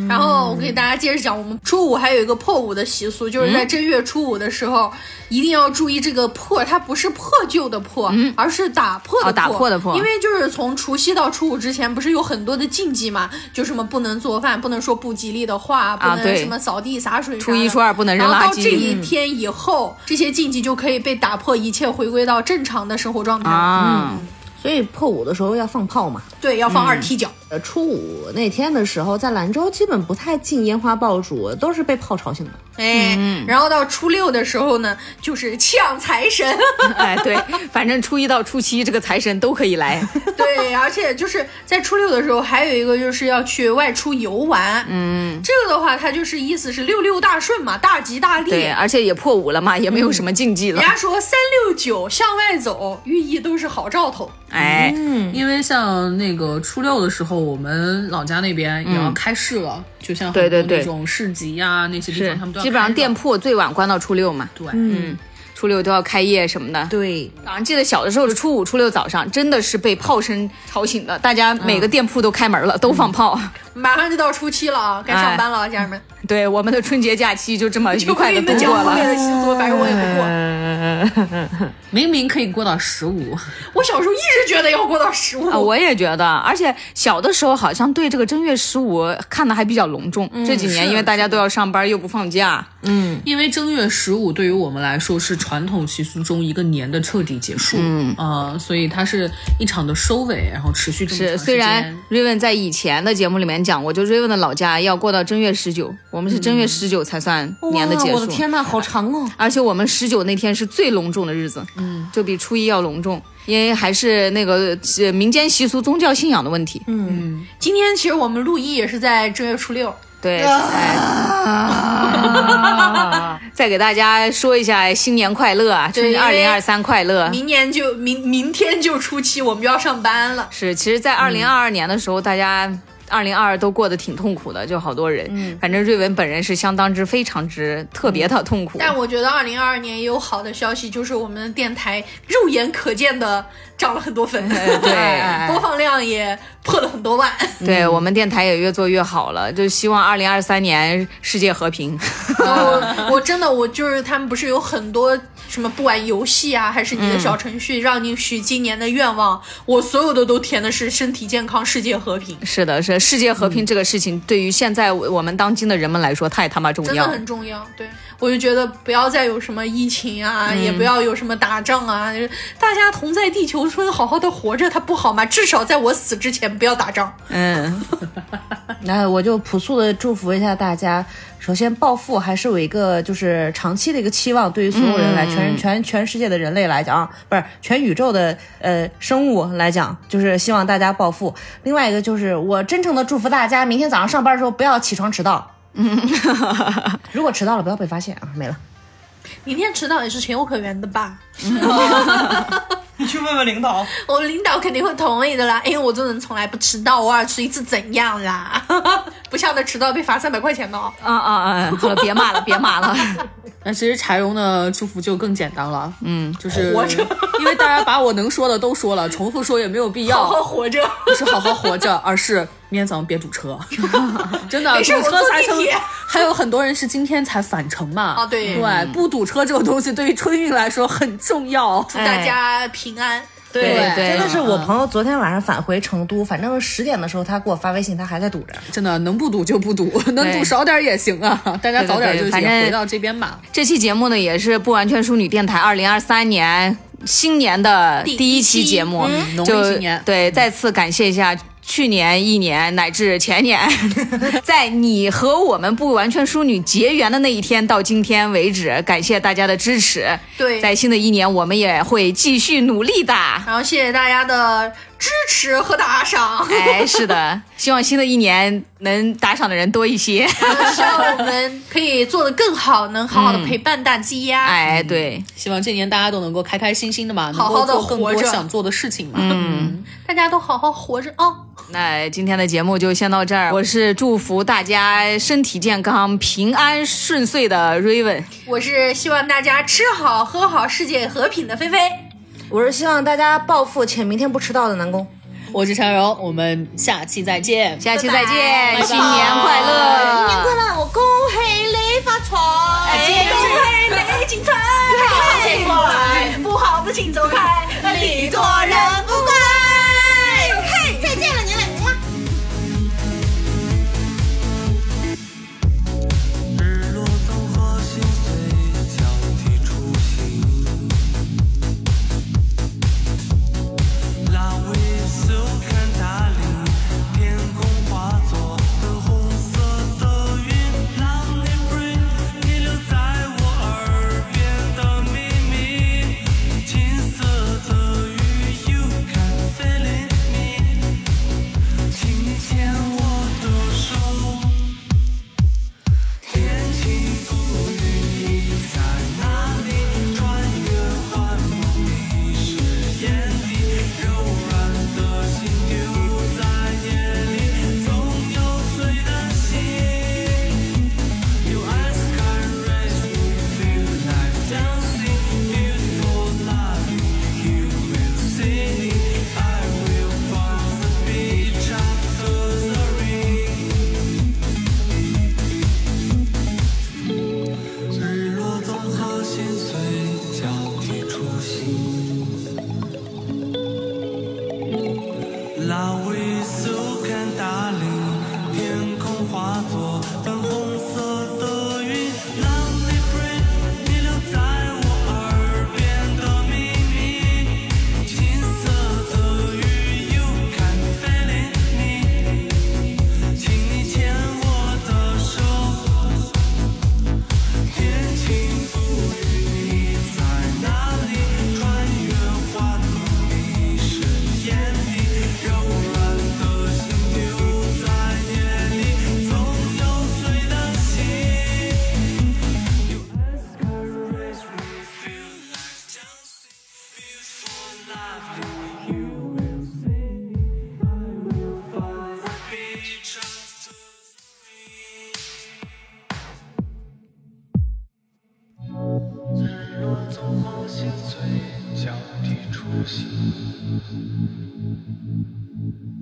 Speaker 1: 然
Speaker 3: 嗯
Speaker 1: 后我给大家接着讲，我们初五还有一个破五的习俗，就是
Speaker 3: 嗯
Speaker 1: 在正月初五的时候，一定要注意这个破，它不是破旧的破，而是打破的破、
Speaker 3: 嗯哦打破的破
Speaker 1: 因为就是从除夕到初五之前，不是有很多的禁忌嘛，就什么不能做饭，不能说不吉利的话，不能
Speaker 3: 啊对
Speaker 1: 什么扫地洒水啥的，
Speaker 3: 初一初二不能扔
Speaker 1: 然后
Speaker 3: 垃
Speaker 1: 到
Speaker 3: 圾嗯
Speaker 1: 这一天以后，这些禁忌就可以被打破，一切回归到正常的生活状态。
Speaker 3: 啊，
Speaker 2: 所以破五的时候要放炮嘛。
Speaker 1: 对，要放二
Speaker 3: 嗯
Speaker 1: 踢脚。
Speaker 2: 呃，初五那天的时候，在兰州基本不太进烟花爆竹，都是被炮吵醒的。
Speaker 1: 哎，
Speaker 3: 嗯
Speaker 1: 然后到初六的时候呢，就是抢财神，
Speaker 3: 哎，对，反正初一到初七这个财神都可以来。
Speaker 1: 对，而且就是在初六的时候，还有一个就是要去外出游玩。嗯，这个的话，它就是意思是六六大顺嘛，大吉大利。
Speaker 3: 对，而且也破五了嘛，也没有什么禁忌了
Speaker 1: 人。家说三六九向外走，寓意都是好兆头。
Speaker 3: 哎，
Speaker 4: 因为像那个初六的时候，我们老家那边也要开市了，就像很
Speaker 3: 嗯对对
Speaker 4: 多
Speaker 3: 对
Speaker 4: 那种市集啊那些地
Speaker 3: 是
Speaker 4: 方，他们都要
Speaker 3: 嗯基本上
Speaker 4: 开
Speaker 3: 店
Speaker 4: 的
Speaker 3: 铺最晚关到初六嘛，
Speaker 4: 对，
Speaker 3: 嗯，初六都要开业什么的。
Speaker 2: 对，
Speaker 3: 早上记得小的时候是初五、初六早上，真的是被炮声吵醒的，大家每个店铺都开门了，都放炮。
Speaker 1: 马上就到初七了啊，该上
Speaker 3: 哎
Speaker 1: 班了啊，家人们。
Speaker 3: 对，我们的春节假期就这么愉
Speaker 1: 就
Speaker 3: 快
Speaker 1: 你
Speaker 3: 的
Speaker 1: 们
Speaker 3: 度
Speaker 1: 讲
Speaker 3: 过
Speaker 1: 后面
Speaker 3: 了。嗯
Speaker 1: 的习俗，反正我也不过。
Speaker 4: 明明可以过到十五，
Speaker 1: 我小时候一直觉得要过到十五、
Speaker 3: 啊，我也觉得，而且小的时候好像对这个正月十五看的还比较隆重。这几年因为大家都要上班又不放假，
Speaker 1: 嗯
Speaker 4: 因为正月十五对于我们来说是传统习俗中一个年的彻底结束，嗯啊、所以它是一场的收尾，然后持续这么
Speaker 3: 是
Speaker 4: 长时
Speaker 3: 虽然
Speaker 4: 间。
Speaker 3: Raven 在以前的节目里面讲过，就 Raven 的老家要过到正月十九，我们是正月十九才算年的结
Speaker 2: 哇我
Speaker 3: 束
Speaker 2: 的。天呐，好长哦！
Speaker 3: 而且我们十九那天是最隆重的日子，嗯，就比初一要隆重，因为还是那个呃民间习俗、宗教信仰的问题。嗯，
Speaker 1: 今天其实我
Speaker 3: 啊
Speaker 2: 啊
Speaker 1: 们录音也是在正月初六，
Speaker 3: 对，哎 再给大家说一下新年快乐啊，
Speaker 1: 对
Speaker 3: 春二零
Speaker 1: 因
Speaker 3: 二
Speaker 1: 为
Speaker 3: 三快乐。啊
Speaker 1: 明年就明明天就初七，我们就要上班了。
Speaker 3: 是，其实，在
Speaker 1: 嗯
Speaker 3: 二零二二年的时候，大家。二零二二都过得挺痛苦的，就好多人。
Speaker 1: 嗯
Speaker 3: 反正瑞文本人是相当之非常之特别的痛苦。
Speaker 1: 但我觉得二零二二年也有好的消息，就是我们的电台肉眼可见的涨了很多粉， 哎
Speaker 3: 对
Speaker 1: 播放量也破了很多万。
Speaker 3: 对我们电台也越做越好了，就希望二零二三年世界和平。
Speaker 1: 我我真的我就是他们不是有很多什么不玩游戏啊，还是你的小程序让你许今年的愿望，我所有的都填的是身体健康、世界和平，
Speaker 3: 是的，是世界和
Speaker 1: 嗯
Speaker 3: 平这个事情，对于现在我我们当今的人们来说太他妈重
Speaker 1: 真的
Speaker 3: 要了。
Speaker 1: 很重要。对我就觉得不要再有什么疫情啊，也不要有什么打仗啊，就是大家同在地球村，好好的活着，它不好吗？至少在我死之前不要打仗。
Speaker 3: 嗯，
Speaker 2: 那我就朴素的祝福一下大家。首先，暴富还是有一个就是长期的一个期望，对于所有人
Speaker 4: 嗯
Speaker 2: 来，全全全世界的人类来讲，啊，不是全宇宙的呃生物来讲，就是希望大家暴富。另外一个就是，我真诚的祝福大家，明天早上上班的时候不要起床迟 到。嗯，如果迟到了，不要被发现啊！没了。
Speaker 1: 明天迟到也是情有可原的吧？
Speaker 5: 你去问问领导，
Speaker 1: 我领导肯定会同意的啦，因为我这人从来不迟到，偶尔迟一次怎样啦？ 不像那迟到被罚三百块钱的哦。
Speaker 3: 啊啊啊！好了，别骂了，别骂了。
Speaker 4: 那其实柴荣的祝福就更简单了，嗯，就是活着， 因为大家把我能说的都说了，重复说也没有必要，
Speaker 1: 好好活着。
Speaker 4: 不是好好活着，而是明天早上别堵车， 真的
Speaker 1: 没事
Speaker 4: 堵车
Speaker 1: 我坐
Speaker 4: 才
Speaker 1: 地
Speaker 4: 成
Speaker 1: 铁。
Speaker 4: 还有很多人是今天才返程嘛，
Speaker 1: 啊对
Speaker 4: 对，不堵车这种东西对于春运来说很重要。
Speaker 1: 祝大家平安。
Speaker 4: 对对
Speaker 2: 真的是我
Speaker 4: 嗯
Speaker 2: 朋友昨天晚上返回成都，反正十点的时候他给我发微信，他还在堵着。
Speaker 4: 真的能不堵就不 堵，能
Speaker 3: 对
Speaker 4: 堵少点也行啊，大家早点就行，
Speaker 3: 对对对反正
Speaker 4: 回到这边嘛。
Speaker 3: 这期节目呢，也是不完全淑女电台二零二三年新年的第一期节目，
Speaker 4: 嗯农历
Speaker 3: 就
Speaker 4: 新年
Speaker 3: 对，再次感谢一下。去年一年乃至前年， 在你和我们不完全淑女结缘的那一天到今天为止，感谢大家的支持。
Speaker 1: 对
Speaker 3: 在新的一年，我们也会继续努 力的。
Speaker 1: 然后谢谢大家的支持和打 赏，
Speaker 3: 哎，是的，希望新的一年能打赏的人多 一些。
Speaker 1: 希望我们可以做得更好，能好好的陪伴大家。
Speaker 3: 哎，对，
Speaker 4: 希望这年大家都能够开开心心的嘛，
Speaker 1: 好好地
Speaker 4: 能够做更
Speaker 1: 活
Speaker 4: 多
Speaker 1: 着
Speaker 4: 想做的事情嘛。
Speaker 3: 嗯，
Speaker 1: 大家都好好活着啊、
Speaker 3: 那今天的节目就先到这儿。我是祝福大家身体健康、平安顺遂的 Raven。
Speaker 1: 我是希望大家吃好喝好，世界和平的菲菲。
Speaker 2: 我是希望大家暴富且明天不迟到的南宫。
Speaker 4: 我是柴荣，我们下期再见。
Speaker 3: 下期再见，
Speaker 1: 拜拜
Speaker 3: 新年快乐！新年快乐，我哎恭喜你发财！
Speaker 1: 不好的请走开，礼多人不怪。
Speaker 6: 嘿，再见了，你俩。
Speaker 7: 日落总和心碎交替出行。Love is so darling，天空化作粉红色的云，Love never rain，你留在我耳边的秘密，金色的雨，You can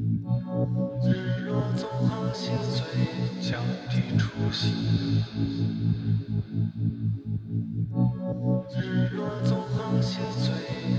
Speaker 7: 日落纵横心碎，交替出行。日落纵横心碎。